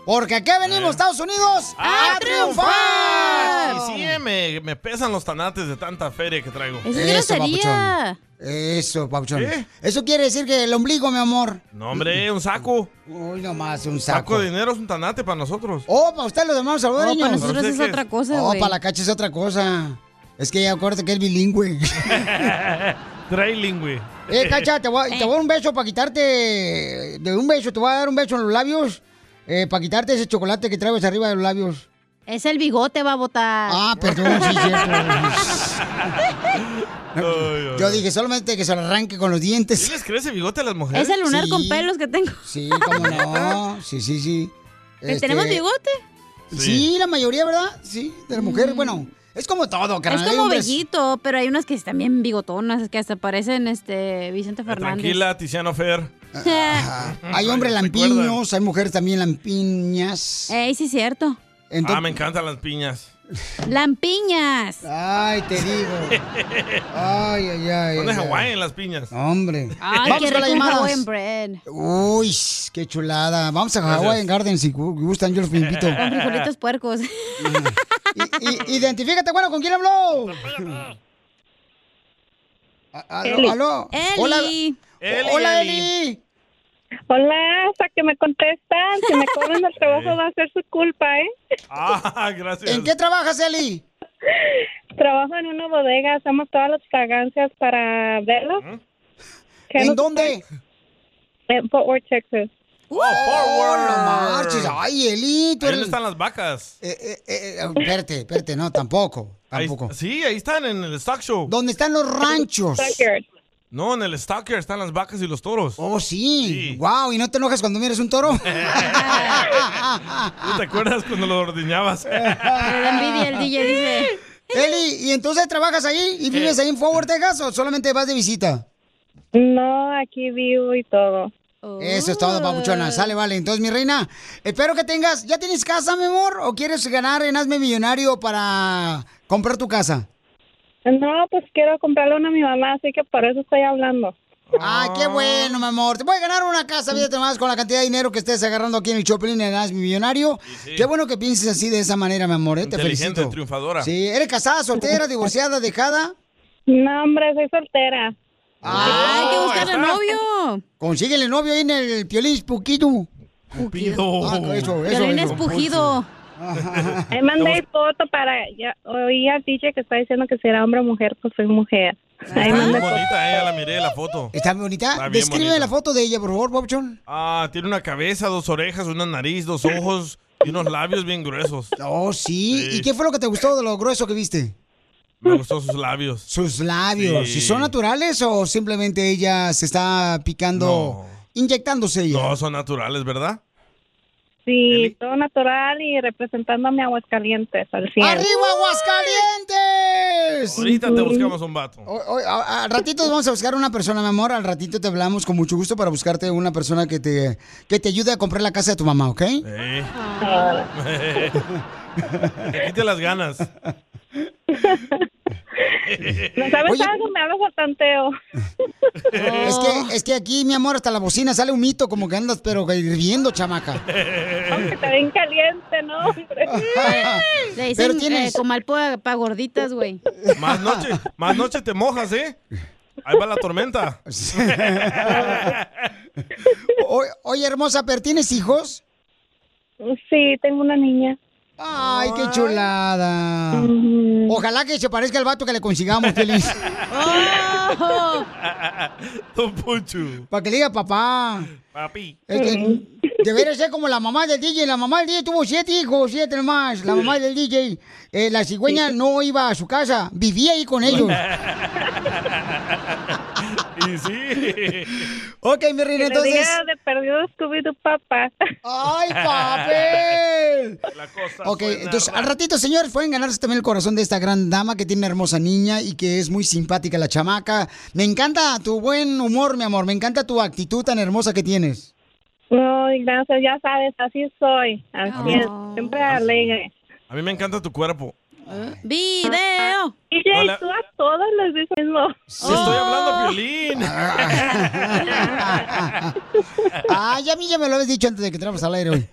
[SPEAKER 1] Porque acá venimos, Estados Unidos, a, triunfar.
[SPEAKER 3] Y sí, eh, me, me pesan los tanates de tanta feria que traigo.
[SPEAKER 1] papuchón. Eso, papuchón.
[SPEAKER 3] ¿Eh?
[SPEAKER 1] Eso quiere decir que el ombligo, mi amor.
[SPEAKER 3] No, hombre, un saco.
[SPEAKER 1] Uy, nomás, un
[SPEAKER 3] saco.
[SPEAKER 1] saco.
[SPEAKER 3] de dinero es un tanate para nosotros.
[SPEAKER 1] Oh, para usted los demás salvadoreños.
[SPEAKER 3] Oh, para nosotros ¿Para usted es qué? otra cosa,
[SPEAKER 1] Oh,
[SPEAKER 3] güey.
[SPEAKER 1] para la cacha es otra cosa. Es que acuérdate que es bilingüe. Oh.
[SPEAKER 3] Trailing, güey.
[SPEAKER 1] Eh, Cacha, te voy, a, te voy a dar un beso para quitarte. De un beso, te voy a dar un beso en los labios. eh, para quitarte ese chocolate que traes arriba de los labios.
[SPEAKER 2] Es el bigote, va a votar.
[SPEAKER 1] Ah, perdón, sí, Yo dije solamente que se lo arranque con los dientes.
[SPEAKER 3] ¿Sí les crece bigote a las mujeres?
[SPEAKER 2] Es el lunar
[SPEAKER 1] Sí.
[SPEAKER 2] con pelos que tengo.
[SPEAKER 1] Sí, cómo no. Sí, sí, sí.
[SPEAKER 2] ¿Que
[SPEAKER 1] Este,
[SPEAKER 2] tenemos bigote? Mm.
[SPEAKER 1] Sí. la mayoría, ¿verdad? Sí, de la mujer. Bueno, es como todo, carnal.
[SPEAKER 2] es
[SPEAKER 1] hay
[SPEAKER 2] como
[SPEAKER 1] hombres-
[SPEAKER 2] bellito, pero hay unas que están bien bigotonas, es que hasta parecen este Vicente Fernández.
[SPEAKER 3] Tranquila, Tiziano Fer.
[SPEAKER 1] Hay hombres
[SPEAKER 3] ¿Se
[SPEAKER 1] lampiños, hay Ah, mujeres también lampiñas.
[SPEAKER 2] Ey, sí, cierto.
[SPEAKER 3] ah, me encantan las piñas.
[SPEAKER 2] Lampiñas.
[SPEAKER 1] Ay, te digo. Ay, ay, ay.
[SPEAKER 3] Son de
[SPEAKER 1] ay, ay.
[SPEAKER 3] Hawái en las piñas.
[SPEAKER 1] Hombre.
[SPEAKER 2] Ay,
[SPEAKER 1] Vamos
[SPEAKER 2] qué
[SPEAKER 1] con las
[SPEAKER 2] rico un
[SPEAKER 1] llamadas.
[SPEAKER 2] Hawaiian bread.
[SPEAKER 1] Uy, sh, qué chulada. Vamos a
[SPEAKER 2] Gracias.
[SPEAKER 1] Hawaiian Garden si gu- gustan, yo los invito.
[SPEAKER 2] Con frijolitos puercos.
[SPEAKER 1] I- identifícate, bueno, ¿con quién habló? A- aló,
[SPEAKER 7] Eli.
[SPEAKER 1] aló.
[SPEAKER 7] Eli.
[SPEAKER 1] Hola,
[SPEAKER 7] Eli,
[SPEAKER 1] hola
[SPEAKER 7] Eli.
[SPEAKER 1] Eli.
[SPEAKER 7] Hola, hasta que me contestan, que me cobran el trabajo va a ser su culpa, ¿eh?
[SPEAKER 3] Ah, gracias.
[SPEAKER 7] ¿En
[SPEAKER 1] qué trabajas, Eli?
[SPEAKER 7] Trabajo en una bodega, hacemos todas las fragancias para velas.
[SPEAKER 1] ¿En dónde?
[SPEAKER 7] En Fort Worth, Texas.
[SPEAKER 1] Oh,
[SPEAKER 8] Oh,
[SPEAKER 1] No marches. Ay, Eli, tú
[SPEAKER 3] Ahí
[SPEAKER 1] eres...
[SPEAKER 3] están las vacas.
[SPEAKER 1] eh, eh, espérate, espérate, no, tampoco. Tampoco.
[SPEAKER 3] Sí, ahí están en el stock show.
[SPEAKER 1] ¿Dónde están los ranchos?
[SPEAKER 3] No, en el stalker están las vacas y los toros.
[SPEAKER 1] Oh, sí. Wow, ¿y no te enojas cuando miras un toro?
[SPEAKER 3] ¿Tú te acuerdas cuando lo ordeñabas?
[SPEAKER 2] envidia el DJ, dice.
[SPEAKER 1] Eli, ¿y entonces trabajas ahí y vives ahí en Fort Worth, Texas o solamente vas de visita?
[SPEAKER 7] No, aquí vivo y todo.
[SPEAKER 1] Eso es todo,
[SPEAKER 11] Ah.
[SPEAKER 1] papuchona. Sale, vale. Entonces, mi reina, espero que tengas. ¿Ya tienes casa, mi amor? ¿O quieres ganar en Hazme Millonario para comprar tu casa?
[SPEAKER 7] No, pues quiero comprarle una a mi mamá, así que por eso estoy hablando.
[SPEAKER 1] Ah, qué bueno, mi amor. Te puedes ganar una casa, fíjate más, con la cantidad de dinero que estés agarrando aquí en el Choplin en Hazme Millonario. Qué bueno que pienses así de esa manera, mi amor. ¿eh? Te
[SPEAKER 3] Inteligente,
[SPEAKER 1] felicito.
[SPEAKER 3] triunfadora.
[SPEAKER 1] Sí, ¿eres casada, soltera, divorciada, dejada?
[SPEAKER 7] No, hombre, soy soltera.
[SPEAKER 1] Ah,
[SPEAKER 7] hay que
[SPEAKER 2] buscarle
[SPEAKER 7] el novio.
[SPEAKER 1] Consíguele novio ahí en el Piolín Puquito.
[SPEAKER 3] Puquido.
[SPEAKER 1] Ah, eso, eso.
[SPEAKER 7] Piolín
[SPEAKER 1] eso.
[SPEAKER 7] Espujido. Ahí mandé foto para... Ya, oí al DJ que está diciendo que si era hombre o mujer, pues soy mujer. Ahí
[SPEAKER 3] Está
[SPEAKER 7] mandé
[SPEAKER 3] bien
[SPEAKER 7] foto.
[SPEAKER 3] bonita ella, la miré la foto.
[SPEAKER 1] ¿Está muy bonita?
[SPEAKER 3] Está bien
[SPEAKER 1] Describe
[SPEAKER 3] bonita.
[SPEAKER 1] la foto de ella, por favor, Bobchon.
[SPEAKER 3] Ah, tiene una cabeza, dos orejas, una nariz, dos ojos y unos labios bien gruesos.
[SPEAKER 1] Oh, sí. ¿Y qué fue lo que te gustó de lo grueso que viste?
[SPEAKER 3] Me gustó sus labios.
[SPEAKER 1] Sus labios.
[SPEAKER 3] Sí.
[SPEAKER 1] ¿Y son naturales o simplemente ella se está picando, inyectándose ella?
[SPEAKER 3] No, son naturales, ¿verdad?
[SPEAKER 7] Sí, todo natural y representando a mi Aguascalientes al cielo.
[SPEAKER 1] ¡Arriba, Aguascalientes!
[SPEAKER 3] Ahorita te buscamos un vato.
[SPEAKER 1] Hoy- hoy- a- al ratito vamos a buscar una persona, mi amor. Al ratito te hablamos con mucho gusto para buscarte una persona que te, que te ayude a comprar la casa de tu mamá, ¿ok?
[SPEAKER 3] Eh. Te quite las ganas.
[SPEAKER 7] ¿No sabes
[SPEAKER 1] Oye.
[SPEAKER 7] algo? Me hablas oh. al tanteo.
[SPEAKER 1] Es que, es que aquí, mi amor, hasta la bocina sale un mito, como que andas, pero hirviendo, chamaca.
[SPEAKER 7] Aunque te ven caliente, ¿no? hombre?
[SPEAKER 2] Le
[SPEAKER 1] Pero
[SPEAKER 2] dicen eh,
[SPEAKER 1] tienes-
[SPEAKER 2] como al para gorditas, güey.
[SPEAKER 3] Más noche, más noche te mojas, ¿eh? Ahí va la tormenta.
[SPEAKER 1] O- oye, hermosa, ¿pero tienes hijos?
[SPEAKER 7] Sí, tengo una niña.
[SPEAKER 1] Ay, qué chulada. Ojalá que se parezca al vato que le consigamos, feliz.
[SPEAKER 8] Ah,
[SPEAKER 3] Don Poncho.
[SPEAKER 1] Para que le diga papá.
[SPEAKER 3] Papi.
[SPEAKER 1] Es que debería ser como la mamá del DJ. La mamá del DJ tuvo siete hijos, siete más. La mamá del DJ. Eh, la cigüeña no iba a su casa, vivía ahí con ellos.
[SPEAKER 3] y sí.
[SPEAKER 1] Ok, mi
[SPEAKER 7] Que le
[SPEAKER 1] reina, entonces.
[SPEAKER 7] diga de perdido Scooby tu papá.
[SPEAKER 1] ¡Ay, papel!
[SPEAKER 3] La cosa
[SPEAKER 1] Ok, entonces al ratito, señores, pueden ganarse también el corazón de esta gran dama que tiene una hermosa niña y que es muy simpática la chamaca. Me encanta tu buen humor, mi amor. Me encanta tu actitud tan hermosa que tienes.
[SPEAKER 7] No, gracias, ya sabes, así soy. Así es, siempre alegre.
[SPEAKER 3] A mí me encanta tu cuerpo.
[SPEAKER 2] ¡Video!
[SPEAKER 7] DJ,
[SPEAKER 3] Hola.
[SPEAKER 7] tú a todos les dices mismo.
[SPEAKER 3] Te Estoy hablando violín. Ah,
[SPEAKER 1] Ay, a mí ya me lo habías dicho antes de que entramos al aire hoy.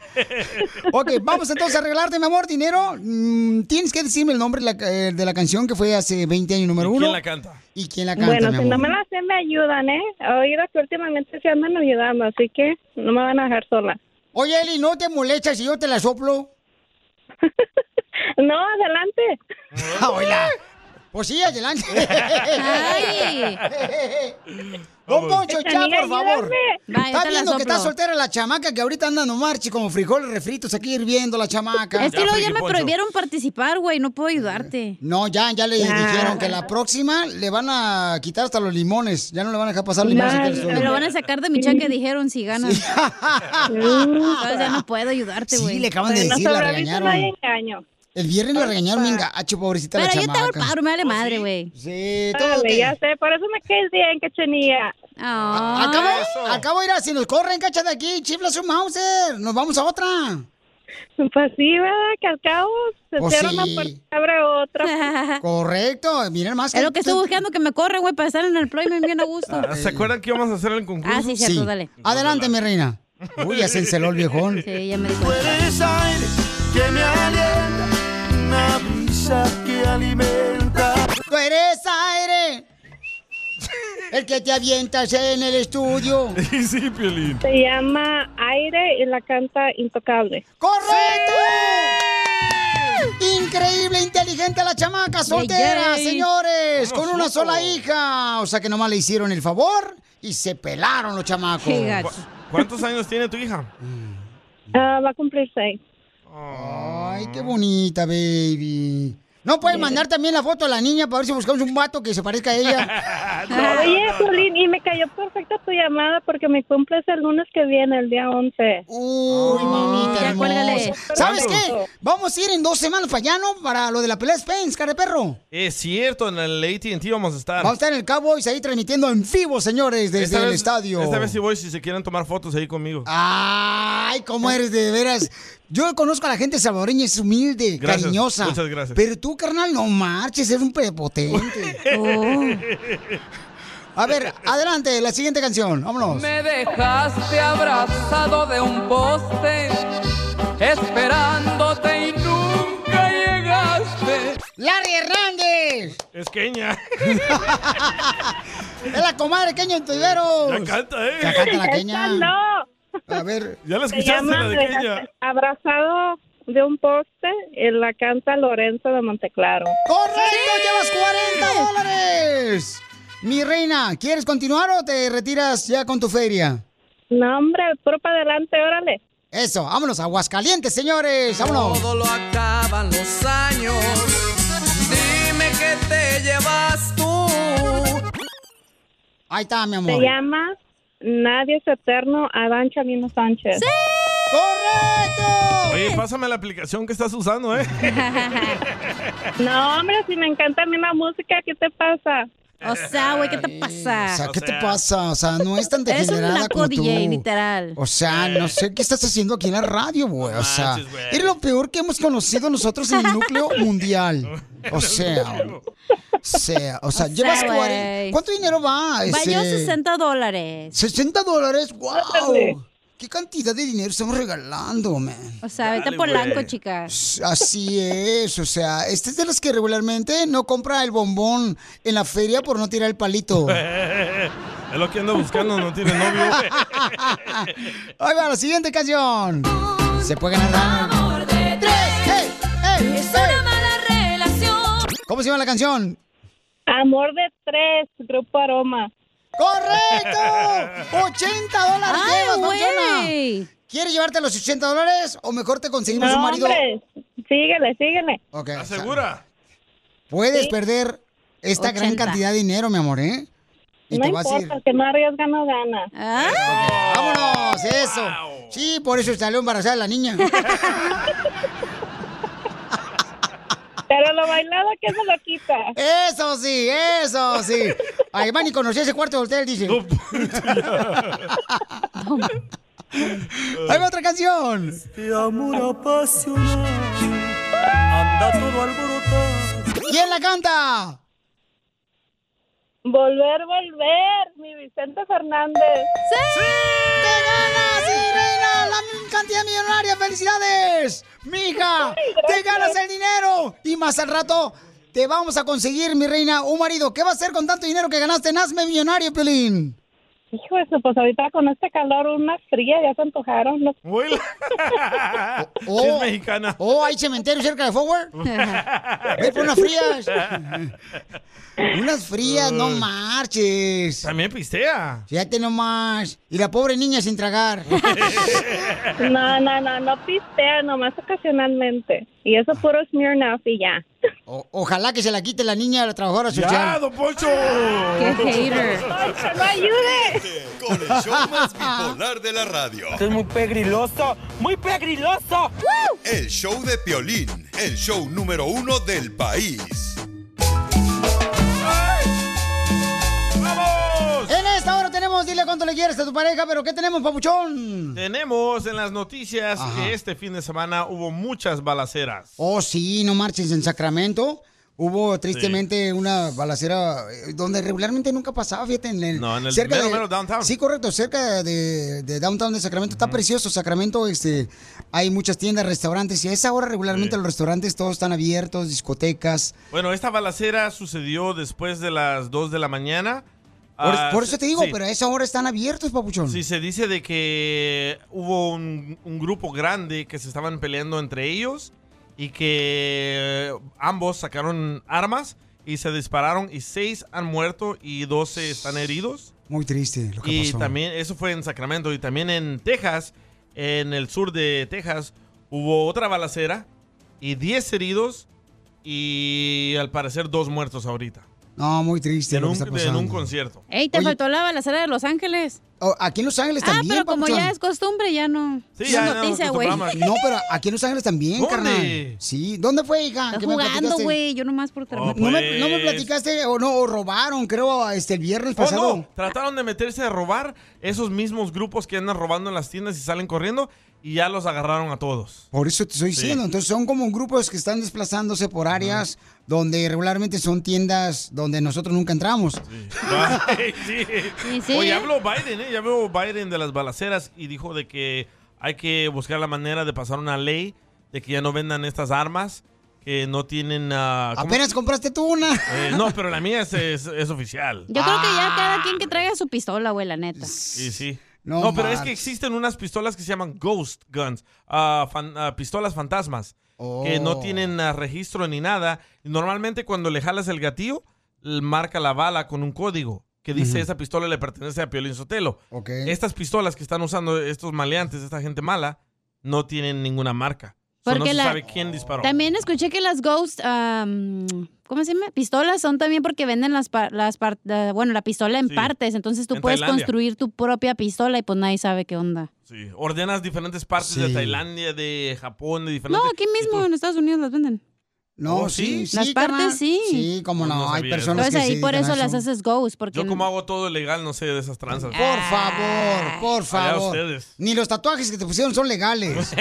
[SPEAKER 1] Ok, vamos entonces a arreglarte, mi amor, dinero. Mm, tienes que decirme el nombre de la, eh, de la canción que fue hace 20 años número
[SPEAKER 7] ¿Y
[SPEAKER 1] uno.
[SPEAKER 7] quién
[SPEAKER 3] la canta?
[SPEAKER 1] ¿Y quién la canta,
[SPEAKER 7] Bueno,
[SPEAKER 1] mi
[SPEAKER 7] si no
[SPEAKER 1] amor?
[SPEAKER 7] me la hacen, me ayudan, ¿eh? Oiga, que últimamente se andan ayudando, así que no me van a dejar sola.
[SPEAKER 1] Oye, Eli, ¿no te molesta si yo te la soplo?
[SPEAKER 7] no, adelante.
[SPEAKER 1] Hola. Ah, Pues sí, adelante.
[SPEAKER 7] Ay.
[SPEAKER 1] Don Poncho,
[SPEAKER 7] Esta
[SPEAKER 1] ya,
[SPEAKER 7] amiga,
[SPEAKER 1] por favor.
[SPEAKER 7] ayúdame. Va, yo
[SPEAKER 1] Está
[SPEAKER 7] te la
[SPEAKER 1] viendo que
[SPEAKER 7] soplo.
[SPEAKER 1] está soltera la chamaca que ahorita anda no marche como frijoles refritos aquí hirviendo la chamaca.
[SPEAKER 2] Es que luego ya me prohibieron participar, güey. No puedo ayudarte.
[SPEAKER 1] No, ya, ya le
[SPEAKER 2] Ya.
[SPEAKER 1] dijeron que la próxima le van a quitar hasta los limones. Ya no le van a dejar pasar limones. aquí al sol.
[SPEAKER 2] Me lo van a sacar de mi cheque, dijeron, si ganas. Entonces ya no puedo ayudarte,
[SPEAKER 1] Sí,
[SPEAKER 2] güey.
[SPEAKER 1] le acaban de decir, la regañaron.
[SPEAKER 7] engaño.
[SPEAKER 1] El viernes la regañaron bien gacho, pobrecita
[SPEAKER 2] Pero
[SPEAKER 1] la
[SPEAKER 2] yo te hago el
[SPEAKER 1] chamaca.
[SPEAKER 2] paro, me vale madre, güey.
[SPEAKER 1] Sí,
[SPEAKER 7] todo Dale, te- Oh, ya sé, por eso me caes bien, cachanilla.
[SPEAKER 2] Ah,
[SPEAKER 1] Acabo, acabo de ir a, si nos corren, cacha de aquí, chifla su Mauser, nos vamos a otra.
[SPEAKER 7] Pues sí, ¿verdad? Que al cabo se
[SPEAKER 1] Pues
[SPEAKER 7] cierra
[SPEAKER 1] sí.
[SPEAKER 7] una puerta y abre otra.
[SPEAKER 1] Correcto, miren más.
[SPEAKER 2] Es lo que estoy buscando, que me corre, güey, para estar en el employment bien a gusto.
[SPEAKER 3] Ah, ¿Se acuerdan que íbamos a hacer el concurso?
[SPEAKER 2] Ah, sí, cierto, dale.
[SPEAKER 1] Adelante, mi reina. Uy, ya se enceló el viejón.
[SPEAKER 2] Sí, ya me
[SPEAKER 1] dijo.
[SPEAKER 8] Eres aire que me alienta, una brisa que alimenta.
[SPEAKER 1] Tú eres aire. El que te avientas en el estudio.
[SPEAKER 3] Sí, sí, Piolín.
[SPEAKER 7] Se llama Aire y la canta Intocable.
[SPEAKER 1] ¡Correcto! Increíble, inteligente la chamaca soltera,
[SPEAKER 7] Yay.
[SPEAKER 1] señores,
[SPEAKER 7] Vamos,
[SPEAKER 1] con una
[SPEAKER 7] loco.
[SPEAKER 1] sola hija. O sea que nomás le hicieron el favor y se pelaron los chamacos.
[SPEAKER 3] Qué gacho. ¿Cuántos años tiene tu hija?
[SPEAKER 7] Ah, va a cumplir seis.
[SPEAKER 1] Ay, qué bonita, baby. No puedes mandar también la foto a la niña para ver si buscamos un vato que se parezca a ella.
[SPEAKER 7] Oye, Julín, y me cayó perfecta tu llamada porque mi cumple es el lunes que viene, el día 11.
[SPEAKER 1] Uy, mamita hermosa. ¿Sabes qué? Vamos a ir en dos semanas para allá, ¿no? Para lo de la pelea Spence, cara de perro.
[SPEAKER 3] Es cierto, en el AT&T vamos a estar.
[SPEAKER 1] Vamos a estar en el Cowboys ahí transmitiendo en vivo, señores, desde
[SPEAKER 3] Esta
[SPEAKER 1] el
[SPEAKER 3] vez-
[SPEAKER 1] estadio. Ah.
[SPEAKER 3] Esta vez sí voy si se quieren tomar fotos ahí conmigo.
[SPEAKER 1] Ay, cómo eres de veras. Yo conozco a la gente salvadoreña, es humilde,
[SPEAKER 3] Gracias,
[SPEAKER 1] cariñosa.
[SPEAKER 3] muchas gracias.
[SPEAKER 1] Pero tú, carnal, no marches, eres un prepotente.
[SPEAKER 3] Oh.
[SPEAKER 1] A ver, adelante, la siguiente canción,
[SPEAKER 3] Oh.
[SPEAKER 1] vámonos.
[SPEAKER 6] Me dejaste abrazado de un poste, esperándote y nunca llegaste.
[SPEAKER 1] ¡Larry Hernández!
[SPEAKER 3] Es queña.
[SPEAKER 1] ¡Es la comadre Queña en Tuiveros!
[SPEAKER 3] Ya canta, ¿eh?
[SPEAKER 1] Ya canta la Queña.
[SPEAKER 7] Esa no.
[SPEAKER 1] A ver.
[SPEAKER 3] Ya la
[SPEAKER 7] Se
[SPEAKER 3] escuchaste,
[SPEAKER 7] llama
[SPEAKER 3] la de
[SPEAKER 7] Dejaste
[SPEAKER 3] Kenia.
[SPEAKER 7] Abrazado de un poste, y la canta Lorenzo de Monteclaro.
[SPEAKER 1] ¡Correcto! ¡Llevas 40 dólares! Mi reina, ¿quieres continuar o te retiras ya con tu feria?
[SPEAKER 7] No, hombre, puro para adelante, órale.
[SPEAKER 1] Eso, vámonos, Aguascalientes, señores, vámonos.
[SPEAKER 6] Todo lo acaban los años. Dime que te llevas tú.
[SPEAKER 1] Ahí está, mi
[SPEAKER 7] Se
[SPEAKER 1] amor.
[SPEAKER 7] llama Nadie es Eterno, Adán Chamino Sánchez.
[SPEAKER 1] ¡Correcto!
[SPEAKER 3] Oye, pásame la aplicación que estás usando, ¿eh?
[SPEAKER 7] No, hombre, si me encanta a mí la música, ¿qué te pasa?
[SPEAKER 2] O sea, güey, ¿qué te pasa?
[SPEAKER 1] O sea, ¿qué te pasa? O sea, no es tan
[SPEAKER 2] Eres un
[SPEAKER 1] degenerada
[SPEAKER 2] naco
[SPEAKER 1] como tú.
[SPEAKER 2] DJ, literal.
[SPEAKER 1] O sea, no sé qué estás haciendo aquí en la radio, güey. O sea, eres lo peor que hemos conocido nosotros en el núcleo mundial. O sea, sea, Eh, o sea, llevas
[SPEAKER 2] sea,
[SPEAKER 1] 40.
[SPEAKER 2] güey.
[SPEAKER 1] ¿Cuánto dinero va? Este,
[SPEAKER 2] Valió
[SPEAKER 1] ese?
[SPEAKER 2] 60 dólares.
[SPEAKER 1] 60 dólares,
[SPEAKER 2] Ándale.
[SPEAKER 1] wow. ¿Qué cantidad de dinero estamos regalando, man?
[SPEAKER 2] O sea, vete
[SPEAKER 1] Dale,
[SPEAKER 2] a Polanco,
[SPEAKER 1] güey.
[SPEAKER 2] chicas.
[SPEAKER 1] Así es, o sea, este es de los que regularmente no compra el bombón en la feria por no tirar el palito.
[SPEAKER 3] Es lo que ando buscando, no tiene novio.
[SPEAKER 1] Ahí va, la siguiente canción. Se puede ganar. Es una
[SPEAKER 15] mala relación.
[SPEAKER 1] ¿Cómo se llama la canción?
[SPEAKER 7] Amor de tres, Grupo Aroma.
[SPEAKER 1] ¡Correcto! ¡80 dólares
[SPEAKER 7] Ay,
[SPEAKER 1] llevas,
[SPEAKER 7] güey.
[SPEAKER 1] Papuchona! ¿Quieres llevarte los 80 dólares o mejor te conseguimos
[SPEAKER 7] No,
[SPEAKER 1] un marido?
[SPEAKER 7] hombre, síguele, síguele.
[SPEAKER 1] Ok, o sea,
[SPEAKER 3] ¿Segura?
[SPEAKER 1] Puedes
[SPEAKER 7] Sí.
[SPEAKER 1] perder esta gran
[SPEAKER 7] 80.
[SPEAKER 1] cantidad de dinero, mi amor, ¿eh? Y
[SPEAKER 7] no
[SPEAKER 1] te vas a ir.
[SPEAKER 7] importa, el que no arriesga no gana.
[SPEAKER 1] ¡Vámonos! ¡Eso! Sí, por eso salió embarazada la niña.
[SPEAKER 7] Pero lo bailado que se lo quita.
[SPEAKER 1] ¡Eso sí! ¡Eso sí! Ahí van y conocí ese cuarto de hotel, dice. ¡Hay otra canción!
[SPEAKER 8] Este amor apasionado anda todo alborotado.
[SPEAKER 1] ¿Quién la canta?
[SPEAKER 7] Volver, volver, mi Vicente Fernández.
[SPEAKER 1] ¡Sí! ¡Te ganas, Irena! ¡La cantidad millonaria! ¡Felicidades! ¡Mija! ¡Te ganas el dinero! Y más al rato te vamos a conseguir, mi reina, un marido. ¿Qué va a hacer con tanto dinero que ganaste? ¡Nazme millonario, Pelín!
[SPEAKER 7] Hijo de su, pues ahorita con este calor, una fría, ya se antojaron. los-
[SPEAKER 1] Oh, es mexicana. Oh, hay cementerio cerca de Forward.
[SPEAKER 4] Ah.
[SPEAKER 1] Ve por unas frías. Unas frías, no marches.
[SPEAKER 3] También pistea.
[SPEAKER 1] Fíjate nomás. Y la pobre niña sin tragar.
[SPEAKER 7] No, no, no, no pistea, nomás ocasionalmente. Y eso puro Smirnoff y ya.
[SPEAKER 1] O- ojalá que se la quite la niña a la trabajadora
[SPEAKER 7] Ya,
[SPEAKER 1] social.
[SPEAKER 7] don
[SPEAKER 3] Poncho!
[SPEAKER 7] ¡Qué hater!
[SPEAKER 8] ¡No ayude!
[SPEAKER 5] Con el show más bipolar de la radio.
[SPEAKER 4] Esto es muy pegriloso, muy pegriloso.
[SPEAKER 5] El show de Piolín, el show número uno del país.
[SPEAKER 1] En esta hora tenemos, dile cuánto le quieres a tu pareja, pero ¿qué tenemos, papuchón?
[SPEAKER 3] Tenemos en las noticias
[SPEAKER 1] Ajá.
[SPEAKER 3] que este fin de semana hubo muchas balaceras.
[SPEAKER 1] Oh, sí, no marches en Sacramento. Hubo tristemente una balacera eh, donde regularmente nunca pasaba, fíjate, en el,
[SPEAKER 3] No, en el
[SPEAKER 1] cerca
[SPEAKER 3] mero,
[SPEAKER 1] de-
[SPEAKER 3] mero downtown.
[SPEAKER 1] Sí, correcto, cerca de, de downtown de Sacramento. Está precioso Sacramento, este, hay muchas tiendas, restaurantes, y a esa hora regularmente los restaurantes todos están abiertos, discotecas.
[SPEAKER 3] Bueno, esta balacera sucedió después de las 2 de la mañana.
[SPEAKER 1] Por,
[SPEAKER 3] Ah,
[SPEAKER 1] por eso te digo,
[SPEAKER 3] sí.
[SPEAKER 1] pero a esa hora están abiertos, papuchón.
[SPEAKER 3] Sí, se dice de que hubo un, un grupo grande que se estaban peleando entre ellos y que eh, ambos sacaron armas y se dispararon y seis han muerto y 12 están heridos.
[SPEAKER 1] Muy triste lo que
[SPEAKER 3] Y
[SPEAKER 1] pasó.
[SPEAKER 3] también, eso fue en Sacramento y también en Texas, en el sur de Texas, hubo otra balacera y 10 heridos y al parecer dos muertos ahorita.
[SPEAKER 1] No, muy triste
[SPEAKER 3] En
[SPEAKER 1] lo que
[SPEAKER 3] un,
[SPEAKER 1] está
[SPEAKER 3] en
[SPEAKER 1] pasando.
[SPEAKER 3] un concierto.
[SPEAKER 2] Ey, te faltó la balacera de Los Ángeles.
[SPEAKER 1] Oh, aquí en Los Ángeles
[SPEAKER 2] Ah,
[SPEAKER 1] también,
[SPEAKER 2] pero como
[SPEAKER 1] papuchón.
[SPEAKER 2] ya es costumbre, ya no.
[SPEAKER 3] Sí,
[SPEAKER 2] no es noticia, güey.
[SPEAKER 1] No, pero aquí en Los Ángeles también,
[SPEAKER 2] ¿Dónde?
[SPEAKER 1] carnal. Sí, ¿dónde fue, hija?
[SPEAKER 2] Está
[SPEAKER 1] que me
[SPEAKER 2] jugando,
[SPEAKER 1] platicaste?
[SPEAKER 2] güey. Yo nomás por trabajo.
[SPEAKER 1] No, me,
[SPEAKER 3] pues.
[SPEAKER 1] no me platicaste o no, o robaron, creo, este, el viernes
[SPEAKER 3] Oh,
[SPEAKER 1] pasado.
[SPEAKER 3] no, trataron de meterse a robar esos mismos grupos que andan robando en las tiendas y salen corriendo y ya los agarraron a todos.
[SPEAKER 1] Por eso te estoy diciendo, entonces son como grupos que están desplazándose por áreas donde regularmente son tiendas donde nosotros nunca entramos.
[SPEAKER 3] Ay, sí.
[SPEAKER 2] sí.
[SPEAKER 3] Oye, habló Biden, ¿eh? Ya veo Biden de las balaceras y dijo de que hay que buscar la manera de pasar una ley de que ya no vendan estas armas que no tienen... ah, ¿cómo?
[SPEAKER 1] Apenas compraste tú una.
[SPEAKER 3] Eh, no, pero la mía es, es- es oficial.
[SPEAKER 2] Yo creo que
[SPEAKER 1] Ah.
[SPEAKER 2] ya cada quien que traiga su pistola, güey, la neta.
[SPEAKER 3] Sí, sí.
[SPEAKER 1] No
[SPEAKER 3] No, pero es
[SPEAKER 1] marches.
[SPEAKER 3] que existen unas pistolas que se llaman ghost guns, ah, fan- ah, pistolas fantasmas, que
[SPEAKER 1] Oh.
[SPEAKER 3] no tienen ah, registro ni nada. Normalmente cuando le jalas el gatillo, l- marca la bala con un código que dice
[SPEAKER 1] Ujú.
[SPEAKER 3] esa pistola le pertenece a Piolín Sotelo.
[SPEAKER 1] Ok.
[SPEAKER 3] Estas pistolas que están usando estos maleantes, esta gente mala, no tienen ninguna marca. So, no
[SPEAKER 2] Porque
[SPEAKER 3] se
[SPEAKER 2] la-
[SPEAKER 3] sabe quién disparó.
[SPEAKER 2] También escuché que las Ghost, am, ¿cómo se llama? Pistolas son también porque venden las, par- las par- la- bueno, la pistola en
[SPEAKER 3] Sí.
[SPEAKER 2] partes, entonces tú
[SPEAKER 3] En
[SPEAKER 2] puedes
[SPEAKER 3] Tailandia.
[SPEAKER 2] construir tu propia pistola y pues nadie sabe qué onda.
[SPEAKER 3] Sí, Ordenas diferentes partes de
[SPEAKER 1] Sí.
[SPEAKER 3] Tailandia, de Japón, de
[SPEAKER 2] No,
[SPEAKER 3] diferentes...
[SPEAKER 2] aquí mismo en Estados Unidos las venden.
[SPEAKER 3] Oh,
[SPEAKER 1] No, sí, sí.
[SPEAKER 2] Las partes
[SPEAKER 1] carnal.
[SPEAKER 2] sí.
[SPEAKER 1] Sí, como no, hay personas
[SPEAKER 2] Entonces
[SPEAKER 1] que
[SPEAKER 2] ahí
[SPEAKER 1] sí
[SPEAKER 2] por
[SPEAKER 1] dedican
[SPEAKER 2] eso
[SPEAKER 1] a
[SPEAKER 2] las haces ghost, porque...
[SPEAKER 3] Yo como hago todo legal, no sé de esas tranzas.
[SPEAKER 1] Por favor, por
[SPEAKER 3] Allá
[SPEAKER 1] favor.
[SPEAKER 3] ustedes.
[SPEAKER 1] Ni los tatuajes que te pusieron son legales.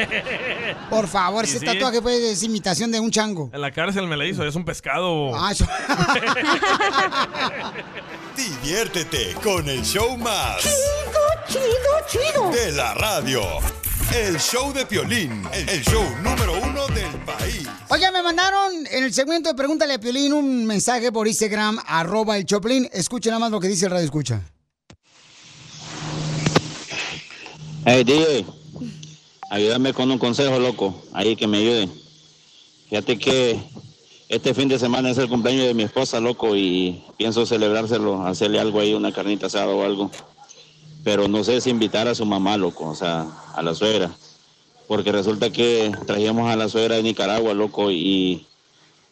[SPEAKER 1] Por favor,
[SPEAKER 3] Y
[SPEAKER 1] ese
[SPEAKER 3] sí.
[SPEAKER 1] tatuaje pues, es imitación de un chango.
[SPEAKER 3] En la cárcel me la hizo, es un pescado.
[SPEAKER 1] Ah, eso-
[SPEAKER 5] Diviértete con el show más. Chido, chido, chido. De la radio. El show de Piolín, el show número uno del país.
[SPEAKER 1] Oiga, me mandaron en el segmento de Pregúntale a Piolín un mensaje por Instagram, arroba el Choplin. Escuchen nada más lo que dice el radio escucha.
[SPEAKER 10] Hey, DJ, ayúdame con un consejo, loco. Ahí que me ayude. Fíjate que este fin de semana es el cumpleaños de mi esposa, loco, y pienso celebrárselo, hacerle algo ahí, una carnita asada o algo. Pero no sé si invitar a su mamá, loco, o sea, a la suegra. Porque resulta que trajimos a la suegra de Nicaragua, loco, y,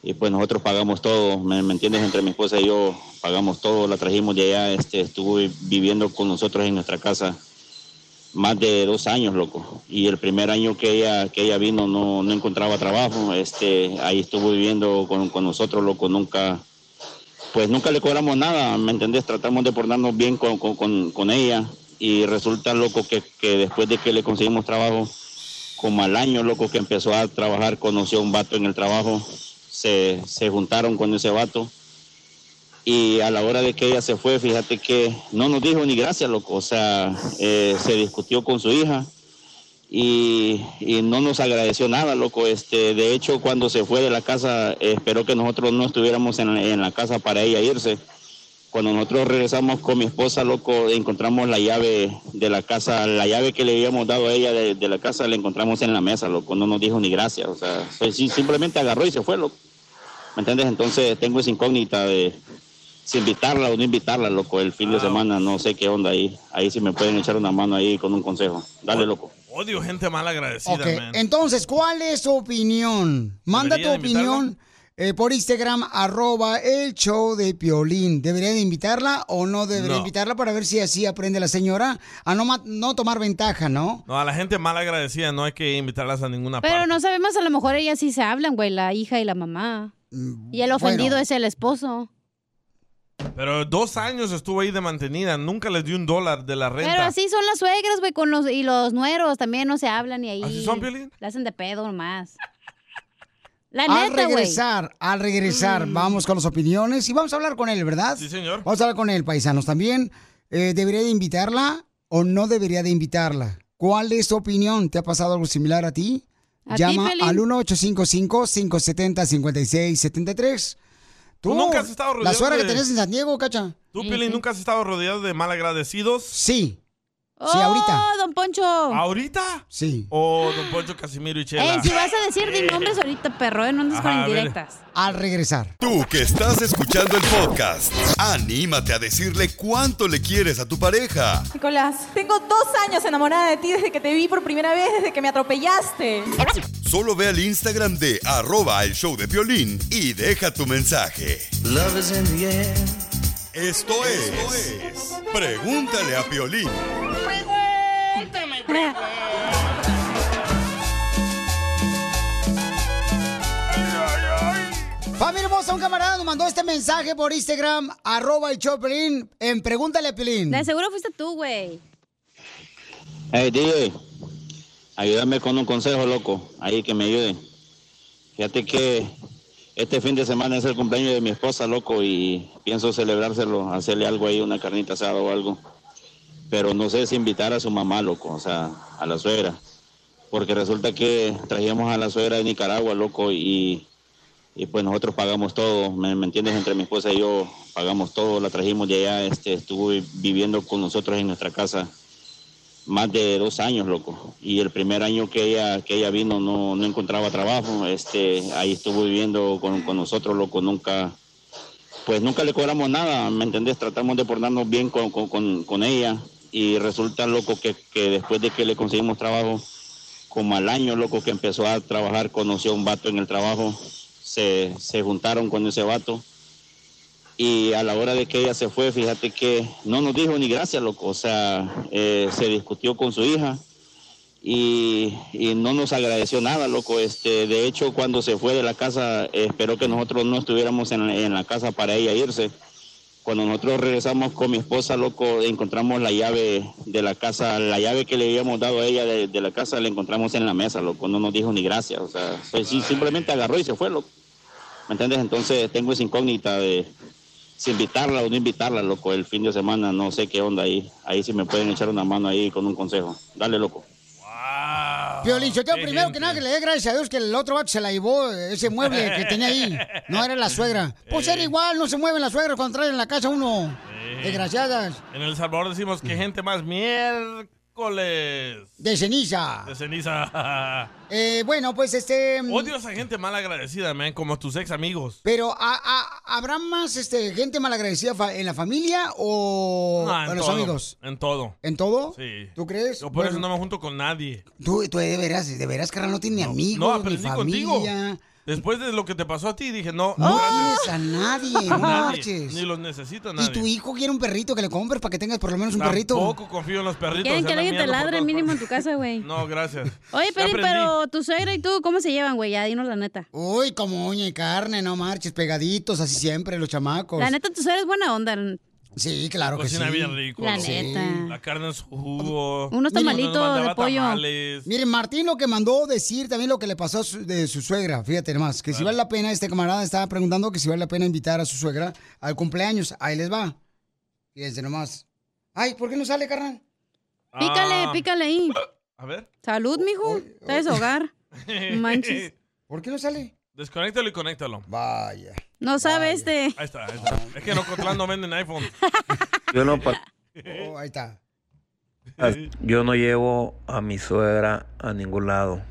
[SPEAKER 10] y pues nosotros pagamos todo, ¿me, me entiendes? Entre mi esposa y yo pagamos todo, la trajimos de allá, este, estuvo vi- viviendo con nosotros en nuestra casa más de dos años, loco. Y el primer año que ella, que ella vino no, no encontraba trabajo. Este, ahí estuvo viviendo con, con nosotros, loco. Nunca, pues nunca le cobramos nada, ¿me entendés? Tratamos de portarnos bien con, con, con- con ella. Y resulta, loco, que, que después de que le conseguimos trabajo, como al año, loco, que empezó a trabajar, conoció a un vato en el trabajo. Se, se juntaron con ese vato. Y a la hora de que ella se fue, fíjate que no nos dijo ni gracias, loco. O sea, eh, se discutió con su hija y, y no nos agradeció nada, loco. Este, de hecho, cuando se fue de la casa, esperó que nosotros no estuviéramos en, en la casa para ella irse. Cuando nosotros regresamos con mi esposa, loco, encontramos la llave de la casa, la llave que le habíamos dado a ella de, de la casa, la encontramos en la mesa, loco. No nos dijo ni gracias. O sea, pues, sí, simplemente agarró y se fue, loco. ¿Me entiendes? Entonces tengo esa incógnita de si invitarla o no invitarla, loco, el fin de semana, no sé qué onda ahí. Ahí sí me pueden echar una mano ahí con un consejo. Dale, loco.
[SPEAKER 3] Odio gente mal agradecida,
[SPEAKER 1] Ok, eh.
[SPEAKER 3] man.
[SPEAKER 1] entonces, ¿cuál es tu opinión? Manda tu
[SPEAKER 3] ¿Debería de invitarla?
[SPEAKER 1] opinión eh, por Instagram, arroba el show de Piolín. ¿Debería de invitarla o no debería
[SPEAKER 3] No.
[SPEAKER 1] invitarla para ver si así aprende la señora a no, ma- no tomar ventaja, ¿no?
[SPEAKER 3] No, a la gente mal agradecida no hay que invitarlas a ninguna
[SPEAKER 2] Pero
[SPEAKER 3] parte.
[SPEAKER 2] no sabemos, a lo mejor ellas sí se hablan, güey, la hija y la mamá.
[SPEAKER 1] Mm,
[SPEAKER 2] Y el ofendido es el esposo.
[SPEAKER 3] Pero dos años estuvo ahí de mantenida, nunca les di un dólar de la renta.
[SPEAKER 2] Pero así son las suegras, güey, con los, y los nueros también no se hablan y ahí...
[SPEAKER 3] ¿Así son, Piolín?
[SPEAKER 2] La hacen de pedo nomás. La
[SPEAKER 1] al
[SPEAKER 2] neta, güey. Mm.
[SPEAKER 1] regresar, al regresar, vamos con las opiniones y vamos a hablar con él, ¿verdad? Sí,
[SPEAKER 3] señor.
[SPEAKER 1] Vamos a hablar con él, paisanos, también. Eh, ¿Debería de invitarla o no debería de invitarla? ¿Cuál es tu opinión? ¿Te ha pasado algo similar a ti?
[SPEAKER 2] ¿A ti,
[SPEAKER 1] Llama
[SPEAKER 2] Pelín?
[SPEAKER 1] al 1-855-570-5673.
[SPEAKER 3] ¿Tú Pues nunca has estado
[SPEAKER 1] La
[SPEAKER 3] rodeado
[SPEAKER 1] suegra
[SPEAKER 3] de-
[SPEAKER 1] que tenés en San Diego, cacha.
[SPEAKER 3] ¿Tú, Piolín, nunca has estado rodeado de mal agradecidos?
[SPEAKER 1] Sí.
[SPEAKER 2] Sí, ahorita. don Poncho.
[SPEAKER 3] ¿Ahorita?
[SPEAKER 1] Sí.
[SPEAKER 3] Oh, don Poncho Casimiro y Chela.
[SPEAKER 2] Ey, Eh, si vas a decir de nombres ahorita, perro, ¿eh? no andes con
[SPEAKER 5] Ajá, a ver.
[SPEAKER 2] indirectas.
[SPEAKER 1] Al regresar.
[SPEAKER 5] Tú que estás escuchando el podcast, anímate a decirle cuánto le quieres a tu pareja.
[SPEAKER 11] Nicolás, tengo dos años enamorada de ti desde que te vi por primera vez, desde que me atropellaste.
[SPEAKER 5] Solo ve al Instagram de arroba el show de violín y deja tu mensaje. Esto es, Pregúntale a Piolín.
[SPEAKER 1] Familia hermosa, un camarada nos mandó este mensaje por Instagram, arroba el Choplin, en Pregúntale a Pelín.
[SPEAKER 2] De seguro fuiste tú, güey.
[SPEAKER 24] Hey, DJ, ayúdame con un consejo, loco. Ahí que me ayude. Fíjate que este fin de semana es el cumpleaños de mi esposa, loco, y pienso celebrárselo, hacerle algo ahí, una carnita asada o algo. Pero no sé si invitar a su mamá, loco, o sea, a la suegra. Porque resulta que trajimos a la suegra de Nicaragua, loco, y, y pues nosotros pagamos todo, ¿me, me entiendes? Entre mi esposa y yo pagamos todo, la trajimos de allá, este, estuvo vi- viviendo con nosotros en nuestra casa más de dos años, loco. Y el primer año que ella, que ella vino no, no encontraba trabajo. Este, ahí estuvo viviendo con, con nosotros, loco. Nunca, pues nunca le cobramos nada, ¿me entendés? Tratamos de portarnos bien con, con- con- con ella. Y resulta, loco, que, que después de que le conseguimos trabajo, como al año, loco, que empezó a trabajar, conoció a un vato en el trabajo. Se, se juntaron con ese vato. Y a la hora de que ella se fue, fíjate que no nos dijo ni gracias, loco. O sea, eh, se discutió con su hija y, y no nos agradeció nada, loco. Este, de hecho, cuando se fue de la casa, esperó que nosotros no estuviéramos en, en la casa para ella irse. Cuando nosotros regresamos con mi esposa, loco, encontramos la llave de la casa, la llave que le habíamos dado a ella de, de la casa, la encontramos en la mesa, loco. No nos dijo ni gracias, o sea, pues, sí, simplemente agarró y se fue, loco. ¿Me entiendes? Entonces tengo esa incógnita de si invitarla o no invitarla, loco, el fin de semana, no sé qué onda ahí. Ahí sí me pueden echar una mano ahí con un consejo. Dale, loco.
[SPEAKER 1] Piolín, yo primero que nada que le dé gracias a Dios que el otro vato se la llevó ese mueble que tenía ahí. No era la suegra. Pues era igual, no se mueven las suegras cuando traen en la casa uno.
[SPEAKER 3] Sí.
[SPEAKER 1] Desgraciadas.
[SPEAKER 3] En El Salvador decimos que gente más miércoles.
[SPEAKER 1] De ceniza.
[SPEAKER 3] De ceniza.
[SPEAKER 1] Eh, bueno, pues este.
[SPEAKER 3] Odio a esa gente mal agradecida, man, como tus ex amigos.
[SPEAKER 1] Pero ¿ha- ha- ¿habrá más este, gente malagradecida fa- en la familia o
[SPEAKER 3] Ah, en
[SPEAKER 1] en los
[SPEAKER 3] todo,
[SPEAKER 1] amigos?
[SPEAKER 3] En todo.
[SPEAKER 1] ¿En todo?
[SPEAKER 3] Sí.
[SPEAKER 1] ¿Tú crees?
[SPEAKER 3] Yo por
[SPEAKER 1] Bueno.
[SPEAKER 3] eso no me junto con nadie.
[SPEAKER 1] Tú, tú de veras, de veras, carnal, no tiene ni amigos,
[SPEAKER 3] No,
[SPEAKER 1] ni
[SPEAKER 3] aprendí
[SPEAKER 1] familia.
[SPEAKER 3] contigo. Después de lo que te pasó a ti, dije, no,
[SPEAKER 1] No
[SPEAKER 3] gracias.
[SPEAKER 1] tienes a nadie,
[SPEAKER 3] A nadie,
[SPEAKER 1] no marches.
[SPEAKER 3] Ni los necesita nadie.
[SPEAKER 1] Y tu hijo quiere un perrito que le compres para que tengas por lo menos un perrito.
[SPEAKER 3] Tampoco confío en los perritos.
[SPEAKER 2] Quieren que
[SPEAKER 3] andan
[SPEAKER 2] alguien te
[SPEAKER 3] miando por
[SPEAKER 2] ladre
[SPEAKER 3] todas
[SPEAKER 2] mínimo en tu casa, güey.
[SPEAKER 3] partes. No, gracias.
[SPEAKER 2] Oye,
[SPEAKER 3] Ya
[SPEAKER 2] Pelín,
[SPEAKER 3] aprendí.
[SPEAKER 2] pero tu suegra y tú, ¿cómo se llevan, güey? Ya dinos la neta.
[SPEAKER 1] Uy, como uña y carne, no marches, pegaditos, así siempre, los chamacos.
[SPEAKER 2] La neta, tu suegra es buena onda.
[SPEAKER 1] Sí, claro que
[SPEAKER 3] Cocina
[SPEAKER 1] sí.
[SPEAKER 3] bien rico.
[SPEAKER 2] La
[SPEAKER 3] ¿no?
[SPEAKER 2] neta.
[SPEAKER 3] La carne en su jugo.
[SPEAKER 1] Unos tamalitos
[SPEAKER 3] Nos mandaba
[SPEAKER 1] de pollo.
[SPEAKER 3] tamales.
[SPEAKER 1] Miren, Martín lo que mandó decir también lo que le pasó a su- de su suegra, fíjate nomás, que si vale la pena, este camarada estaba preguntando que si vale la pena invitar a su suegra al cumpleaños, ahí les va. Fíjense nomás. Ay, ¿por qué no sale, carnal?
[SPEAKER 2] Pícale,
[SPEAKER 1] Ah.
[SPEAKER 2] pícale ahí.
[SPEAKER 3] A ver.
[SPEAKER 2] Salud, mijo. Está deshogar. Manches.
[SPEAKER 1] ¿Por qué no sale?
[SPEAKER 3] Desconéctalo y conéctalo.
[SPEAKER 1] Vaya.
[SPEAKER 2] No sabe este.
[SPEAKER 3] Ahí está, ahí está. Es que en Ocotlán no venden iPhone.
[SPEAKER 25] Yo no, pa-
[SPEAKER 1] Oh, ahí está.
[SPEAKER 25] yo no llevo a mi suegra a ningún lado.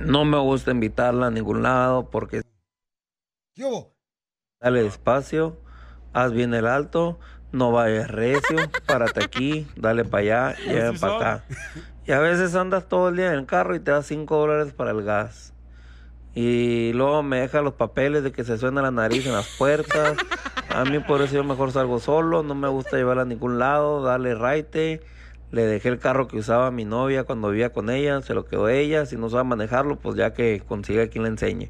[SPEAKER 25] No me gusta invitarla a ningún lado porque
[SPEAKER 1] ¿Qué hubo?
[SPEAKER 25] dale despacio, haz bien el alto, no vayas recio, párate aquí, dale para allá, lleven
[SPEAKER 26] son.
[SPEAKER 25] para acá. Y a veces andas todo el día en el carro y te das 5 dólares para el gas. Y luego me deja los papeles de que se suena la nariz en las puertas. A mí por eso yo mejor salgo solo, no me gusta llevarla a ningún lado, darle raite. Le dejé el carro que usaba mi novia cuando vivía con ella, se lo quedó ella. Si no sabe manejarlo, pues ya que consiga quien le enseñe.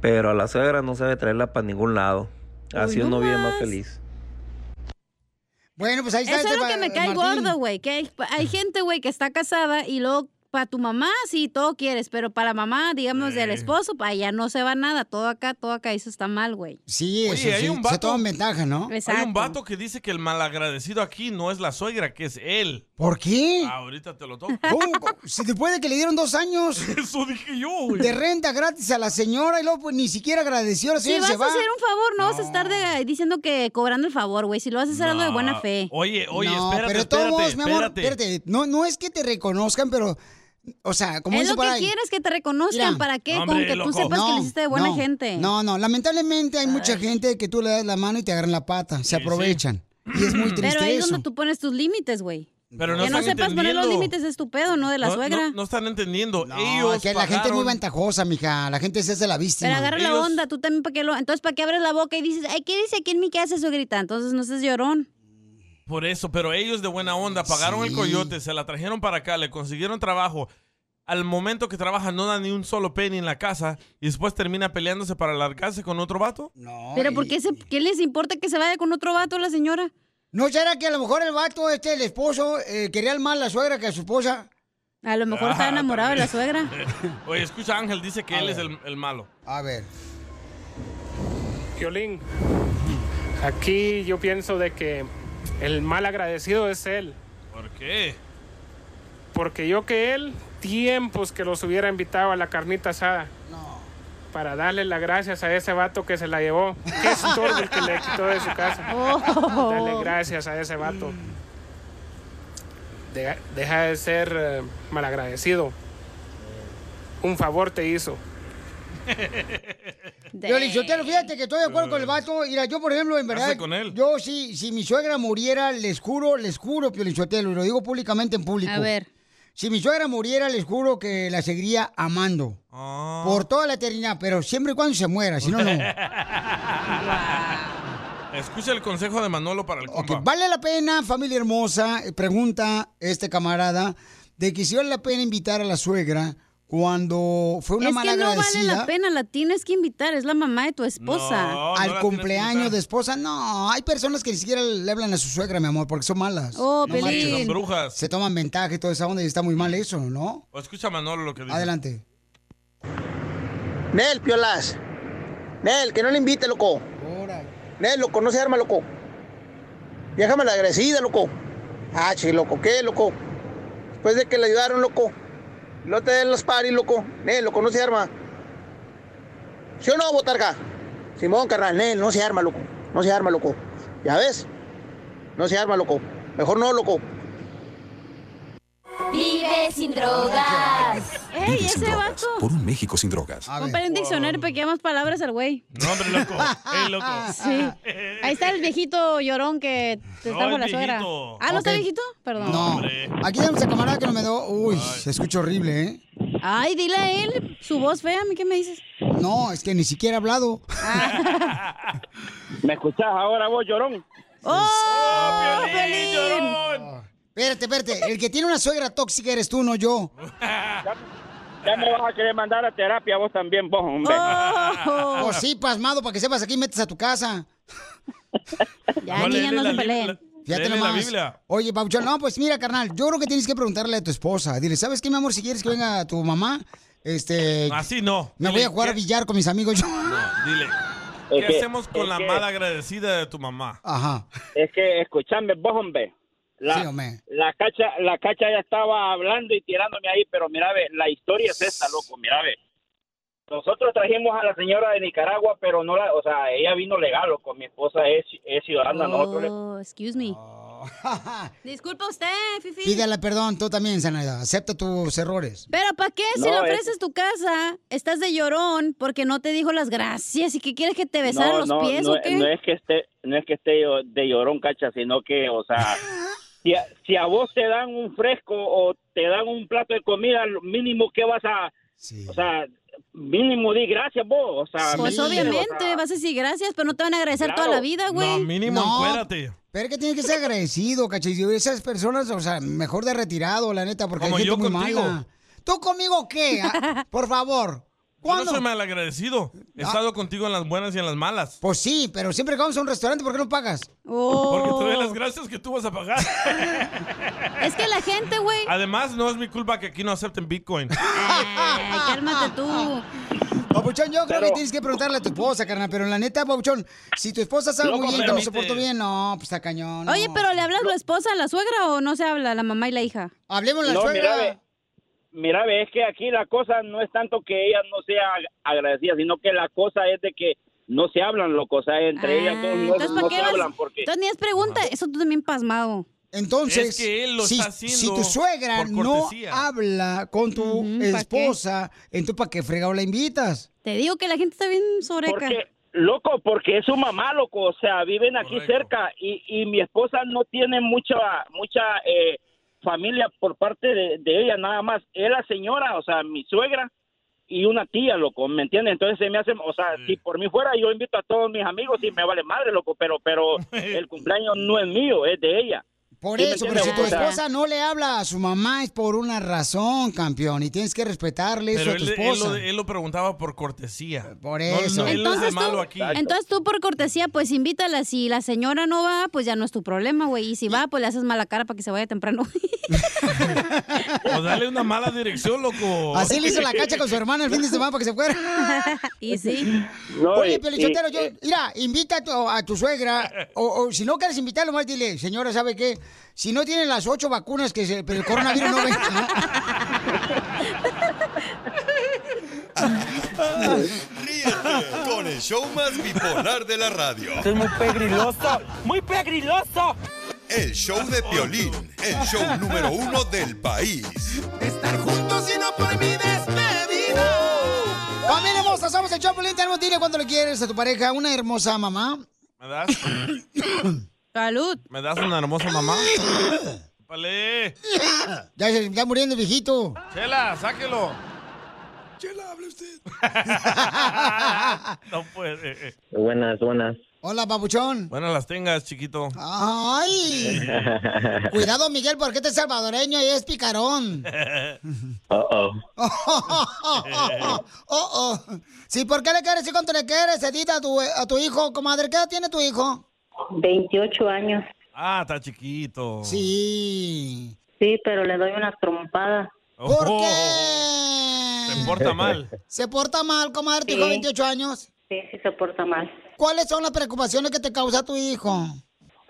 [SPEAKER 25] Pero a la suegra no sabe traerla para ningún lado. Así
[SPEAKER 2] Uy, no
[SPEAKER 25] uno vive más
[SPEAKER 2] más.
[SPEAKER 25] feliz.
[SPEAKER 1] Bueno, pues ahí está.
[SPEAKER 2] Eso
[SPEAKER 1] este
[SPEAKER 2] es lo que
[SPEAKER 1] pa-
[SPEAKER 2] me cae
[SPEAKER 1] Martín.
[SPEAKER 2] gordo, güey. Que hay, hay gente, güey, que está casada y luego para tu mamá sí todo quieres, pero para la mamá, digamos, del esposo, para allá no se va nada. Todo acá, todo acá. Eso está mal, güey.
[SPEAKER 1] Sí,
[SPEAKER 3] Oye,
[SPEAKER 1] eso
[SPEAKER 3] hay
[SPEAKER 1] sí.
[SPEAKER 3] un
[SPEAKER 1] se
[SPEAKER 3] vato-
[SPEAKER 1] toman ventaja, ¿no?
[SPEAKER 3] Hay un vato que dice que el malagradecido aquí no es la suegra, que es él.
[SPEAKER 1] ¿Por qué?
[SPEAKER 3] Ahorita te lo toco.
[SPEAKER 1] ¿Cómo? ¿Cómo? Si después de que le dieron dos años.
[SPEAKER 3] Eso dije yo, güey.
[SPEAKER 1] De renta gratis a la señora y luego pues, ni siquiera agradeció. La
[SPEAKER 2] Si
[SPEAKER 1] señora
[SPEAKER 2] vas
[SPEAKER 1] se va.
[SPEAKER 2] a hacer un favor, no, vas a estar de- diciendo que cobrando el favor, güey. Si lo vas a hacer algo de buena fe.
[SPEAKER 3] Oye, oye,
[SPEAKER 1] no,
[SPEAKER 3] espérate,
[SPEAKER 1] pero de todos
[SPEAKER 3] espérate,
[SPEAKER 1] modos, mi amor,
[SPEAKER 3] espérate.
[SPEAKER 1] No, no es que te reconozcan, pero. O sea, como
[SPEAKER 2] es
[SPEAKER 1] dice
[SPEAKER 2] lo
[SPEAKER 1] por
[SPEAKER 2] que
[SPEAKER 1] ahí.
[SPEAKER 2] quieres que te reconozcan.
[SPEAKER 1] Mira.
[SPEAKER 2] ¿Para qué? Con que tú sepas que
[SPEAKER 1] No,
[SPEAKER 2] lo hiciste de buena
[SPEAKER 1] no,
[SPEAKER 2] gente.
[SPEAKER 1] No, no, lamentablemente hay mucha gente que tú le das la mano y te agarran la pata, se aprovechan. Y es muy triste
[SPEAKER 2] Pero ahí es
[SPEAKER 1] eso.
[SPEAKER 2] donde tú pones tus límites, güey.
[SPEAKER 3] Pero no
[SPEAKER 2] que no
[SPEAKER 3] están
[SPEAKER 2] sepas poner los
[SPEAKER 3] entendiendo.
[SPEAKER 2] límites es tu pedo, ¿no? De la
[SPEAKER 3] No,
[SPEAKER 2] suegra.
[SPEAKER 3] No, no están entendiendo.
[SPEAKER 1] No,
[SPEAKER 3] Ellos
[SPEAKER 1] es que la gente es muy
[SPEAKER 3] pagaron-
[SPEAKER 1] ventajosa, mija. La gente se hace la víctima.
[SPEAKER 2] Pero agarra la onda, tú también para qué lo... Entonces, ¿para qué abres la boca y dices, ay, ¿qué dice aquí en mi casa eso grita? Entonces, no seas llorón.
[SPEAKER 3] Por eso, pero ellos de buena onda pagaron el coyote, se la trajeron para acá, le consiguieron trabajo. Al momento que trabaja no da ni un solo penny en la casa y después termina peleándose para largarse con otro vato.
[SPEAKER 1] No.
[SPEAKER 2] Pero ¿por qué, se- qué les importa que se vaya con otro vato la señora?
[SPEAKER 1] ¿No será que a lo mejor el vato, este, el esposo, eh, quería al mal a la suegra que a su esposa? Ah,
[SPEAKER 2] A lo mejor está enamorado de la suegra.
[SPEAKER 3] Oye, escucha, Ángel dice que él es el, el malo.
[SPEAKER 1] A ver.
[SPEAKER 27] Violín, aquí yo pienso de que el mal agradecido es él,
[SPEAKER 3] ¿Por qué?
[SPEAKER 27] porque yo que él, tiempos que los hubiera invitado a la carnita asada. Para darle las gracias a ese vato que se la llevó. Qué estorbo el que le quitó de su casa. Dale gracias a ese vato. Deja, deja de ser eh, malagradecido. Un favor te hizo.
[SPEAKER 1] Yo le dije, fíjate que estoy de acuerdo con el vato. Mira, yo, por ejemplo, en verdad.
[SPEAKER 27] Eh. Hazte con él.
[SPEAKER 1] Yo, si, si mi suegra muriera, les juro, les juro, Piolichotelo, y lo digo públicamente en público.
[SPEAKER 2] A ver.
[SPEAKER 1] Si mi suegra muriera, les juro que la seguiría amando.
[SPEAKER 27] Ah.
[SPEAKER 1] Por toda la eternidad, pero siempre y cuando se muera, si no, no.
[SPEAKER 3] Escucha el consejo de Manolo para el compa.
[SPEAKER 1] Ok, vale la pena, familia hermosa, eh, pregunta este camarada, de que si vale la pena invitar a la suegra cuando fue una
[SPEAKER 2] es
[SPEAKER 1] mala
[SPEAKER 2] que no vale la pena, la tienes que invitar, es la mamá de tu esposa.
[SPEAKER 1] al cumpleaños de esposa, no, hay personas que ni siquiera le hablan a su suegra, mi amor, porque son malas.
[SPEAKER 2] Oh,
[SPEAKER 1] No
[SPEAKER 2] Pelín.
[SPEAKER 1] marchen.
[SPEAKER 3] Sí, son brujas.
[SPEAKER 1] Se toman ventaja y toda esa onda y está muy mal eso, ¿no?
[SPEAKER 3] O escucha a Manolo lo que dice.
[SPEAKER 1] Adelante.
[SPEAKER 14] Nel, piolas. Nel, que no le invite, loco. Nel, loco, no se arma, loco. Déjame la agresida, loco. Ah, sí, loco, ¿qué, loco? Después de que le ayudaron, loco. No te den los paris, loco. Nel, loco, no se arma. ¿Sí o no, botarga? Simón, carnal, Nel, no se arma, loco. No se arma, loco. ¿Ya ves? No se arma, loco. Mejor no, loco.
[SPEAKER 13] Vive sin drogas.
[SPEAKER 2] ¡Ey,
[SPEAKER 14] Vive sin
[SPEAKER 2] ese
[SPEAKER 14] drogas.
[SPEAKER 2] vato!
[SPEAKER 14] Por un México sin drogas.
[SPEAKER 2] Compré un diccionario para que haya más palabras al güey.
[SPEAKER 3] No, hombre, loco. Ey, loco.
[SPEAKER 2] Sí. Ahí está el viejito llorón que te está
[SPEAKER 3] No,
[SPEAKER 2] con la
[SPEAKER 3] es
[SPEAKER 2] suegra.
[SPEAKER 3] viejito.
[SPEAKER 2] Ah, ¿no está
[SPEAKER 1] Ok.
[SPEAKER 2] viejito? Perdón.
[SPEAKER 1] No. Aquí tenemos a camarada que no me dio. Uy, se escucha horrible, ¿eh?
[SPEAKER 2] Ay, dile a él su voz fea, ¿a mí qué me dices?
[SPEAKER 1] No, es que ni siquiera he hablado.
[SPEAKER 16] ¿Me escuchás ahora vos, llorón?
[SPEAKER 2] ¡Oh,
[SPEAKER 1] Piolín! Espérate, espérate. El que tiene una suegra tóxica eres tú, no yo.
[SPEAKER 16] Ya me vas a querer mandar a terapia vos también, vos, hombre.
[SPEAKER 2] Oh.
[SPEAKER 3] Oh,
[SPEAKER 1] O Pues sí, pasmado, para que sepas aquí metes a tu casa.
[SPEAKER 2] Ya, No, niña, léele no se la peleen. Biblia,
[SPEAKER 1] Fíjate
[SPEAKER 2] léele la
[SPEAKER 1] nomás.
[SPEAKER 2] Biblia.
[SPEAKER 1] Oye, Pabuchón, no, pues mira, carnal, yo creo que tienes que preguntarle a tu esposa. Dile, ¿sabes qué, mi amor? Si quieres que venga tu mamá, este...
[SPEAKER 3] Así no.
[SPEAKER 1] Me voy
[SPEAKER 3] Dile,
[SPEAKER 1] a jugar a
[SPEAKER 3] ¿qué?
[SPEAKER 1] billar con mis amigos. Yo-
[SPEAKER 3] Dile,
[SPEAKER 16] Es
[SPEAKER 3] ¿qué
[SPEAKER 16] que-
[SPEAKER 3] hacemos con
[SPEAKER 16] es
[SPEAKER 3] la
[SPEAKER 16] que-
[SPEAKER 3] mala agradecida de tu mamá?
[SPEAKER 1] Ajá.
[SPEAKER 16] Es que escuchame vos, hombre. La,
[SPEAKER 3] Sí, hombre.
[SPEAKER 16] la cacha, la cacha ya estaba hablando y tirándome ahí, pero mira, ve, la historia es esta, loco, mira, ve. Nosotros trajimos a la señora de Nicaragua, pero no la, o sea, ella vino legal, loco. Mi esposa es, es ciudadana, nosotros le-
[SPEAKER 2] Oh, excuse me.
[SPEAKER 1] Oh.
[SPEAKER 2] Disculpa usted, Fifi.
[SPEAKER 1] Pídale perdón, tú también, Zanaida. Acepta tus errores.
[SPEAKER 2] Pero ¿para qué? Si
[SPEAKER 1] No,
[SPEAKER 2] le
[SPEAKER 1] es-
[SPEAKER 2] ofreces tu casa, estás de llorón porque no te dijo las gracias y que quieres que te besaran los
[SPEAKER 16] no,
[SPEAKER 2] pies
[SPEAKER 16] no,
[SPEAKER 2] o qué.
[SPEAKER 16] no es que esté, no es que esté yo- de llorón, cacha, sino que, o sea, si a, si a vos te dan un fresco o te dan un plato de comida, lo mínimo que vas a, o sea, mínimo di gracias vos, o sea,
[SPEAKER 2] Pues
[SPEAKER 16] mínimo, o sea,
[SPEAKER 2] obviamente vas a decir gracias, pero no te van a agradecer
[SPEAKER 16] Claro.
[SPEAKER 2] toda la vida, güey.
[SPEAKER 1] No, Pero que tienes que ser agradecido, cachillo. Esas personas, o sea, mejor de retirado, la neta, porque
[SPEAKER 3] Como
[SPEAKER 1] hay gente
[SPEAKER 3] yo
[SPEAKER 1] muy
[SPEAKER 3] contigo.
[SPEAKER 1] mala. ¿Tú conmigo qué? Ah, Por favor.
[SPEAKER 3] Yo no
[SPEAKER 1] ¿Cuándo?
[SPEAKER 3] soy mal agradecido. He
[SPEAKER 1] Ah.
[SPEAKER 3] estado contigo en las buenas y en las malas.
[SPEAKER 1] Pues sí, pero siempre que vamos a un restaurante, ¿por qué no pagas?
[SPEAKER 2] Oh.
[SPEAKER 3] Porque te
[SPEAKER 1] oh.
[SPEAKER 3] doy las gracias que tú vas a pagar.
[SPEAKER 2] Es que la gente, güey.
[SPEAKER 3] Además, no es mi culpa que aquí no acepten Bitcoin.
[SPEAKER 2] Ay, cálmate tú.
[SPEAKER 1] Papuchón, yo creo
[SPEAKER 3] Pero-
[SPEAKER 1] que tienes que preguntarle a tu esposa, carnal, pero la neta, Papuchón, si tu esposa sabe
[SPEAKER 2] Loco,
[SPEAKER 1] muy bien
[SPEAKER 2] me
[SPEAKER 1] que no
[SPEAKER 2] lo
[SPEAKER 1] se
[SPEAKER 2] dices.
[SPEAKER 1] portó bien, no, pues está cañón.
[SPEAKER 2] Oye, pero ¿le hablas a la esposa, a la suegra o no se habla, la mamá y la hija?
[SPEAKER 1] Hablemos
[SPEAKER 16] No, mira, ve, mira, ve, es que aquí la cosa no es tanto que ella no sea ag- agradecida, sino que la cosa es de que no se hablan, loco, o sea, entre ellas dos no,
[SPEAKER 2] Ah, Entonces,
[SPEAKER 16] no
[SPEAKER 2] ¿para qué
[SPEAKER 16] se
[SPEAKER 2] vas?
[SPEAKER 16] hablan porque...
[SPEAKER 2] Entonces, ni es pregunta, eso tú también pasmado.
[SPEAKER 1] Entonces, si, si tu suegra no habla con tu
[SPEAKER 2] ¿pa' qué?
[SPEAKER 1] esposa, entonces ¿para qué fregado la invitas?
[SPEAKER 2] Te digo que la gente está bien sobreca.
[SPEAKER 16] Porque, loco, porque es su mamá, loco, o sea, viven aquí cerca y, y mi esposa no tiene mucha, mucha eh, familia por parte de, de ella, nada más. Es la señora, o sea, mi suegra y una tía, loco, ¿me entiendes? Entonces se me hace, o sea, si por mí fuera, yo invito a todos mis amigos y me vale madre, loco, pero, pero el cumpleaños no es mío, es de ella.
[SPEAKER 1] Por
[SPEAKER 16] ¿Sí me
[SPEAKER 1] eso, pero si tu
[SPEAKER 16] entiendes? O sea,
[SPEAKER 1] esposa no le habla a su mamá es por una razón, campeón, y tienes que respetarle
[SPEAKER 3] Pero
[SPEAKER 1] eso a tu
[SPEAKER 3] él, él lo,
[SPEAKER 1] esposa.
[SPEAKER 3] él lo preguntaba por cortesía.
[SPEAKER 1] Por
[SPEAKER 3] No,
[SPEAKER 1] eso.
[SPEAKER 3] él no es de
[SPEAKER 1] Entonces tú-
[SPEAKER 3] malo aquí.
[SPEAKER 2] Entonces tú por cortesía, pues invítala. Si la señora no va, pues ya no es tu problema, güey. Y si va, pues le haces mala cara para que se vaya temprano.
[SPEAKER 3] O dale una mala dirección, loco.
[SPEAKER 1] Así le hizo la cacha con su hermana el fin de semana para que se fuera.
[SPEAKER 2] y sí.
[SPEAKER 16] No,
[SPEAKER 1] Oye,
[SPEAKER 16] y-
[SPEAKER 1] Pelichotero,
[SPEAKER 16] y-
[SPEAKER 1] yo, mira, invita a tu, a tu suegra, o, o si no quieres invitarlo más, dile, señora, ¿sabe qué? Si no tiene las ocho vacunas que se, pero el coronavirus no venga.
[SPEAKER 5] Ríete con el show más bipolar de la radio.
[SPEAKER 28] Esto es muy pegriloso, muy pegriloso.
[SPEAKER 5] El show de Piolín, el show número uno del país.
[SPEAKER 29] Juntos y no por mi despedida.
[SPEAKER 1] Uh. Familia hermosa, somos el Chapulín, tenemos dile cuando le quieres a tu pareja, una hermosa mamá.
[SPEAKER 3] ¿Me das?
[SPEAKER 2] Salud.
[SPEAKER 3] ¿Me das una hermosa mamá? Vale.
[SPEAKER 1] Ya se está muriendo el viejito.
[SPEAKER 3] Chela, sáquelo.
[SPEAKER 1] Chela, hable usted.
[SPEAKER 3] No puede.
[SPEAKER 26] Buenas, buenas.
[SPEAKER 1] Hola, papuchón. Ah,
[SPEAKER 3] Buenas las tengas, chiquito.
[SPEAKER 1] ¡Ay! Cuidado, Miguel, porque este es salvadoreño y es picarón.
[SPEAKER 30] Uh-oh.
[SPEAKER 1] Oh, oh, oh, oh, oh, oh. Sí, ¿por qué le quieres decir cuánto le quieres, Edita, a tu, a tu hijo? Comadre, ¿qué edad tiene tu hijo?
[SPEAKER 30] 28 años.
[SPEAKER 3] Ah, está chiquito.
[SPEAKER 1] Sí.
[SPEAKER 30] Sí, pero le doy una trompada.
[SPEAKER 1] ¿Por qué?
[SPEAKER 3] Se porta Oh, mal.
[SPEAKER 1] ¿Se porta mal, comadre, tu hijo
[SPEAKER 30] Sí.
[SPEAKER 1] 28 años?
[SPEAKER 30] Sí, sí se porta mal.
[SPEAKER 1] ¿Cuáles son las preocupaciones que te causa tu hijo?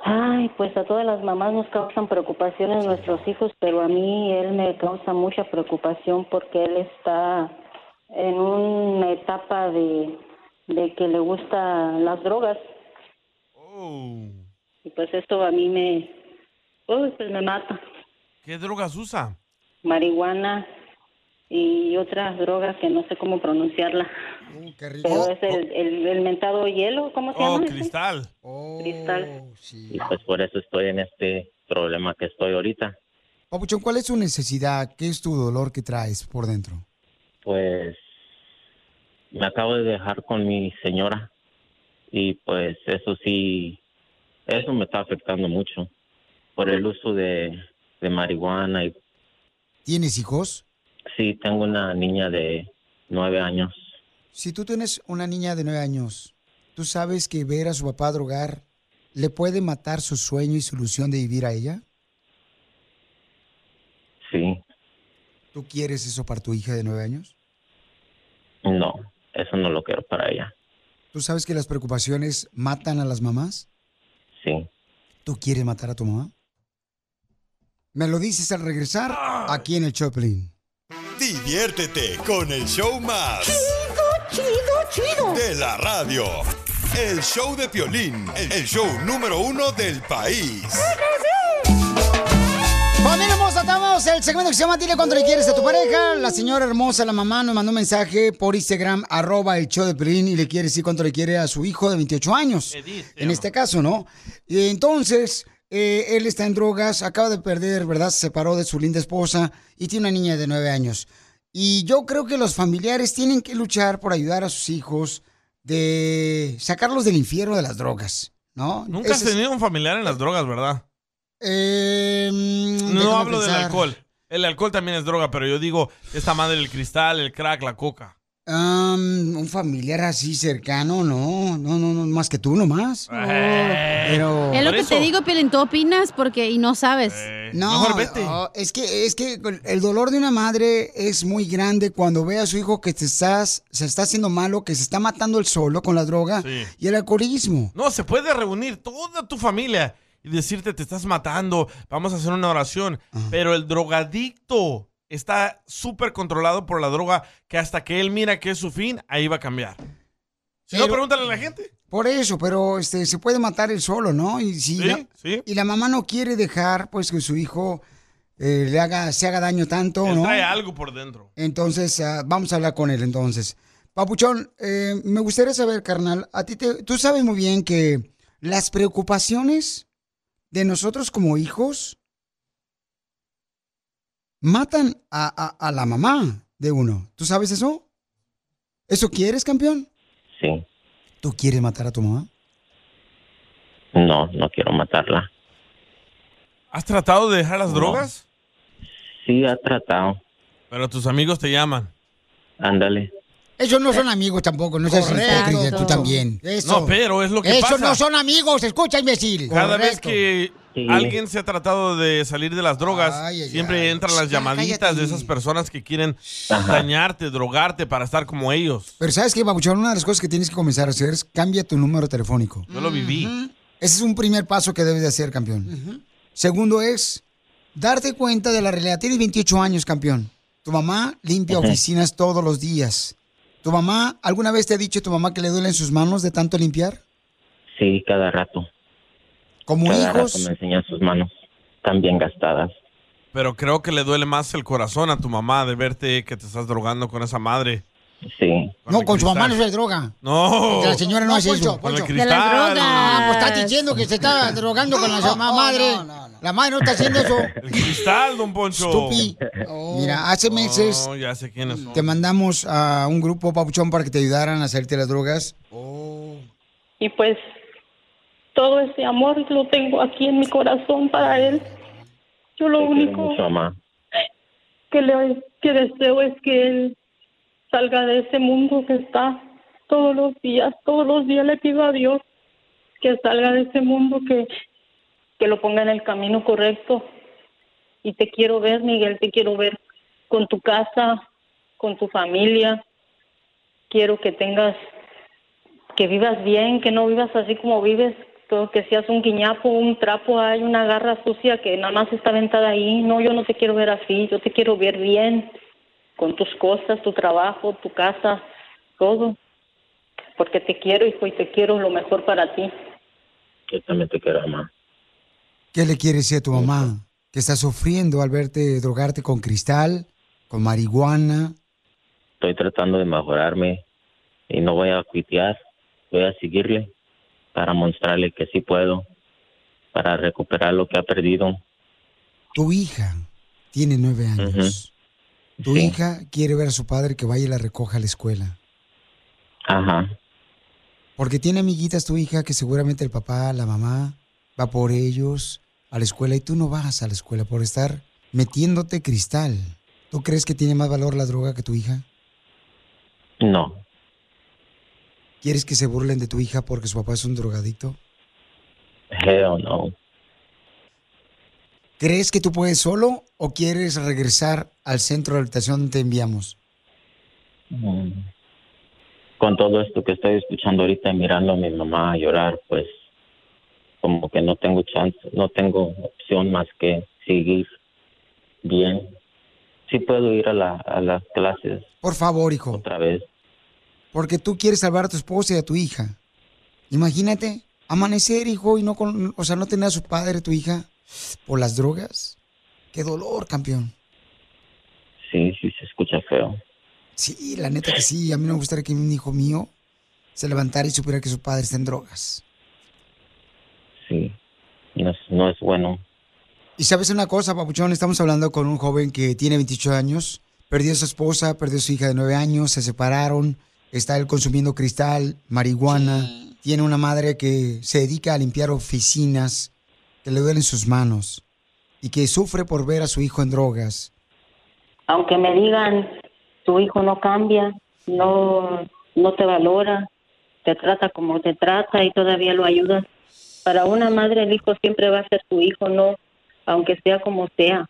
[SPEAKER 30] Ay, pues a todas las mamás nos causan preocupaciones nuestros hijos, pero a mí él me causa mucha preocupación porque él está en una etapa de, de que le gustan las drogas.
[SPEAKER 3] Oh.
[SPEAKER 30] Y pues esto a mí me, uy, pues me mata.
[SPEAKER 3] ¿Qué drogas usa?
[SPEAKER 30] Marihuana y otras drogas que no sé cómo pronunciarla.
[SPEAKER 1] qué
[SPEAKER 30] Pero es el, el, el mentado hielo, ¿cómo se
[SPEAKER 3] Oh,
[SPEAKER 30] llama? ese?
[SPEAKER 3] cristal.
[SPEAKER 30] Cristal.
[SPEAKER 1] Y
[SPEAKER 30] pues
[SPEAKER 26] por eso estoy en este problema que estoy ahorita.
[SPEAKER 1] Papuchón, ¿cuál es tu necesidad? ¿Qué es tu dolor que traes por dentro?
[SPEAKER 26] Pues me acabo de dejar con mi señora y pues eso sí, eso me está afectando mucho por el uso de, de marihuana y
[SPEAKER 1] ¿Tienes hijos?
[SPEAKER 26] sí, tengo una niña de nueve años.
[SPEAKER 1] Si tú tienes una niña de nueve años, ¿tú sabes que ver a su papá drogar le puede matar su sueño y su ilusión de vivir a ella?
[SPEAKER 26] Sí,
[SPEAKER 1] ¿Tú quieres eso para tu hija de nueve años?
[SPEAKER 26] no, eso no lo quiero para ella.
[SPEAKER 1] ¿Tú sabes que las preocupaciones matan a las mamás?
[SPEAKER 26] Sí.
[SPEAKER 1] ¿Tú quieres matar a tu mamá? Me lo dices al regresar aquí en el Choplin.
[SPEAKER 5] Diviértete con el show más.
[SPEAKER 31] Chido, chido, chido.
[SPEAKER 5] De la radio. El show de Piolín, el show número uno del país.
[SPEAKER 1] Familia hermosa, estamos en el segmento que se llama Dile cuánto le quieres a tu pareja. La señora hermosa, la mamá, nos mandó un mensaje por Instagram, arroba el show de Pelín, y le quiere decir cuánto le quiere a su hijo de 28 años. En este caso, ¿no? Y entonces, eh, él está en drogas, acaba de perder, ¿verdad? Se separó de su linda esposa y tiene una niña de 9 años. Y yo creo que los familiares tienen que luchar por ayudar a sus hijos de sacarlos del infierno de las drogas, ¿no?
[SPEAKER 3] Nunca has
[SPEAKER 1] Ese es-
[SPEAKER 3] tenido un familiar en las drogas, ¿verdad?
[SPEAKER 1] Eh, mm,
[SPEAKER 3] No
[SPEAKER 1] déjame
[SPEAKER 3] hablo del
[SPEAKER 1] pensar.
[SPEAKER 3] alcohol. El alcohol también es droga, pero yo digo esta madre, el cristal, el crack, la coca.
[SPEAKER 1] Am, un familiar así cercano, no, no, no, no más que tú nomás. No,
[SPEAKER 3] Eh.
[SPEAKER 1] pero
[SPEAKER 2] Es lo que te digo, Piolín, tú opinas porque y no sabes.
[SPEAKER 3] eh,
[SPEAKER 1] No, no, es que es que el dolor de una madre es muy grande cuando ve a su hijo que te estás, se está haciendo malo, que se está matando el solo con la droga
[SPEAKER 3] Sí.
[SPEAKER 1] y el alcoholismo.
[SPEAKER 3] No, se puede reunir toda tu familia y decirte, te estás matando, vamos a hacer una oración. Pero el drogadicto está súper controlado por la droga que hasta que él mira que es su fin, ahí va a cambiar. Si no,
[SPEAKER 1] Pero-
[SPEAKER 3] pregúntale a la gente.
[SPEAKER 1] Por eso, pero este se puede matar el solo, ¿no? Y si
[SPEAKER 3] Sí,
[SPEAKER 1] la, y la mamá no quiere dejar pues que su hijo eh, le haga se haga daño tanto,
[SPEAKER 3] Él
[SPEAKER 1] ¿no?
[SPEAKER 3] trae algo por dentro.
[SPEAKER 1] Entonces, ah, vamos a hablar con él entonces. Papuchón, eh, me gustaría saber, carnal, a ti te- tú sabes muy bien que las preocupaciones de nosotros como hijos matan a, a- a la mamá de uno. ¿Tú sabes eso? ¿Eso quieres, campeón?
[SPEAKER 26] Sí,
[SPEAKER 1] ¿Tú quieres matar a tu mamá?
[SPEAKER 26] no, no quiero matarla.
[SPEAKER 3] ¿Has tratado de dejar las
[SPEAKER 26] No.
[SPEAKER 3] drogas?
[SPEAKER 26] Sí, ha tratado.
[SPEAKER 3] Pero tus amigos te llaman.
[SPEAKER 26] Ándale.
[SPEAKER 1] Ellos no son amigos tampoco, no seas hipócrita, tú también. Eso.
[SPEAKER 3] Eh, No, pero es lo que
[SPEAKER 1] Ellos
[SPEAKER 3] pasa.
[SPEAKER 1] no son amigos, escucha, imbécil.
[SPEAKER 3] Cada vez que
[SPEAKER 26] Sí.
[SPEAKER 3] alguien se ha tratado de salir de las drogas, siempre entran las llamaditas de esas personas que quieren dañarte, drogarte para estar como ellos.
[SPEAKER 1] Pero sabes que, Babuchón, una de las cosas que tienes que comenzar a hacer es cambia tu número telefónico.
[SPEAKER 3] Yo lo viví.
[SPEAKER 1] Ese es un primer paso que debes de hacer, campeón. Segundo es darte cuenta de la realidad. Tienes 28 años, campeón. Tu mamá limpia
[SPEAKER 26] Ujú.
[SPEAKER 1] oficinas todos los días. ¿Tu mamá, alguna vez te ha dicho tu mamá que le duelen sus manos de tanto limpiar?
[SPEAKER 26] Sí, cada rato.
[SPEAKER 1] Como
[SPEAKER 26] cada rato
[SPEAKER 1] hijos.
[SPEAKER 26] me enseña sus manos tan bien gastadas.
[SPEAKER 3] Pero creo que le duele más el corazón a tu mamá de verte que te estás drogando con esa madre.
[SPEAKER 26] Sí.
[SPEAKER 1] No, con su mamá no
[SPEAKER 3] cristal.
[SPEAKER 1] se droga.
[SPEAKER 3] No.
[SPEAKER 1] La señora no, hace eso.
[SPEAKER 3] Con el
[SPEAKER 1] Poncho.
[SPEAKER 3] cristal.
[SPEAKER 1] Ah, pues estás diciendo que se está drogando con la mamá madre. La madre no está haciendo eso.
[SPEAKER 3] El cristal, don Poncho.
[SPEAKER 1] Estupi. Mira, hace meses
[SPEAKER 3] No, Oh, ya sé quiénes son.
[SPEAKER 1] Te mandamos a un grupo, Papuchón, para que te ayudaran a salirte de las drogas.
[SPEAKER 30] Y pues
[SPEAKER 32] todo ese amor lo tengo aquí en mi corazón para él. Yo lo único
[SPEAKER 26] Mucho, mamá.
[SPEAKER 32] que le que deseo es que él salga de ese mundo que está todos los días, todos los días le pido a Dios que salga de ese mundo que que lo ponga en el camino correcto. Y te quiero ver, Miguel, te quiero ver con tu casa, con tu familia. Quiero que tengas que vivas bien, que no vivas así como vives, que que seas un guiñapo, un trapo, hay una garra sucia que nada más está aventada ahí. No, yo no te quiero ver así, yo te quiero ver bien, con tus cosas, tu trabajo, tu casa, todo. Porque te quiero, hijo, y te quiero lo mejor para ti.
[SPEAKER 26] Yo también te quiero, mamá.
[SPEAKER 12] ¿Qué le quieres decir a tu mamá? Que está sufriendo al verte drogarte con cristal, con marihuana.
[SPEAKER 26] Estoy tratando de mejorarme y no voy a cuitear. Voy a seguirle para mostrarle que sí puedo, para recuperar lo que ha perdido.
[SPEAKER 12] Tu hija tiene nueve años. Tu
[SPEAKER 26] Sí.
[SPEAKER 12] hija quiere ver a su padre que vaya y la recoja a la escuela.
[SPEAKER 26] Ajá.
[SPEAKER 12] Porque tiene amiguitas tu hija que seguramente el papá, la mamá, va por ellos a la escuela y tú no vas a la escuela por estar metiéndote cristal. ¿Tú crees que tiene más valor la droga que tu hija?
[SPEAKER 26] No,
[SPEAKER 12] ¿Quieres que se burlen de tu hija porque su papá es un drogadicto?
[SPEAKER 26] hell no.
[SPEAKER 12] ¿Crees que tú puedes solo o quieres regresar al centro de habitación donde te enviamos?
[SPEAKER 26] Mm. Con todo esto que estoy escuchando ahorita y mirando a mi mamá llorar, pues como que no tengo chance, no tengo opción más que seguir bien. Sí puedo ir a, la, a las clases
[SPEAKER 12] Por favor, hijo,
[SPEAKER 26] otra vez.
[SPEAKER 12] porque tú quieres salvar a tu esposa y a tu hija. Imagínate amanecer, hijo, y no con, o sea, no tener a su padre, tu hija, por las drogas. Qué dolor, campeón.
[SPEAKER 26] Sí, sí se escucha feo.
[SPEAKER 12] Sí, la neta que sí. A mí no me gustaría que un hijo mío se levantara y supiera que su padre está en drogas.
[SPEAKER 26] Sí, no es, no es bueno.
[SPEAKER 12] Y sabes una cosa, Papuchón, estamos hablando con un joven que tiene 28 años, perdió a su esposa, perdió a su hija de 9 años, se separaron, está él consumiendo cristal, marihuana, tiene una madre que se dedica a limpiar oficinas, que le duelen sus manos y que sufre por ver a su hijo en drogas.
[SPEAKER 30] Aunque me digan, tu hijo no cambia, no, no te valora, te trata como te trata y todavía lo ayudas. Para una madre el hijo siempre va a ser su hijo, no, aunque sea como sea.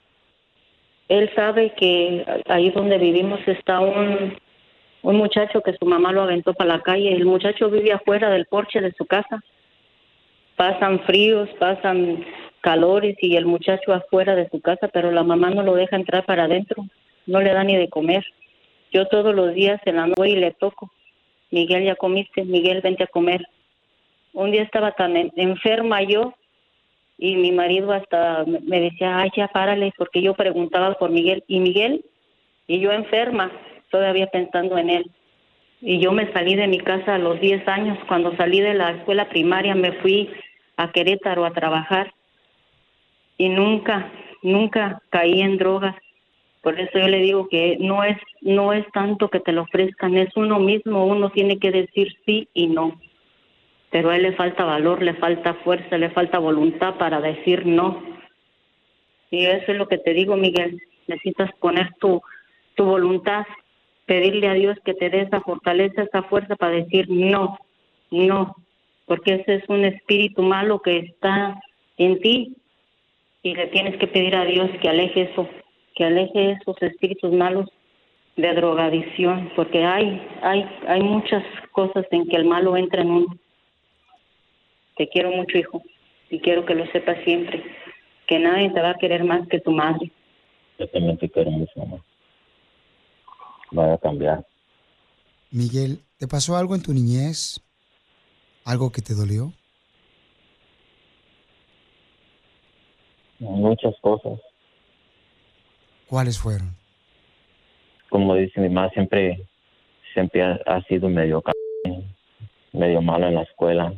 [SPEAKER 30] Él sabe que ahí donde vivimos está un, un muchacho que su mamá lo aventó para la calle. El muchacho vive afuera del porche de su casa. Pasan fríos, pasan calores y el muchacho afuera de su casa, pero la mamá no lo deja entrar para adentro, no le da ni de comer. Yo todos los días en la noche y le toco. Miguel, ya comiste, Miguel, vente a comer. Un día estaba tan en- enferma yo y mi marido hasta me- me decía, ay, ya párale, porque yo preguntaba por Miguel. Y Miguel, y yo enferma, todavía pensando en él. Y yo me salí de mi casa a los 10 años. Cuando salí de la escuela primaria me fui a Querétaro a trabajar y nunca, nunca caí en drogas. Por eso yo le digo que no es, no es tanto que te lo ofrezcan, es uno mismo, uno tiene que decir sí y no. Pero a él le falta valor, le falta fuerza, le falta voluntad para decir no. Y eso es lo que te digo, Miguel. Necesitas poner tu, tu voluntad, pedirle a Dios que te dé esa fortaleza, esa fuerza para decir no, no, porque ese es un espíritu malo que está en ti y le tienes que pedir a Dios que aleje eso, que aleje esos espíritus malos de drogadicción, porque hay, hay, hay muchas cosas en que el malo entra en uno. Te quiero mucho, hijo, y quiero que lo sepas siempre, que nadie te va a querer más que tu madre.
[SPEAKER 26] Yo también te quiero mucho, mamá. Voy a cambiar.
[SPEAKER 12] Miguel, ¿te pasó algo en tu niñez? ¿Algo que te dolió?
[SPEAKER 26] Muchas cosas.
[SPEAKER 12] ¿Cuáles fueron?
[SPEAKER 26] como dice mi mamá, siempre, siempre ha, ha sido medio c- medio malo en la escuela.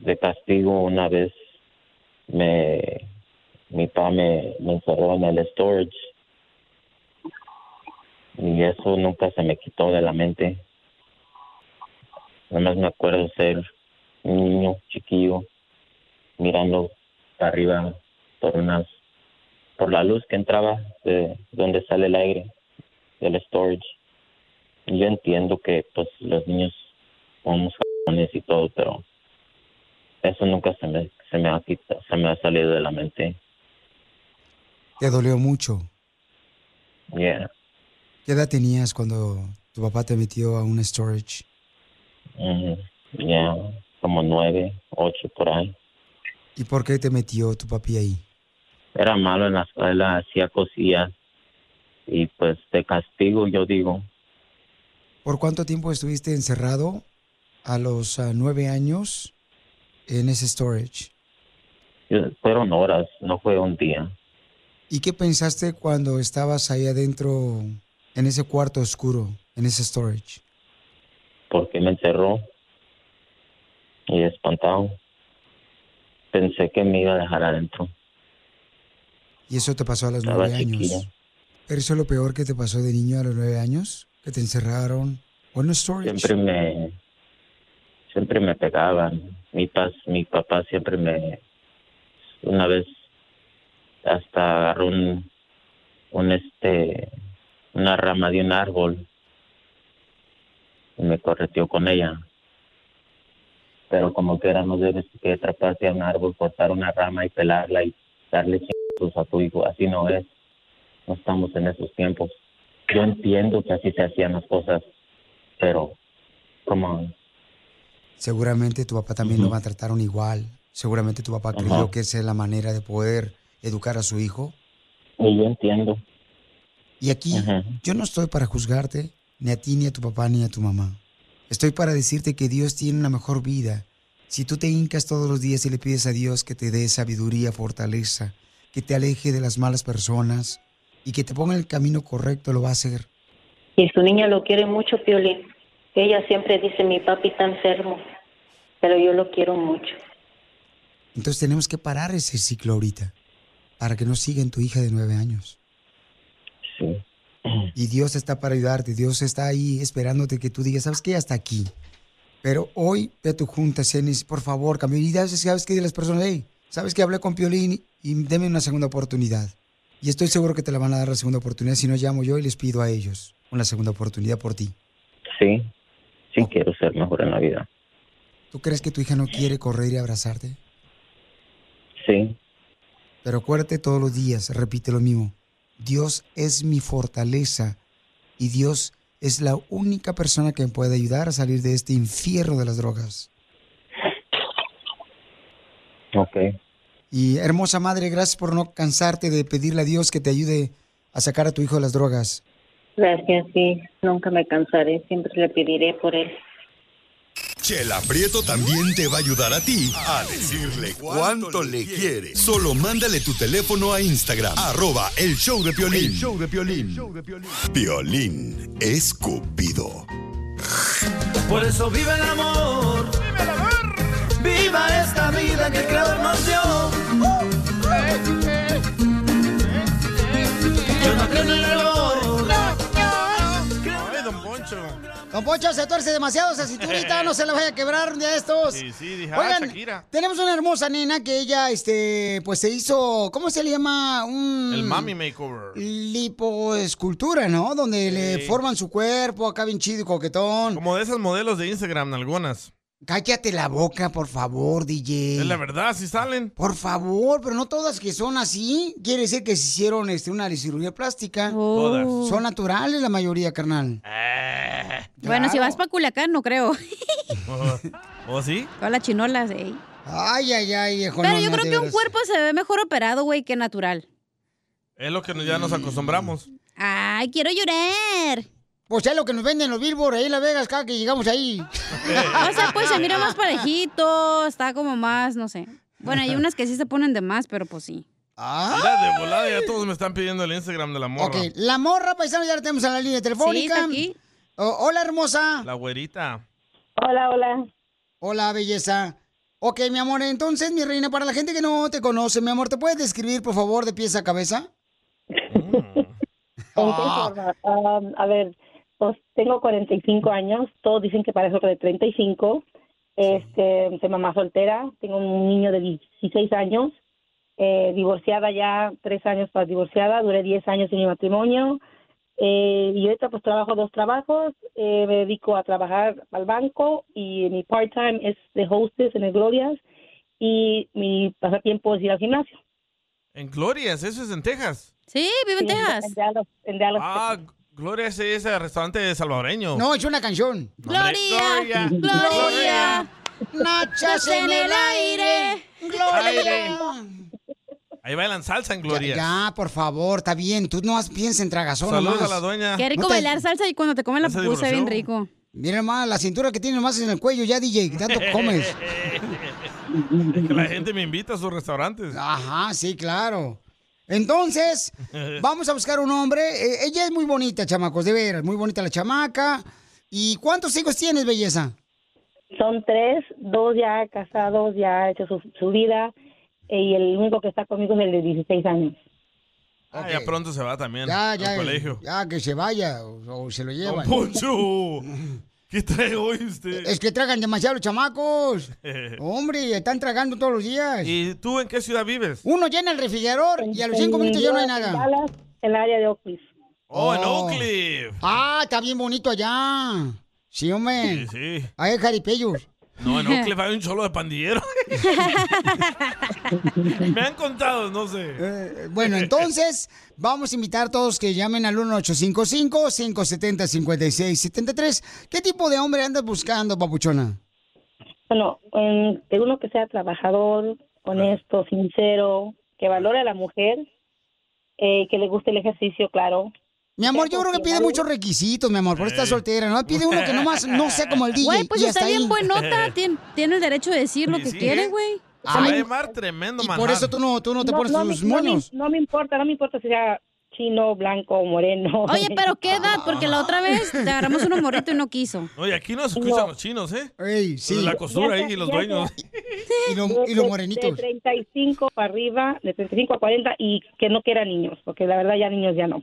[SPEAKER 26] De castigo, una vez me, mi papá me, me encerró en el storage y eso nunca se me quitó de la mente. Nada más me acuerdo ser un niño chiquillo mirando para arriba por unas por la luz que entraba de donde sale el aire del storage. Y Yo entiendo que pues los niños somos jóvenes y todo, pero eso nunca se me se me ha quitado, se me ha salido de la mente.
[SPEAKER 12] Te dolió mucho.
[SPEAKER 26] Yeah.
[SPEAKER 12] ¿Qué edad tenías cuando tu papá te metió a un storage?
[SPEAKER 26] Mm, yeah, como nueve, ocho por ahí.
[SPEAKER 12] ¿Y por qué te metió tu papi ahí?
[SPEAKER 26] Era malo en la escuela, hacía cosillas y pues de castigo yo digo.
[SPEAKER 12] ¿Por cuánto tiempo estuviste encerrado a los ah, nueve años en ese storage?
[SPEAKER 26] Yo- Fueron horas, no fue un día.
[SPEAKER 12] ¿Y qué pensaste cuando estabas ahí adentro en ese cuarto oscuro, en ese storage?
[SPEAKER 26] porque me encerró y espantado. Pensé que me iba a dejar adentro.
[SPEAKER 12] Y eso te pasó a los
[SPEAKER 26] Estaba
[SPEAKER 12] nueve años.
[SPEAKER 26] chiquilla.
[SPEAKER 12] ¿Eso lo peor que te pasó de niño a los nueve años? ¿Que te encerraron? ¿O en un storage?
[SPEAKER 26] Siempre me siempre me pegaban. Mi pas, mi papá siempre me una vez hasta agarró un, un este una rama de un árbol y me correteó con ella. Pero como que era no debes que atraparse a un árbol, cortar una rama y pelarla y darle chingos a tu hijo. Así no es. No estamos en esos tiempos. Yo entiendo que así se hacían las cosas, pero como
[SPEAKER 12] Seguramente tu papá también lo maltrataron igual. Seguramente tu papá creyó que esa es la manera de poder educar a su hijo.
[SPEAKER 26] Y yo entiendo.
[SPEAKER 12] Y aquí yo no estoy para juzgarte, ni a ti, ni a tu papá, ni a tu mamá. Estoy para decirte que Dios tiene una mejor vida. Si tú te hincas todos los días y le pides a Dios que te dé sabiduría, fortaleza, que te aleje de las malas personas y que te ponga en el camino correcto, lo va a hacer.
[SPEAKER 30] Y su niña lo quiere mucho, Piolín. Ella siempre dice, mi papi está enfermo, pero yo lo quiero mucho.
[SPEAKER 12] Entonces tenemos que parar ese ciclo ahorita para que no siga en tu hija de nueve años.
[SPEAKER 26] Sí.
[SPEAKER 12] Y Dios está para ayudarte, Dios está ahí esperándote que tú digas, ¿sabes qué? Hasta aquí. Pero hoy ve a tu junta, Cenis, por favor, cambio. Y ya sabes que de las personas, hey, sabes que hablé con Piolín y deme una segunda oportunidad. Y estoy seguro que te la van a dar la segunda oportunidad, si no llamo yo y les pido a ellos una segunda oportunidad por ti.
[SPEAKER 26] sí, sí quiero ser mejor en la vida.
[SPEAKER 12] ¿Tú crees que tu hija no quiere correr y abrazarte?
[SPEAKER 26] Sí,
[SPEAKER 12] Pero acuérdate todos los días, repite lo mismo. Dios es mi fortaleza y Dios es la única persona que me puede ayudar a salir de este infierno de las drogas.
[SPEAKER 26] ok.
[SPEAKER 12] Y hermosa madre, gracias por no cansarte de pedirle a Dios que te ayude a sacar a tu hijo de las drogas.
[SPEAKER 30] Gracias, sí. Nunca me cansaré, siempre le pediré por él.
[SPEAKER 5] Chela Prieto también te va a ayudar a ti a decirle cuánto le quiere. Solo mándale tu teléfono a Instagram, arroba el show de Piolín.
[SPEAKER 13] El
[SPEAKER 5] show de Piolín. Piolín Escupido.
[SPEAKER 13] Por eso vive el amor. ¡Viva el amor! ¡Viva esta vida que el Creador nos dio!
[SPEAKER 1] Uh.
[SPEAKER 13] Yo no creo en el error.
[SPEAKER 3] Ay, don Poncho.
[SPEAKER 1] Don Poncho se tuerce demasiado, o sea, si tú ahorita no se la vaya a quebrar un día de estos.
[SPEAKER 3] Sí, sí, dije, ah,
[SPEAKER 1] Oigan,
[SPEAKER 3] Shakira.
[SPEAKER 1] tenemos una hermosa nena que ella, este, pues se hizo, ¿cómo se le llama? Un...
[SPEAKER 3] El mami makeover.
[SPEAKER 1] Lipoescultura, ¿no? Donde le
[SPEAKER 3] Sí.
[SPEAKER 1] forman su cuerpo, acá bien chido y coquetón.
[SPEAKER 3] Como de esas modelos de Instagram, algunas.
[SPEAKER 1] Cállate la boca, por favor, DJ.
[SPEAKER 3] Es la verdad, si salen.
[SPEAKER 1] Por favor, pero no todas que son así. Quiere decir que se hicieron este, una cirugía plástica.
[SPEAKER 3] Todas.
[SPEAKER 1] Son naturales la mayoría, carnal.
[SPEAKER 4] Ah.
[SPEAKER 2] Bueno, si vas para Culiacán, no creo.
[SPEAKER 3] ¿O, o sí?
[SPEAKER 2] Todas las chinolas, ey.
[SPEAKER 1] Ay, ay, ay, viejo.
[SPEAKER 2] Pero
[SPEAKER 1] no,
[SPEAKER 2] yo
[SPEAKER 1] no,
[SPEAKER 2] creo
[SPEAKER 1] de
[SPEAKER 2] que un
[SPEAKER 1] veras.
[SPEAKER 2] cuerpo se ve mejor operado, güey, que natural.
[SPEAKER 3] Es lo que ya nos acostumbramos.
[SPEAKER 2] Ay, quiero llorar.
[SPEAKER 1] Pues es lo que nos venden los billboards ahí en Las Vegas cada que llegamos ahí.
[SPEAKER 2] O sea, pues se mira más parejito, está como más, no sé. Bueno, hay unas que sí se ponen de más, pero pues sí.
[SPEAKER 3] Mira, de volada ya todos me están pidiendo el Instagram de la morra.
[SPEAKER 1] Ok, la morra paisano ya la tenemos en la línea telefónica. O- hola, hermosa.
[SPEAKER 3] La güerita.
[SPEAKER 1] Hola, hola. Hola, belleza. Ok, mi amor, entonces, mi reina, para la gente que no te conoce, mi amor, ¿te puedes describir, por favor, de pies a cabeza?
[SPEAKER 9] ¿En qué
[SPEAKER 1] Ah.
[SPEAKER 9] forma? Am, a ver, pues tengo 45 años, todos dicen que parezco de 35. Este, soy mamá soltera, tengo un niño de 16 años, eh, divorciada ya, tres años para divorciada, duré 10 años en mi matrimonio. Eh, y ahorita pues trabajo dos trabajos, eh, me dedico a trabajar al banco y mi part-time es de hostess en el Glorias y mi pasatiempo es ir al gimnasio.
[SPEAKER 3] En Glorias, eso es en Texas.
[SPEAKER 2] Sí, vive en Texas.
[SPEAKER 9] En Dallas,
[SPEAKER 3] Ah, Gloria es ese restaurante salvadoreño.
[SPEAKER 1] No, es una canción.
[SPEAKER 3] Hombre,
[SPEAKER 2] Gloria, Gloria, noches en el aire,
[SPEAKER 3] Aire.
[SPEAKER 2] Gloria.
[SPEAKER 3] Ahí bailan salsa en Gloria.
[SPEAKER 1] Ya, por favor, está bien. Tú no has- piensa en tragazón.
[SPEAKER 3] Saludos
[SPEAKER 1] nomás.
[SPEAKER 3] a la dueña.
[SPEAKER 2] Qué rico bailar salsa y cuando te comen la
[SPEAKER 1] ¿No se
[SPEAKER 2] pupusa bien rico.
[SPEAKER 1] Mira nomás, la cintura que tienes más en el cuello ya, DJ. que Tanto comes.
[SPEAKER 3] Es que la gente me invita a sus restaurantes.
[SPEAKER 1] Ajá, sí, claro. Entonces, vamos a buscar un hombre. Eh, ella es muy bonita, chamacos, de veras. Muy bonita la chamaca. ¿Y cuántos hijos tienes, belleza?
[SPEAKER 9] Son tres, dos ya casados, ya ha hecho su, su vida eh, y el único que está conmigo es el de 16 años.
[SPEAKER 3] Ah, ya pronto se va también.
[SPEAKER 1] Ya, ya.
[SPEAKER 3] Al colegio.
[SPEAKER 1] Ya, Ah, que se vaya o, o se lo llevan.
[SPEAKER 3] Poncho! ¿Qué trae hoy este? usted?
[SPEAKER 1] Es que tragan demasiado los chamacos. Hombre, están tragando todos los días.
[SPEAKER 3] ¿Y tú en qué ciudad vives?
[SPEAKER 1] Uno llena el refrigerador y a los cinco minutos ya no hay nada.
[SPEAKER 9] En el área de Oakley.
[SPEAKER 3] Oh, en Oakland.
[SPEAKER 1] Ah, está bien bonito allá. Sí, hombre.
[SPEAKER 3] Sí, sí.
[SPEAKER 1] Ahí hay jaripellos.
[SPEAKER 3] No, en Oakland hay un solo de pandillero. me han contado, no
[SPEAKER 1] Eh,
[SPEAKER 3] sé.
[SPEAKER 1] Bueno, entonces vamos a invitar a todos que llamen al 1855-570-5673. ¿Qué tipo de hombre andas buscando, papuchona?
[SPEAKER 9] Bueno, em, de uno que sea trabajador, honesto, sincero, que valore a la mujer, eh, que le guste el ejercicio, claro.
[SPEAKER 1] Mi amor, yo creo que pide muchos requisitos, mi amor, por estar soltera, ¿no? Pide uno que nomás no sea como el DJ.
[SPEAKER 2] Güey, pues
[SPEAKER 1] y
[SPEAKER 2] está
[SPEAKER 1] hasta
[SPEAKER 2] bien
[SPEAKER 1] ahí.
[SPEAKER 2] buenota. Tiene, tiene el derecho de decir lo que
[SPEAKER 1] sí,
[SPEAKER 2] quiere,
[SPEAKER 1] ¿eh?
[SPEAKER 2] güey.
[SPEAKER 3] Se va a
[SPEAKER 1] Ay.
[SPEAKER 3] llamar tremendo manjar.
[SPEAKER 9] me- no me- No me, importa, no me importa si sea chino, blanco, moreno.
[SPEAKER 2] Oye, pero ¿qué edad? Porque la otra vez te agarramos uno morrito y no quiso.
[SPEAKER 3] Oye, aquí nos escuchan
[SPEAKER 9] No.
[SPEAKER 3] los chinos, ¿eh?
[SPEAKER 1] Ey, sí.
[SPEAKER 3] La costura ahí y los
[SPEAKER 9] Ya sea-
[SPEAKER 3] dueños.
[SPEAKER 1] Y,
[SPEAKER 9] De- de- De 35 para arriba, de 35 a 40 y que no quiera niños, porque la verdad ya niños ya no.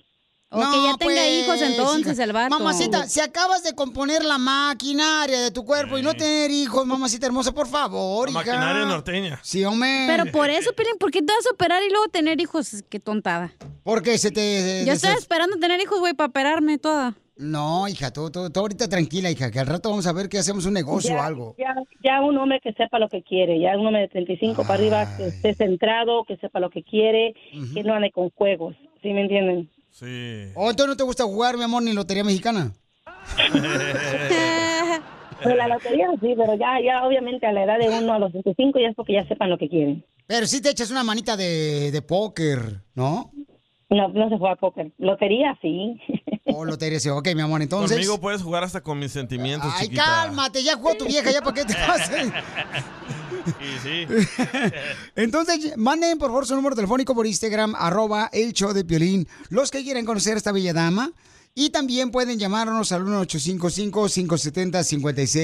[SPEAKER 2] O que ya tenga hijos entonces
[SPEAKER 1] pues, hija.
[SPEAKER 2] el vato.
[SPEAKER 1] Mamacita, si acabas de componer la maquinaria de tu cuerpo y no tener hijos, mamacita hermosa, por favor,
[SPEAKER 3] La
[SPEAKER 1] hija.
[SPEAKER 3] maquinaria norteña.
[SPEAKER 1] Sí, hombre.
[SPEAKER 2] Pero por eso, Pelín, ¿por qué te vas a operar y luego tener hijos? Qué tontada.
[SPEAKER 1] Porque se te...
[SPEAKER 2] Yo estaba
[SPEAKER 1] desas-
[SPEAKER 2] esperando tener hijos, güey, para operarme toda.
[SPEAKER 1] No, hija, tú, tú, tú ahorita tranquila, hija, que al rato vamos a ver que hacemos un negocio o
[SPEAKER 9] Ya,
[SPEAKER 1] algo.
[SPEAKER 9] Ya, ya un hombre que sepa lo que quiere, ya un hombre de 35 para arriba que esté centrado, que sepa lo que quiere, que no ande con juegos, ¿sí me entienden?
[SPEAKER 3] Sí.
[SPEAKER 1] ¿O Oh, entonces no te gusta jugar, mi amor, ni lotería mexicana?
[SPEAKER 9] Pero Pues, la lotería sí, pero ya, ya obviamente a la edad de uno a los 35 ya es porque ya sepan lo que quieren.
[SPEAKER 1] Pero sí te echas una manita de, de póker, ¿no?
[SPEAKER 9] No, no se juega póker. Lotería sí.
[SPEAKER 1] O Oh, lotería, sí. Ok, mi amor, entonces...
[SPEAKER 3] Conmigo puedes jugar hasta con mis sentimientos,
[SPEAKER 1] Ay,
[SPEAKER 3] chiquita.
[SPEAKER 1] cálmate, ya jugó tu vieja, ya para qué te haces.
[SPEAKER 3] Y sí.
[SPEAKER 1] Entonces, manden por favor su número telefónico por Instagram, arroba el show de Piolín, los que quieran conocer a esta bella dama. Y también pueden llamarnos al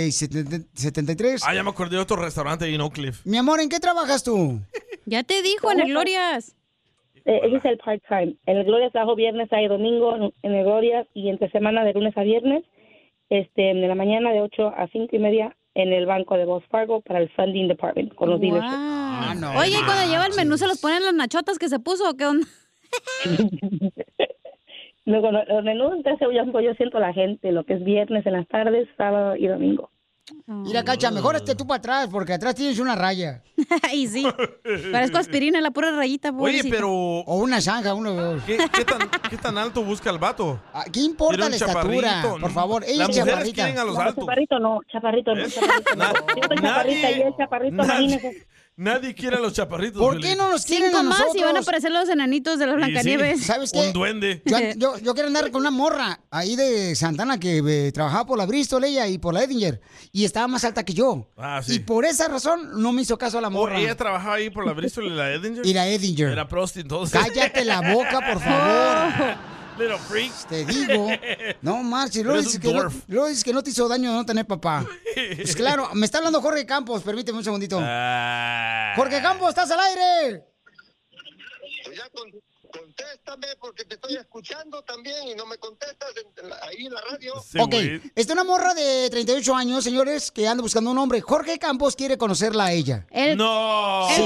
[SPEAKER 1] 1855-570-5673.
[SPEAKER 3] Ah, ya me acordé de otro restaurante ahí en Oakland.
[SPEAKER 1] Mi amor, ¿en qué trabajas tú?
[SPEAKER 2] Ya te dijo en el Glorias.
[SPEAKER 9] Eh, ese es el part-time. En el Glorias trabajo viernes a domingo, en- en el Glorias y entre semana de lunes a viernes, este, de la mañana de 8 a 5 y media en el banco de Wells Fargo para el funding department con los
[SPEAKER 2] Wow.
[SPEAKER 9] dealerships.
[SPEAKER 1] Ah,
[SPEAKER 2] Oye, ¿y cuando lleva el menú se los ponen las nachotas que se puso o qué onda?
[SPEAKER 9] Luego, lo- los menús, entonces yo, yo siento la gente, lo que es viernes en las tardes, sábado y domingo.
[SPEAKER 2] Oh.
[SPEAKER 1] Mira, Cacha, mejor esté tú para atrás, porque atrás tienes una raya.
[SPEAKER 2] y sí. Parezco aspirina, la pura rayita,
[SPEAKER 3] Oye,
[SPEAKER 2] pobrecita.
[SPEAKER 3] pero.
[SPEAKER 1] O una zanja, uno de dos. Ah,
[SPEAKER 3] ¿Qué, qué tan, qué tan alto busca el vato?
[SPEAKER 1] ¿Qué importa la
[SPEAKER 3] Quiere un
[SPEAKER 1] estatura?
[SPEAKER 3] chaparrito,
[SPEAKER 1] Por
[SPEAKER 3] ¿no?
[SPEAKER 1] favor, ey,
[SPEAKER 3] Las mujeres
[SPEAKER 1] chaparrita.
[SPEAKER 3] quieren a los
[SPEAKER 9] No,
[SPEAKER 3] altos. ¿Eh?
[SPEAKER 9] chaparrito no, chaparrito no, chaparrito no. Yo soy chaparrita y el chaparrito,
[SPEAKER 3] nadie-
[SPEAKER 9] imagínese.
[SPEAKER 3] Nadie quiere a los chaparritos. Piolín.
[SPEAKER 2] Cinco más y van a aparecer los enanitos de la Blancanieves.
[SPEAKER 1] ¿Sabes qué?
[SPEAKER 3] Un duende.
[SPEAKER 1] Yo, yo, yo quiero andar con una morra ahí de Santana que eh, trabajaba por la Bristol ella y por la Edinger. Y estaba más alta que yo.
[SPEAKER 3] Ah, sí.
[SPEAKER 1] Y por esa razón no me hizo caso a la morra.
[SPEAKER 3] Oh, Ella trabajaba ahí por la Bristol y la Edinger.
[SPEAKER 1] Y la Edinger.
[SPEAKER 3] Era prosti entonces.
[SPEAKER 1] Cállate la boca, por favor.
[SPEAKER 3] Little freak.
[SPEAKER 1] Te digo. No, Marci, luego
[SPEAKER 3] Eres
[SPEAKER 1] dices,
[SPEAKER 3] un
[SPEAKER 1] que no,
[SPEAKER 3] dwarf.
[SPEAKER 1] luego dices que no te hizo daño no tener papá. Pues claro, me está hablando Jorge Campos, permíteme un
[SPEAKER 3] Ah.
[SPEAKER 1] segundito. Jorge Campos, estás al aire.
[SPEAKER 6] Contéstame porque te estoy escuchando también y no me contestas en- en la- ahí en la radio.
[SPEAKER 1] ok, está una morra de 38 años, señores, que anda buscando un hombre. Jorge Campos quiere conocerla a ella.
[SPEAKER 3] ¡No!
[SPEAKER 1] Sí.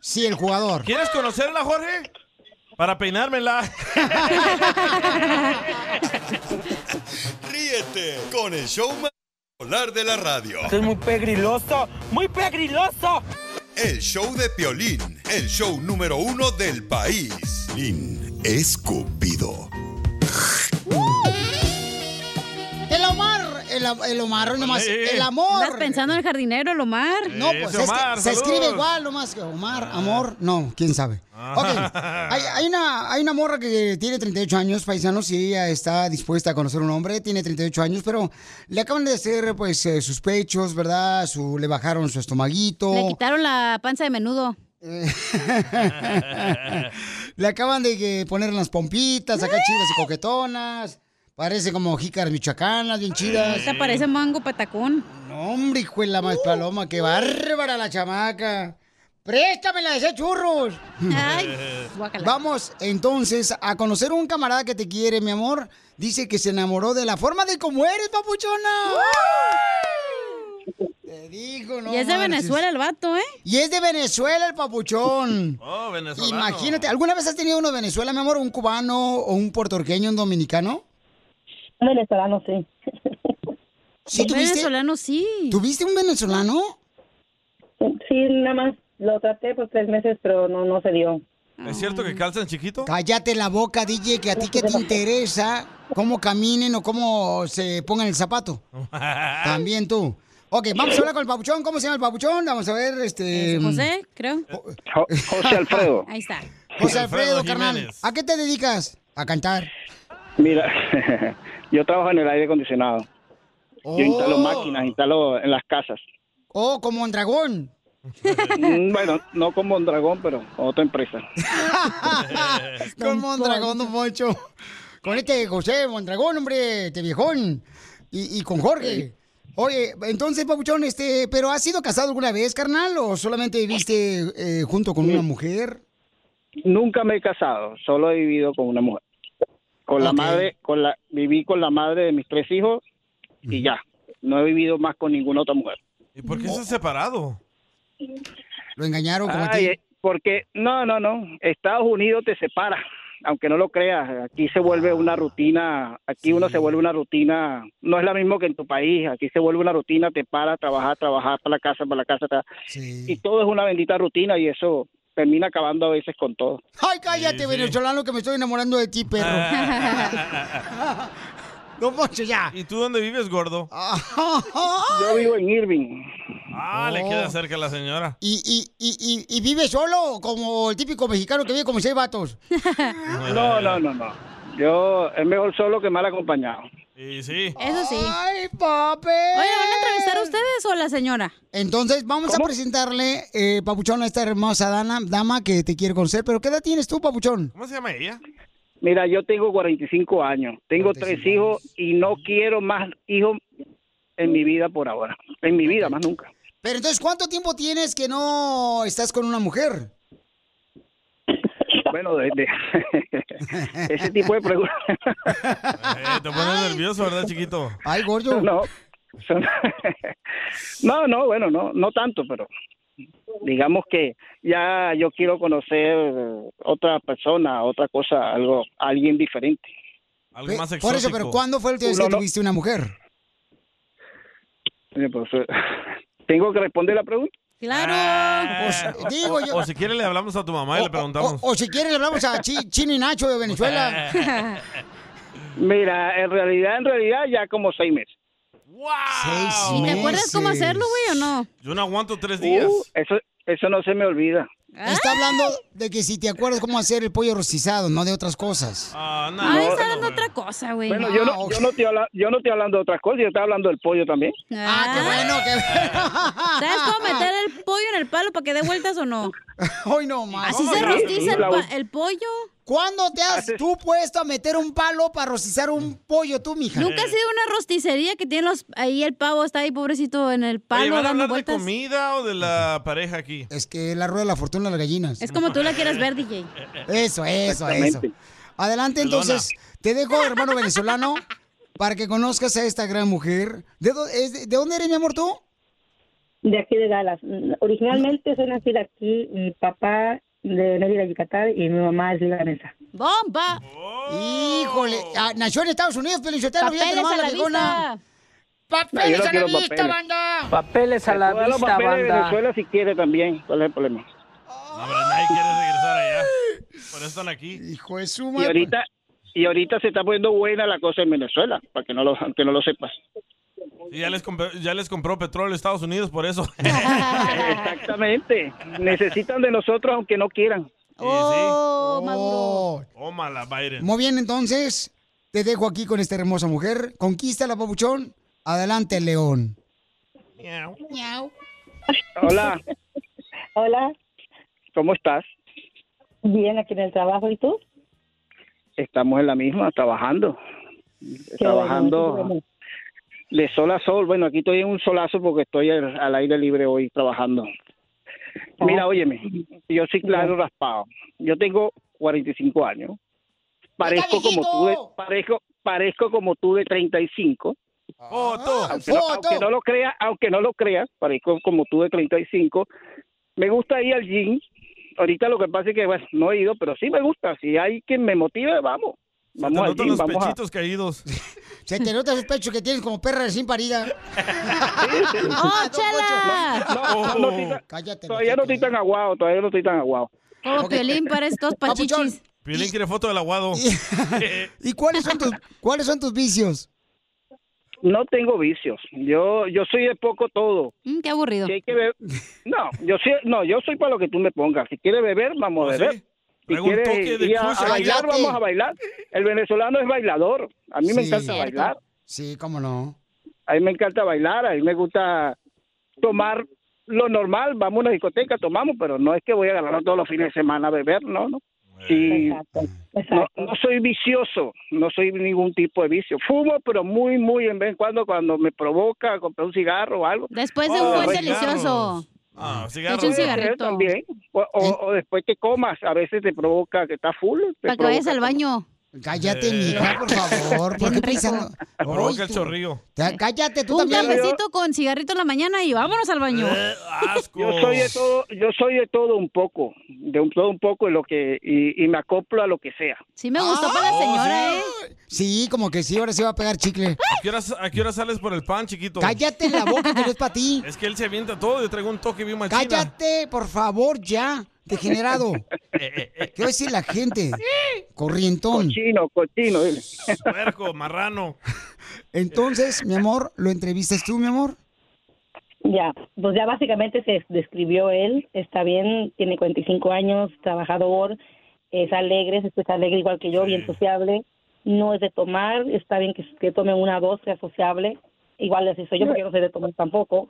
[SPEAKER 1] Sí, el jugador.
[SPEAKER 3] ¿Quieres conocerla, Jorge? Para peinármela.
[SPEAKER 5] Ríete con el show más popular de la radio.
[SPEAKER 4] Esto es muy pegriloso, muy pegriloso.
[SPEAKER 5] El show de Piolín, el show número uno del país. Piolín escupido.
[SPEAKER 1] El Omar, el, el Omar, nomás,
[SPEAKER 2] Eh.
[SPEAKER 1] el amor.
[SPEAKER 2] ¿Estás pensando en el jardinero, el Omar?
[SPEAKER 1] No,
[SPEAKER 18] Eh.
[SPEAKER 3] Eh,
[SPEAKER 1] pues es que se escribe igual nomás que Omar,
[SPEAKER 18] Ah.
[SPEAKER 1] amor, no, quién sabe. Ok, hay, hay una, hay una morra que tiene 38 años, paisanos, y ella está dispuesta a conocer un hombre, tiene 38 años, pero le acaban de hacer, pues, eh, sus pechos, ¿verdad? Su, le bajaron su estomaguito.
[SPEAKER 2] Le quitaron la panza de menudo.
[SPEAKER 1] Le acaban de eh, poner las pompitas acá chidas y coquetonas. Parece como jícaras michoacanas, bien chidas.
[SPEAKER 2] Te parece mango patacón.
[SPEAKER 1] No, hombre, hijo de la
[SPEAKER 18] Uh.
[SPEAKER 1] más paloma, qué bárbara la chamaca. Préstamela ese churros.
[SPEAKER 2] Ay, guácala.
[SPEAKER 1] Vamos entonces a conocer un camarada que te quiere, mi amor. Dice que se enamoró de la forma de cómo eres, papuchona. Te digo, no.
[SPEAKER 2] Y es de
[SPEAKER 1] marches.
[SPEAKER 2] Venezuela el vato, ¿eh?
[SPEAKER 1] Y es de Venezuela el papuchón.
[SPEAKER 3] Oh, venezolano.
[SPEAKER 1] Imagínate, ¿alguna vez has tenido uno de Venezuela, mi amor? ¿Un cubano o un puertorqueño, un dominicano?
[SPEAKER 9] Un venezolano, sí.
[SPEAKER 1] ¿Sí
[SPEAKER 9] Un
[SPEAKER 1] tuviste?
[SPEAKER 9] venezolano,
[SPEAKER 2] sí.
[SPEAKER 1] ¿Tuviste un venezolano?
[SPEAKER 9] Sí, nada más lo traté por tres meses, pero no, no se dio.
[SPEAKER 3] ¿Es cierto que calzan chiquito?
[SPEAKER 1] Mm. Cállate la boca, DJ, que a ti que te interesa cómo caminen o cómo se pongan el zapato. También tú. Ok, vamos a hablar con el papuchón. ¿Cómo se llama el papuchón? Vamos a ver, este...
[SPEAKER 2] Es José, creo.
[SPEAKER 18] José Alfredo.
[SPEAKER 2] Ahí está.
[SPEAKER 1] José Alfredo, carnal.
[SPEAKER 18] Jiménez.
[SPEAKER 1] ¿A qué te dedicas? A cantar.
[SPEAKER 18] Mira, yo trabajo en el aire acondicionado.
[SPEAKER 1] Oh.
[SPEAKER 18] Yo instalo máquinas, instalo en las casas.
[SPEAKER 1] Oh, como un dragón.
[SPEAKER 18] Mm, bueno, no con Mondragón, pero con otra empresa.
[SPEAKER 1] Con Mondragón, Don Poncho. Con este José Mondragón, hombre, este viejón. Y, y con Jorge. Oye, entonces, Papuchón, este, ¿pero has sido casado alguna vez, carnal? ¿O solamente viviste eh, junto con una mujer?
[SPEAKER 18] Nunca me he casado, solo he vivido con una mujer. Con la
[SPEAKER 1] Ok.
[SPEAKER 18] madre, con la, viví con la madre de mis tres hijos y ya. No he vivido más con ninguna otra mujer.
[SPEAKER 3] ¿Y por qué se ha separado?
[SPEAKER 1] ¿Lo engañaron
[SPEAKER 18] como eh, Porque, no, no, no. Estados Unidos te separa, aunque no lo creas. Aquí se vuelve una rutina, aquí uno se vuelve una rutina. No es la mismo que en tu país. Aquí se vuelve una rutina, te para, trabajar, trabajar, para la casa, para la casa. tra- Y todo es una bendita rutina y eso termina acabando a veces con todo.
[SPEAKER 1] Ay, cállate, venezolano, que me estoy enamorando de ti, perro. No Poncho, ya.
[SPEAKER 3] ¿Y tú dónde vives, gordo?
[SPEAKER 18] Yo vivo en Irving.
[SPEAKER 3] Ah, le
[SPEAKER 1] Oh.
[SPEAKER 3] queda cerca a la señora.
[SPEAKER 1] ¿Y, y, y, y, y vive solo como el típico mexicano que vive con seis vatos?
[SPEAKER 18] No, no, no, no. Yo es mejor solo que mal acompañado.
[SPEAKER 3] Y sí. eh,
[SPEAKER 2] Eso sí.
[SPEAKER 1] ¡Ay, papi!
[SPEAKER 2] Oye, ¿van a entrevistar ustedes o la señora?
[SPEAKER 1] Entonces, vamos a presentarle, eh, Papuchón, a esta hermosa dana, dama que te quiere conocer. ¿Pero qué edad tienes tú, Papuchón?
[SPEAKER 3] ¿Cómo se llama ella?
[SPEAKER 18] Mira, yo tengo 45 años, tengo tres hijos y no quiero más hijos en mi vida por ahora, en mi vida más nunca.
[SPEAKER 1] Pero entonces, ¿cuánto tiempo tienes que no estás con una mujer?
[SPEAKER 18] Bueno, de, de- ese tipo de preguntas.
[SPEAKER 3] Eh, te pones nervioso, ¿verdad, chiquito?
[SPEAKER 1] Ay, gordo.
[SPEAKER 18] No, son- no, no, bueno, no, no tanto, pero digamos que ya yo quiero conocer otra persona, otra cosa, algo, alguien diferente.
[SPEAKER 3] Algo Pues más
[SPEAKER 1] Eh, Por eso, pero ¿cuándo fue el última vez que
[SPEAKER 18] Uno no-
[SPEAKER 1] tuviste una mujer?
[SPEAKER 18] Oye, pues, eh, Tengo que responder la pregunta.
[SPEAKER 2] Claro.
[SPEAKER 3] Eh, Ah, O,
[SPEAKER 1] Pues, digo yo- Oh,
[SPEAKER 3] o si quiere le hablamos a tu mamá y le preguntamos.
[SPEAKER 1] O si quieres, le hablamos a Chi- Chino y Nacho de Venezuela.
[SPEAKER 2] Ah.
[SPEAKER 18] Mira, en realidad, en realidad ya como seis meses.
[SPEAKER 2] ¿Y te acuerdas cómo hacerlo, güey, o no?
[SPEAKER 3] Yo no aguanto tres días.
[SPEAKER 18] Uh, eso, eso no se me olvida.
[SPEAKER 1] Está hablando de que si te acuerdas cómo hacer el pollo rostizado, no de otras cosas.
[SPEAKER 3] Ah,
[SPEAKER 18] no.
[SPEAKER 2] Ay, está hablando otra cosa, güey.
[SPEAKER 18] Bueno, yo no, yo, no estoy habla- yo no estoy hablando de otras cosas, yo estoy hablando del pollo también.
[SPEAKER 2] Ah,
[SPEAKER 1] qué bueno, qué
[SPEAKER 2] ¿Sabes cómo meter el pollo en el palo para que dé vueltas o no?
[SPEAKER 1] Hoy no más.
[SPEAKER 2] Así se rostiza el, pa- el pollo.
[SPEAKER 1] ¿Cuándo te has tú puesto a meter un palo para rostizar un pollo tú, mija?
[SPEAKER 2] Nunca ha sido una rosticería que tiene los ahí el pavo está ahí pobrecito en el
[SPEAKER 3] Oye,
[SPEAKER 2] palo
[SPEAKER 3] ¿van a
[SPEAKER 2] dando
[SPEAKER 3] hablar de
[SPEAKER 2] vueltas.
[SPEAKER 3] comida o de la pareja aquí?
[SPEAKER 1] Es que la rueda de la fortuna atún a las gallinas.
[SPEAKER 2] Es como tú la quieras ver, DJ.
[SPEAKER 1] Eso, eso, eso.
[SPEAKER 2] Exactamente.
[SPEAKER 1] Adelante, entonces. Te dejo, hermano venezolano, para que conozcas a esta gran mujer. ¿De, dó- es de- de dónde eres, mi amor, tú?
[SPEAKER 9] De aquí de Dallas. Mm, Originalmente soy nacida aquí, mi papá de Mérida, Yucatán, y mi mamá es libanesa.
[SPEAKER 2] ¡Bomba!
[SPEAKER 1] Híjole. Ah, Nació en Estados Unidos, pero yo te lo
[SPEAKER 2] Papeles a la vista.
[SPEAKER 18] No,
[SPEAKER 1] ¡Papeles
[SPEAKER 18] yo
[SPEAKER 1] a la
[SPEAKER 18] no quiero
[SPEAKER 1] vista,
[SPEAKER 18] papeles.
[SPEAKER 1] banda!
[SPEAKER 18] Papeles
[SPEAKER 1] a la
[SPEAKER 18] los
[SPEAKER 1] vista,
[SPEAKER 18] papeles de
[SPEAKER 1] banda.
[SPEAKER 18] Venezuela si quiere también. ¿Cuál es el problema?
[SPEAKER 3] No, hombre, nadie quiere regresar allá. Por eso están aquí.
[SPEAKER 1] Hijo de su
[SPEAKER 18] Y ahorita, y ahorita se está poniendo buena la cosa en Venezuela, para que no lo, que no lo sepas.
[SPEAKER 1] pues.
[SPEAKER 3] Y ya les, compró, ya les compró petróleo a Estados Unidos por eso.
[SPEAKER 18] Exactamente. Necesitan de nosotros aunque no quieran.
[SPEAKER 3] Oh,
[SPEAKER 1] Maduro.
[SPEAKER 3] Tómala, Biden.
[SPEAKER 1] Muy bien, entonces, te dejo aquí con esta hermosa mujer. Conquista la papuchón. Adelante, León.
[SPEAKER 18] Hola.
[SPEAKER 9] Hola,
[SPEAKER 18] ¿Cómo estás?
[SPEAKER 9] bien aquí en el trabajo, ¿y tú?
[SPEAKER 18] Estamos en la misma, trabajando.
[SPEAKER 9] bueno,
[SPEAKER 18] Trabajando de sol a sol. Bueno, aquí estoy en un solazo porque estoy al, al aire libre hoy trabajando. Mira, óyeme, yo soy claro raspado. Yo tengo 45 años. Parezco como tú de, parezco, parezco como tú de 35. Aunque, no, aunque no lo creas, aunque no lo creas, parezco como tú de 35. Me gusta ir al gym. Ahorita lo que pasa es que bueno, no he ido, pero sí me gusta. Si hay quien me motive, vamos. Vamos al
[SPEAKER 3] Notan
[SPEAKER 18] gym,
[SPEAKER 3] los
[SPEAKER 18] vamos a...
[SPEAKER 3] pechitos caídos.
[SPEAKER 1] Se te nota ese pecho que tienes como perra recién parida.
[SPEAKER 2] ¡Oh, chela!
[SPEAKER 18] No, no estoy tan-
[SPEAKER 1] Cállate.
[SPEAKER 18] Todavía no estoy tan aguado, todavía no estoy tan aguado.
[SPEAKER 2] Como Piolín para estos pachichis.
[SPEAKER 3] Piolín quiere foto del aguado.
[SPEAKER 1] ¿Y cuáles son tus, cuáles son tus vicios?
[SPEAKER 18] No tengo vicios. Yo yo soy de poco todo.
[SPEAKER 2] Mm, qué aburrido.
[SPEAKER 18] Si hay que be- No, yo soy, no, yo soy para lo que tú me pongas. Si quieres beber, vamos a beber. Si
[SPEAKER 3] ¿Ah, Traigo un
[SPEAKER 18] quieres
[SPEAKER 3] toque de
[SPEAKER 18] ir a, a
[SPEAKER 3] cruz aquí.
[SPEAKER 18] bailar,
[SPEAKER 3] Cállate.
[SPEAKER 18] vamos a bailar. El venezolano es bailador. A mí me
[SPEAKER 1] Sí.
[SPEAKER 18] encanta bailar.
[SPEAKER 1] Sí, cómo no.
[SPEAKER 18] A mí me encanta bailar, a mí me gusta tomar lo normal, vamos a una discoteca, tomamos, pero no es que voy a agarrar todos los fines de semana a beber, no, no.
[SPEAKER 3] Eh.
[SPEAKER 18] Sí, No, no soy vicioso, no soy ningún tipo de vicio. Fumo, pero muy, muy en vez en cuando, cuando me provoca comprar un cigarro o algo.
[SPEAKER 2] Después de Pues un buen delicioso.
[SPEAKER 3] Ah,
[SPEAKER 2] cigarros. Echa un cigarrito.
[SPEAKER 18] También. O, o- o después que comas, a veces te provoca que estás full. te
[SPEAKER 2] Para que vayas
[SPEAKER 18] provoca
[SPEAKER 2] al baño.
[SPEAKER 18] Eh.
[SPEAKER 1] Cállate, mija, por favor. ¿Por qué pensando?
[SPEAKER 3] Eh. Provoca el chorrillo.
[SPEAKER 1] Te- Cállate, tú
[SPEAKER 2] Un
[SPEAKER 1] también.
[SPEAKER 2] cafecito con cigarrito en la mañana y vámonos al baño.
[SPEAKER 3] Eh,
[SPEAKER 18] Yo soy de todo, yo soy de todo un poco, de un todo un poco y lo que y, y me acoplo a lo que sea.
[SPEAKER 2] Sí me gustó para la señora, ¿eh?
[SPEAKER 1] Ah, oh, Sí, como que sí, ahora sí va a pegar chicle.
[SPEAKER 3] ¿A qué, hora, ¿A qué hora sales por el pan, chiquito?
[SPEAKER 1] Cállate la boca, que no es para ti.
[SPEAKER 3] Es que él se avienta todo y traigo un toque bien machina.
[SPEAKER 1] Cállate, por favor, ya. Degenerado.
[SPEAKER 3] Eh, eh,
[SPEAKER 1] ¿Qué va a decir la gente? Corrientón.
[SPEAKER 18] Cochino, cochino.
[SPEAKER 3] eh, puerco, marrano.
[SPEAKER 1] Entonces, mi amor, ¿lo entrevistas tú, mi amor?
[SPEAKER 9] Ya, pues ya básicamente se describió él, está bien, tiene 45 años, trabajador, es alegre, es pues, alegre igual que yo, bien sociable, no es de tomar, está bien que, que tome una dos, sea sociable, igual así soy yo, porque yo no soy de tomar tampoco.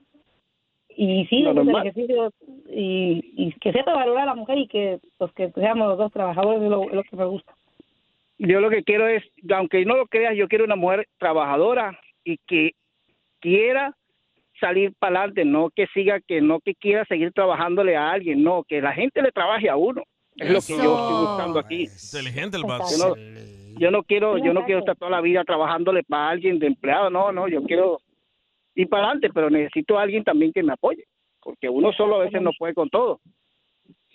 [SPEAKER 9] Y sí,
[SPEAKER 18] Lo
[SPEAKER 9] es un
[SPEAKER 18] normal.
[SPEAKER 9] ejercicio, y, y que sepa valorar a la mujer y que, pues, que seamos los dos trabajadores es lo, es lo que me gusta.
[SPEAKER 18] Yo lo que quiero es, aunque no lo creas, yo quiero una mujer trabajadora y que quiera salir para adelante, no que siga, que no que quiera seguir trabajándole a alguien, no, que la gente le trabaje a uno. Es lo que yo estoy buscando aquí.
[SPEAKER 3] Inteligente el vato.
[SPEAKER 18] Yo no, yo no quiero, yo no quiero estar toda la vida trabajándole para alguien de empleado, no, no, yo quiero ir para adelante, pero necesito a alguien también que me apoye, porque uno solo a veces no puede con todo.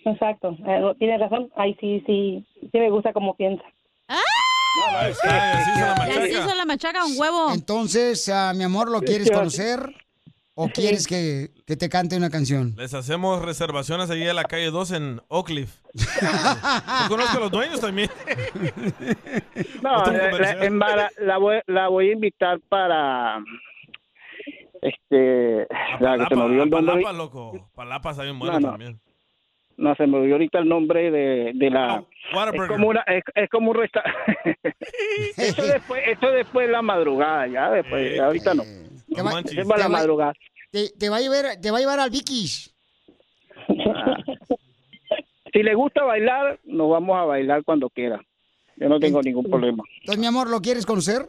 [SPEAKER 9] Exacto, eh, tiene razón, ay, sí, sí, sí me gusta como piensa.
[SPEAKER 3] Ahí está, así se la
[SPEAKER 2] Así
[SPEAKER 3] machaca.
[SPEAKER 2] hizo la machaca un huevo.
[SPEAKER 1] Entonces, ah, mi amor, ¿lo quieres conocer? ¿O quieres que, que te cante una canción?
[SPEAKER 3] Les hacemos reservaciones allí a la calle 2 en Oak Cliff. Yo conozco a los dueños también.
[SPEAKER 18] No,
[SPEAKER 3] Otro
[SPEAKER 18] la, la-
[SPEAKER 3] comercial.
[SPEAKER 18] es más, la- la voy, la voy a invitar para este, la que se me olvidó el nombre.
[SPEAKER 3] Palapa, loco. Palapa está bien bueno
[SPEAKER 18] No, no.
[SPEAKER 3] también.
[SPEAKER 18] No, se me olvidó ahorita el nombre de, de
[SPEAKER 1] Ah.
[SPEAKER 18] la...
[SPEAKER 3] Whataburger.
[SPEAKER 18] Es como, una, es, es como un restaurante. eso después, eso después de la madrugada, ya después, ya ahorita no.
[SPEAKER 1] va-
[SPEAKER 18] Eso es para la
[SPEAKER 1] te va-
[SPEAKER 18] madrugada.
[SPEAKER 1] Te, te va, a llevar, te va a llevar al Vicky's.
[SPEAKER 18] Si le gusta bailar, nos vamos a bailar cuando quiera. Yo no tengo ningún problema.
[SPEAKER 1] Entonces, mi amor, ¿lo quieres conocer?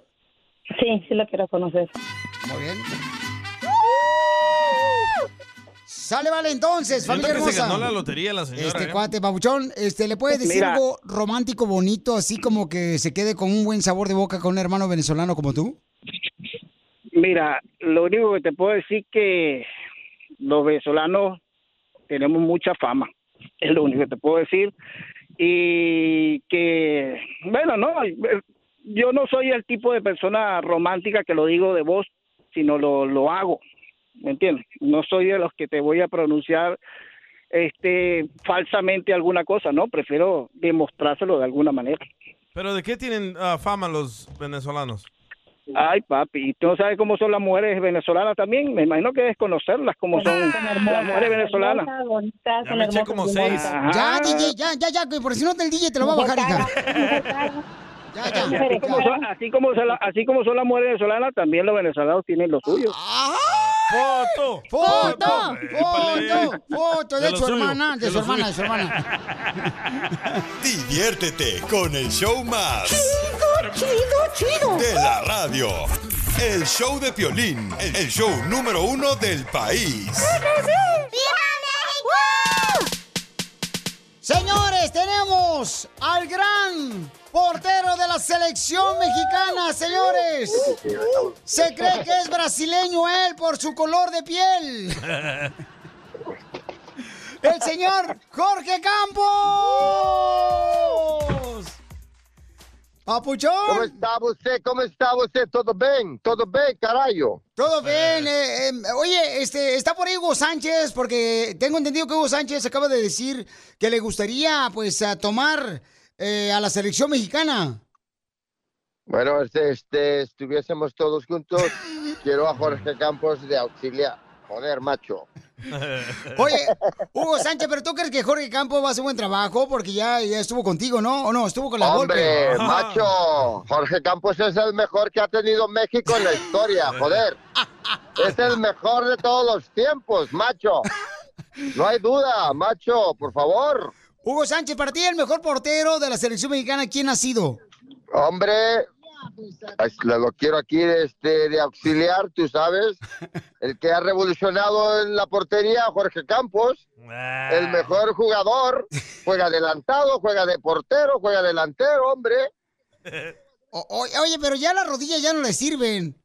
[SPEAKER 9] Sí, sí lo quiero conocer.
[SPEAKER 1] Muy bien. Sale, vale, entonces,
[SPEAKER 3] Siento
[SPEAKER 1] familia
[SPEAKER 3] que se
[SPEAKER 1] hermosa.
[SPEAKER 3] ganó la lotería la señora.
[SPEAKER 1] Este
[SPEAKER 3] ¿eh?
[SPEAKER 1] cuate, babuchón, este, ¿le puedes decir
[SPEAKER 3] Mira.
[SPEAKER 1] algo romántico, bonito, así como que se quede con un buen sabor de boca con un hermano venezolano como tú?
[SPEAKER 18] Mira, lo único que te puedo decir que los venezolanos tenemos mucha fama. Es lo único que te puedo decir. Y que, bueno, no, yo no soy el tipo de persona romántica que lo digo de voz, sino lo, lo hago. ¿Me entiendes? No soy de los que te voy a pronunciar este falsamente alguna cosa, ¿no? Prefiero demostrárselo de alguna manera.
[SPEAKER 3] ¿Pero de qué tienen ah, fama los venezolanos?
[SPEAKER 18] Ay, papi, ¿y tú no sabes cómo son las mujeres venezolanas también? Me imagino que es conocerlas, cómo son las mujeres venezolanas.
[SPEAKER 3] Ya me eché como seis.
[SPEAKER 1] Ya, DJ, ya, ya, ya, que por si no te el DJ te lo va a bajar, hija. ya, ya.
[SPEAKER 18] Y Así como, son, así, como son la- así como son las mujeres venezolanas, también los venezolanos tienen lo suyo.
[SPEAKER 3] ¡Foto!
[SPEAKER 1] ¡Foto!
[SPEAKER 5] épale.
[SPEAKER 1] ¡Foto! ¡Foto!
[SPEAKER 5] Eh, De
[SPEAKER 1] De
[SPEAKER 5] lo
[SPEAKER 1] su
[SPEAKER 5] suyo,
[SPEAKER 1] hermana,
[SPEAKER 5] de
[SPEAKER 1] de su
[SPEAKER 5] lo
[SPEAKER 1] hermana,
[SPEAKER 5] suyo.
[SPEAKER 1] de su hermana.
[SPEAKER 5] Diviértete con el show más.
[SPEAKER 26] Chido, chido, chido.
[SPEAKER 5] De la radio. El show de Piolín, el show número uno del país.
[SPEAKER 1] Señores, tenemos al gran portero de la selección mexicana, señores. Se cree que es brasileño él por su color de piel. El señor Jorge Campos. Papuchón.
[SPEAKER 11] ¿Cómo está usted? ¿Cómo está usted? ¿Todo bien? ¿Todo bien, carajo?
[SPEAKER 1] Todo bien. eh, eh, oye, este, está por ahí Hugo Sánchez, porque tengo entendido que Hugo Sánchez acaba de decir que le gustaría, pues, a tomar eh, a la selección mexicana.
[SPEAKER 11] Bueno, este, este, estuviésemos todos juntos. Quiero a Jorge Campos de auxiliar. Joder, macho.
[SPEAKER 1] Oye, Hugo Sánchez, pero tú crees que Jorge Campos va a hacer buen trabajo porque ya, ya estuvo contigo, ¿no? ¿O no? Estuvo con la
[SPEAKER 11] Hombre,
[SPEAKER 1] golpe.
[SPEAKER 11] macho, Jorge Campos es el mejor que ha tenido México en la historia, joder. Es el mejor de todos los tiempos, macho. No hay duda, macho, por favor.
[SPEAKER 1] Hugo Sánchez, para ti el mejor portero de la selección mexicana, ¿quién ha sido?
[SPEAKER 11] Hombre, es- lo lo quiero aquí este, de auxiliar, tú sabes. El que ha revolucionado en la portería, Jorge Campos. El mejor jugador. Juega adelantado, juega de portero, juega delantero, hombre.
[SPEAKER 1] O- o- oye, pero ya las rodillas ya no le sirven.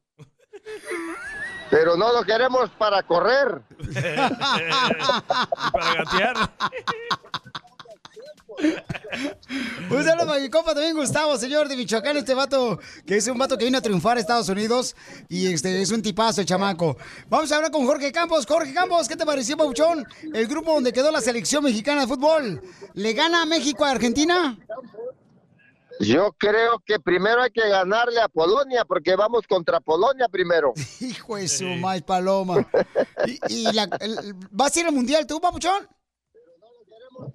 [SPEAKER 11] Pero no lo queremos para correr.
[SPEAKER 3] Para gatear.
[SPEAKER 1] Un saludo para mi compa también, Gustavo, señor de Michoacán, este vato, que es un vato que vino a triunfar a Estados Unidos y este es un tipazo, el chamaco. Vamos a hablar con Jorge Campos. Jorge Campos, ¿qué te pareció, Pauchón? El grupo donde quedó la selección mexicana de fútbol. ¿Le gana México a Argentina?
[SPEAKER 11] Yo creo que primero hay que ganarle a Polonia, porque vamos contra Polonia primero.
[SPEAKER 1] Hijo de su más paloma. ¿Y, y la- el- vas a ir al mundial tú, Papuchón?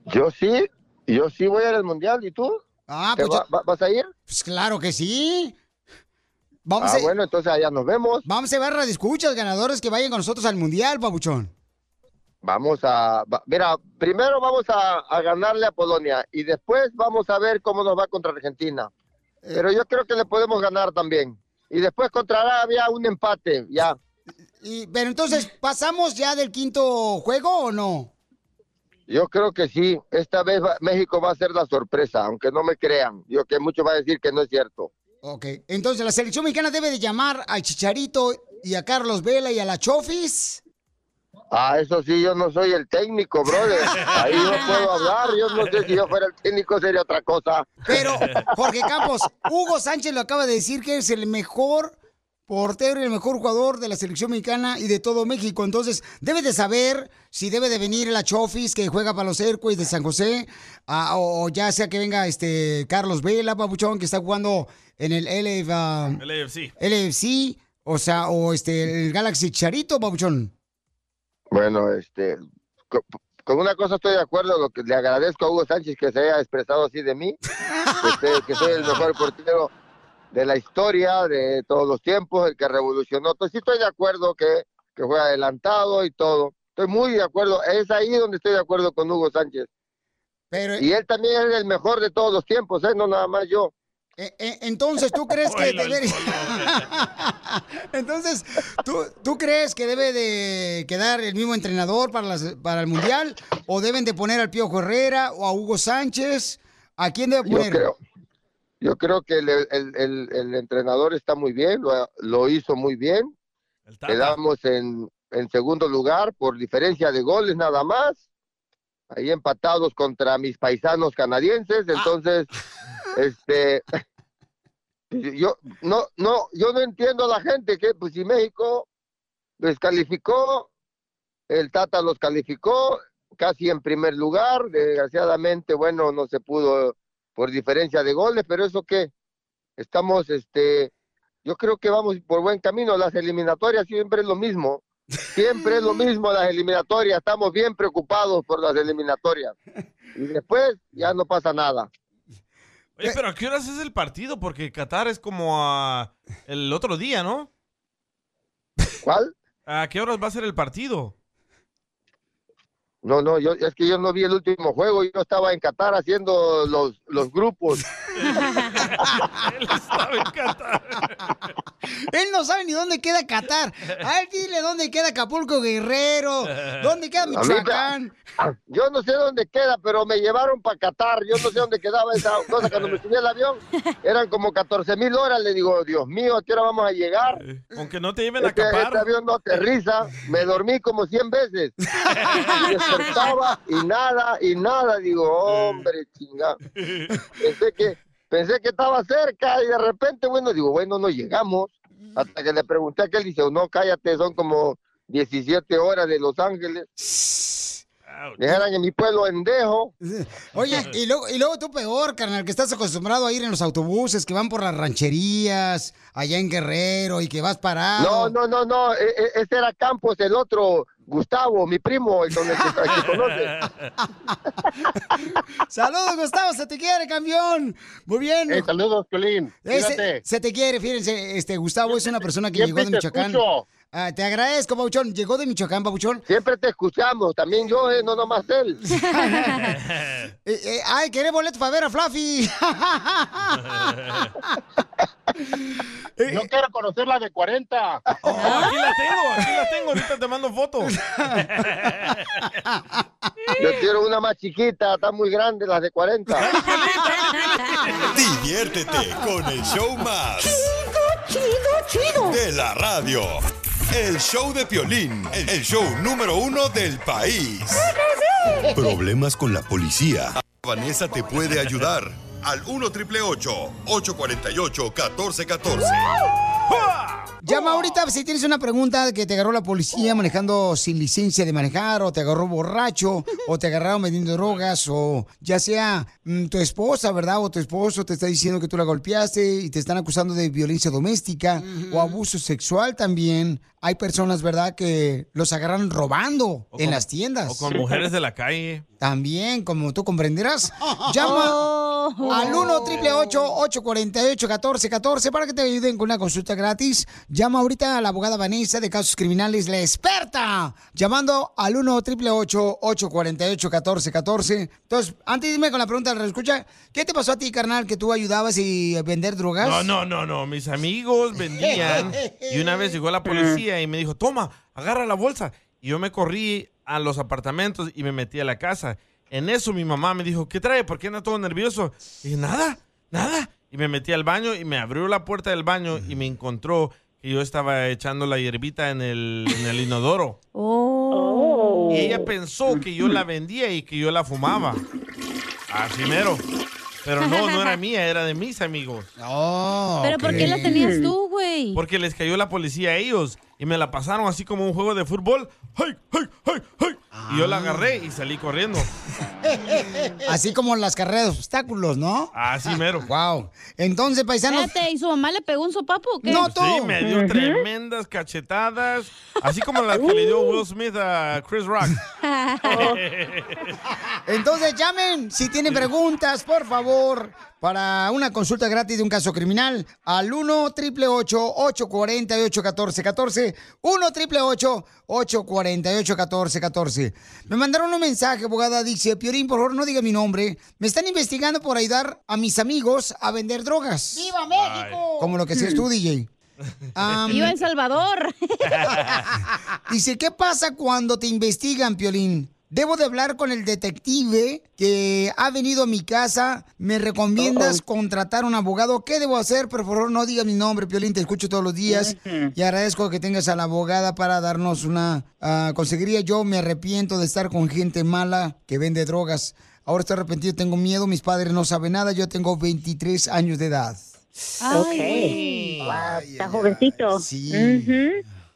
[SPEAKER 11] Yo sí, yo sí voy a ir al mundial, ¿y tú?
[SPEAKER 1] Ah,
[SPEAKER 11] ¿Te
[SPEAKER 1] pues yo-
[SPEAKER 11] va- va- ¿Vas a ir?
[SPEAKER 1] Pues claro que sí. Vamos
[SPEAKER 11] ah,
[SPEAKER 1] a-
[SPEAKER 11] bueno, entonces allá nos vemos.
[SPEAKER 1] Vamos a ver radioescuchas, ganadores que vayan con nosotros al mundial, Papuchón.
[SPEAKER 11] Vamos a, va- mira, primero vamos a, a ganarle a Polonia y después vamos a ver cómo nos va contra Argentina.
[SPEAKER 1] Eh,
[SPEAKER 11] Pero yo creo que le podemos ganar también. Y después contra Arabia un empate, ya.
[SPEAKER 1] Y- pero entonces, ¿pasamos ya del quinto juego o no?
[SPEAKER 11] Yo creo que sí, esta vez va- México va a ser la sorpresa, aunque no me crean. Yo que mucho va a decir que no es cierto.
[SPEAKER 1] Ok, entonces la selección mexicana debe de llamar a Chicharito y a Carlos Vela y a la Chofis.
[SPEAKER 11] Ah, eso sí, yo no soy el técnico, brother. Ahí no puedo hablar. Yo no sé si yo fuera el técnico sería otra cosa.
[SPEAKER 1] Pero, Jorge Campos, Hugo Sánchez lo acaba de decir que es el mejor portero y el mejor jugador de la selección mexicana y de todo México. Entonces, debe de saber si debe de venir la Chofis que juega para los Airways de San José, ah, o, o ya sea que venga este Carlos Vela, Papuchón, que está jugando en el LF, ah,
[SPEAKER 3] El AFC.
[SPEAKER 1] LFC, o sea, o este el Galaxy Charito, Papuchón.
[SPEAKER 11] Bueno, este, co- con una cosa estoy de acuerdo, lo que le agradezco a Hugo Sánchez que se haya expresado así de mí, que, sé- que soy el mejor portero de la historia, de todos los tiempos, el que revolucionó. Entonces sí estoy de acuerdo que, que fue adelantado y todo. Estoy muy de acuerdo, es ahí donde estoy de acuerdo con Hugo Sánchez.
[SPEAKER 1] Pero,
[SPEAKER 11] Y él también es el mejor de todos los tiempos, ¿eh? no nada más yo.
[SPEAKER 1] Eh, eh, entonces, ¿tú crees que
[SPEAKER 33] Oilo, el
[SPEAKER 1] debería... entonces, ¿tú, ¿tú crees que debe de quedar el mismo entrenador para, las- para el Mundial? ¿O deben de poner al Pío Herrera o a Hugo Sánchez? ¿A quién debe
[SPEAKER 11] Yo
[SPEAKER 1] poner?
[SPEAKER 11] creo, yo creo que el, el- el- el entrenador está muy bien, lo, lo hizo muy bien. Quedamos en, en segundo lugar por diferencia de goles nada más. Ahí empatados contra mis paisanos canadienses, entonces, este, yo no, no, yo no entiendo a la gente que, pues si México descalificó, el Tata los calificó casi en primer lugar. Desgraciadamente, bueno, no se pudo por diferencia de goles, pero eso que estamos, este, yo creo que vamos por buen camino. Las eliminatorias siempre es lo mismo. Siempre es lo mismo las eliminatorias. Estamos bien preocupados por las eliminatorias. Y después ya no pasa nada.
[SPEAKER 3] Oye, pero ¿a qué horas es el partido? Porque Qatar es como a el otro día, ¿no?
[SPEAKER 11] ¿Cuál?
[SPEAKER 3] ¿A qué horas va a ser el partido?
[SPEAKER 11] No, no, yo, es que yo no vi el último juego. Yo estaba en Qatar haciendo los, los grupos.
[SPEAKER 1] Él no sabe ni dónde queda Qatar. A él dile dónde queda Acapulco Guerrero, dónde queda
[SPEAKER 11] A mí,
[SPEAKER 1] Michoacán.
[SPEAKER 11] Yo no sé dónde queda, pero me llevaron para Qatar. Yo no sé dónde quedaba esa cosa. Cuando me subí al avión, eran como 14 mil horas. Le digo, Dios mío, ¿a qué hora vamos a llegar?
[SPEAKER 3] Aunque no te lleven a
[SPEAKER 11] Este,
[SPEAKER 3] capar.
[SPEAKER 11] este avión no aterriza. Me dormí como 100 veces. Y despertaba y nada, y nada. Digo, hombre, chinga. Pensé que, pensé que estaba cerca y de repente, bueno, digo, bueno, no llegamos. Hasta que le pregunté a aquel, dice, no, cállate, son como 17 horas de Los Ángeles. Dejaran en mi pueblo endejo.
[SPEAKER 1] Oye, y luego, y luego tú peor, carnal, que estás acostumbrado a ir en los autobuses que van por las rancherías, allá en Guerrero, y que vas
[SPEAKER 11] No,
[SPEAKER 1] parado.
[SPEAKER 11] no, no, no, e- e- ese era Campos, el otro, Gustavo, mi primo, el con el que, el que conoce.
[SPEAKER 1] Saludos, Gustavo, se te quiere, campeón. Muy bien.
[SPEAKER 14] Eh, saludos, Colín.
[SPEAKER 1] Eh, se,
[SPEAKER 14] Cuídate.
[SPEAKER 1] se te quiere, fíjense, este Gustavo es una persona que
[SPEAKER 14] siempre
[SPEAKER 1] llegó de
[SPEAKER 14] te
[SPEAKER 1] Michoacán.
[SPEAKER 14] escucho.
[SPEAKER 1] Ah, te agradezco, Pabuchón. Llegó de Michoacán, Pabuchón.
[SPEAKER 11] Siempre te escuchamos, también yo, eh, no nomás él.
[SPEAKER 1] Eh, eh, ay, querés boleto para ver a Fluffy.
[SPEAKER 14] No quiero conocer la de 40.
[SPEAKER 3] Eh, Oh, aquí la tengo, aquí la tengo. Ahorita te mando fotos.
[SPEAKER 11] Yo quiero una más chiquita, está muy grande, las de 40.
[SPEAKER 5] Diviértete con el show más. Chido, chido, chido. De la radio. El show de Piolín, el show número uno del país.
[SPEAKER 13] Problemas con la policía.
[SPEAKER 5] Vanessa te puede ayudar al 1 triple 848 1414.
[SPEAKER 1] Llama ahorita si tienes una pregunta de que te agarró la policía manejando sin licencia de manejar, o te agarró borracho, o te agarraron vendiendo drogas, o ya sea mm, tu esposa, ¿verdad? O tu esposo te está diciendo que tú la golpeaste y te están acusando de violencia doméstica o abuso sexual también. Hay personas, ¿verdad?, que los agarran robando en
[SPEAKER 3] con-
[SPEAKER 1] las tiendas.
[SPEAKER 3] O con mujeres de la calle.
[SPEAKER 1] También, como tú comprenderás, llama al 1 848 1414 para que te ayuden con una consulta gratis. Llama ahorita a la abogada Vanessa de Casos Criminales, la experta, llamando al 1 848 1414 Entonces, antes dime con la pregunta de la escucha, ¿qué te pasó a ti, carnal, que tú ayudabas y vender drogas?
[SPEAKER 3] No, no, no, no. Mis amigos vendían. y una vez llegó la policía y me dijo, toma, agarra la bolsa. Y yo me corrí a los apartamentos y me metí a la casa. En eso mi mamá me dijo, ¿qué trae? ¿Por qué anda todo nervioso? Y dije, nada, nada. Y me metí al baño y me abrió la puerta del baño y me encontró que yo estaba echando la hierbita en el, en el inodoro.
[SPEAKER 15] Oh.
[SPEAKER 3] Y ella pensó que yo la vendía y que yo la fumaba. Así mero. Pero no, no era mía, era de mis amigos.
[SPEAKER 2] Oh,
[SPEAKER 15] Pero ¿por qué la tenías tú, güey?
[SPEAKER 3] Porque les cayó la policía a ellos y me la pasaron así como un juego de fútbol. ¡Hey, hey, hey, hey! Y yo la agarré y salí corriendo.
[SPEAKER 1] Así como las carreras de obstáculos, ¿no?
[SPEAKER 3] Así mero.
[SPEAKER 1] Wow. Entonces, paisanos,
[SPEAKER 15] Espérate, ¿y su mamá le pegó un sopapo o qué?
[SPEAKER 1] No, tú.
[SPEAKER 3] Sí, me dio
[SPEAKER 1] Ujú.
[SPEAKER 3] tremendas cachetadas, así como las que le dio
[SPEAKER 15] Uh.
[SPEAKER 3] Will Smith a Chris Rock. Eh,
[SPEAKER 1] Entonces llamen si tienen preguntas, por favor, para una consulta gratis de un caso criminal al 1 888 848 1414 1 888 848 1414 Me mandaron un mensaje, abogada, dice, Piorín, por favor, no diga mi nombre. Me están investigando por ayudar a mis amigos a vender drogas.
[SPEAKER 14] ¡Viva México!
[SPEAKER 1] Como lo que seas tú, DJ. Am,
[SPEAKER 13] Viva El Salvador.
[SPEAKER 1] dice, ¿qué pasa cuando te investigan, Piolín? Debo de hablar con el detective que ha venido a mi casa. ¿Me recomiendas contratar un abogado? ¿Qué debo hacer? Por favor, no diga mi nombre, Piolín. Te escucho todos los días.
[SPEAKER 12] Ujú.
[SPEAKER 1] Y agradezco que tengas a la abogada para darnos una ah, consejería. Yo me arrepiento de estar con gente mala que vende drogas. Ahora estoy arrepentido, tengo miedo. Mis padres no saben nada. Yo tengo 23 años de edad.
[SPEAKER 15] Ok. Wow, está jovencito. Ujú.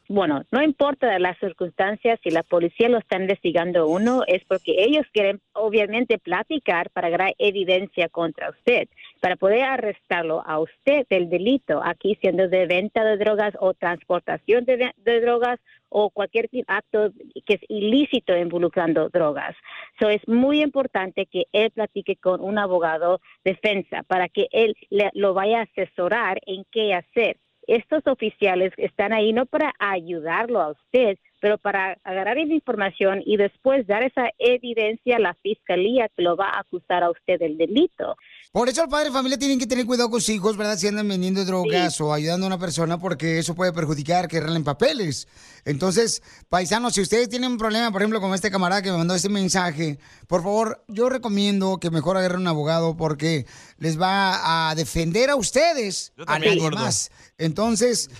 [SPEAKER 15] Bueno, no importa las circunstancias, si la policía lo está investigando a uno, es porque ellos quieren obviamente platicar para agarrar evidencia contra usted, para poder arrestarlo a usted del delito, aquí siendo de venta de drogas o transportación de, ve- de drogas o cualquier acto que es ilícito involucrando drogas. So es muy importante que él platique con un abogado defensa para que él le- lo vaya a asesorar en qué hacer estos oficiales están ahí no para ayudarlo a usted, pero para agarrar esa información y después dar esa evidencia a la fiscalía que lo va a acusar a usted del delito.
[SPEAKER 1] Por eso el padre de familia tienen que tener cuidado con sus hijos, ¿verdad? Si andan vendiendo drogas o ayudando a una persona porque eso puede perjudicar que regalen papeles. Entonces, paisanos, si ustedes tienen un problema, por ejemplo, con este camarada que me mandó este mensaje, por favor, yo recomiendo que mejor agarren un abogado porque les va a defender a ustedes, a
[SPEAKER 12] también,
[SPEAKER 1] nadie
[SPEAKER 12] gordo.
[SPEAKER 1] más. Entonces,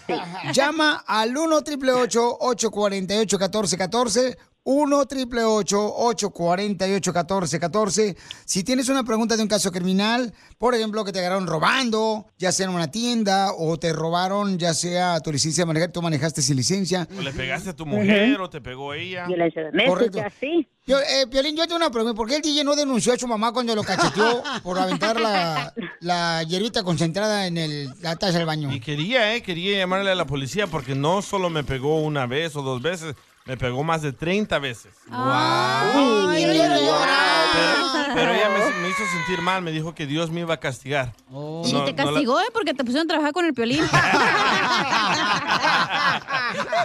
[SPEAKER 1] llama al 1 888 848 1414 1 888 848 1414 Si tienes una pregunta de un caso criminal, por ejemplo, que te agarraron robando, ya sea en una tienda, o te robaron, ya sea tu licencia de manejar, tú manejaste sin licencia.
[SPEAKER 3] O le pegaste a tu mujer o te pegó ella.
[SPEAKER 1] sí. Yo, eh, Piolín, yo tengo una pregunta. ¿Por qué el DJ no denunció a su mamá cuando lo cacheteó por aventar la, la hierbita concentrada en el, la taza del baño?
[SPEAKER 3] Y quería, eh, quería llamarle a la policía porque no solo me pegó una vez o dos veces, me pegó más de 30 veces.
[SPEAKER 1] Ay, quiero llorar.
[SPEAKER 3] Pero ella me, me hizo sentir mal, me dijo que Dios me iba a castigar.
[SPEAKER 2] Oh.
[SPEAKER 13] Y
[SPEAKER 3] No,
[SPEAKER 13] te
[SPEAKER 3] no la-
[SPEAKER 13] castigó, ¿eh? Porque te pusieron a trabajar con el piolín.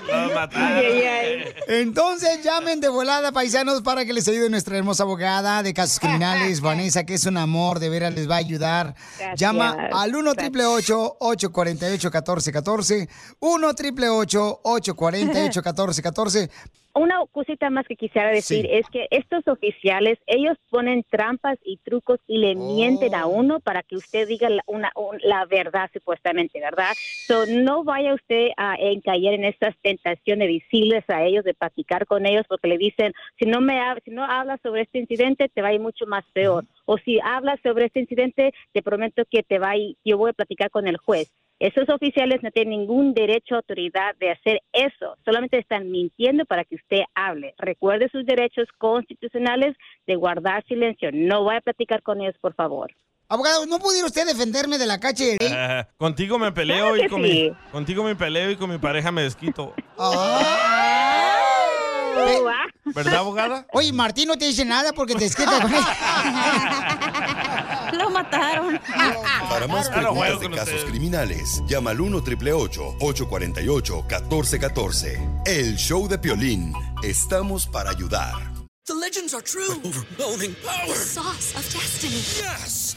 [SPEAKER 3] la mataron.
[SPEAKER 1] Entonces llamen de volada, paisanos, para que les ayude nuestra hermosa abogada de casos criminales, Vanessa, que es un amor, de veras les va a ayudar.
[SPEAKER 12] Gracias.
[SPEAKER 1] Llama al 1 888 848 1414 1 888 848 1414
[SPEAKER 15] Una cosita más que quisiera decir
[SPEAKER 1] Sí.
[SPEAKER 15] es que estos oficiales, ellos ponen trampas y trucos y le mienten a uno para que usted diga la, una- un- la verdad supuestamente, ¿verdad? So, no vaya usted a encaer en estas tentaciones de decirles a ellos, de platicar con ellos, porque le dicen, si no, me hab- si no hablas sobre este incidente, te va a ir mucho más peor. O si hablas sobre este incidente, te prometo que te va a ir- yo voy a platicar con el juez. Esos oficiales no tienen ningún derecho o autoridad de hacer eso, solamente están mintiendo para que usted hable. Recuerde sus derechos constitucionales de guardar silencio. No vaya a platicar con ellos, por favor.
[SPEAKER 1] Abogado, Pues ¿no pudiera usted defenderme de la cache?
[SPEAKER 3] Eh, contigo me peleo
[SPEAKER 15] Claro
[SPEAKER 3] y
[SPEAKER 15] que
[SPEAKER 3] con
[SPEAKER 15] sí.
[SPEAKER 3] mi, contigo me peleo y con mi pareja me desquito.
[SPEAKER 1] Ve-
[SPEAKER 3] ¿Verdad, abogada?
[SPEAKER 1] Oye, Martín no te dice nada porque te escrita con él.
[SPEAKER 13] Lo mataron.
[SPEAKER 5] Para más preguntas de casos criminales, llama al 1 848 1414 El show de Piolín. Estamos para ayudar.
[SPEAKER 17] The legends are true. overwhelming power! The sauce of destiny. Yes!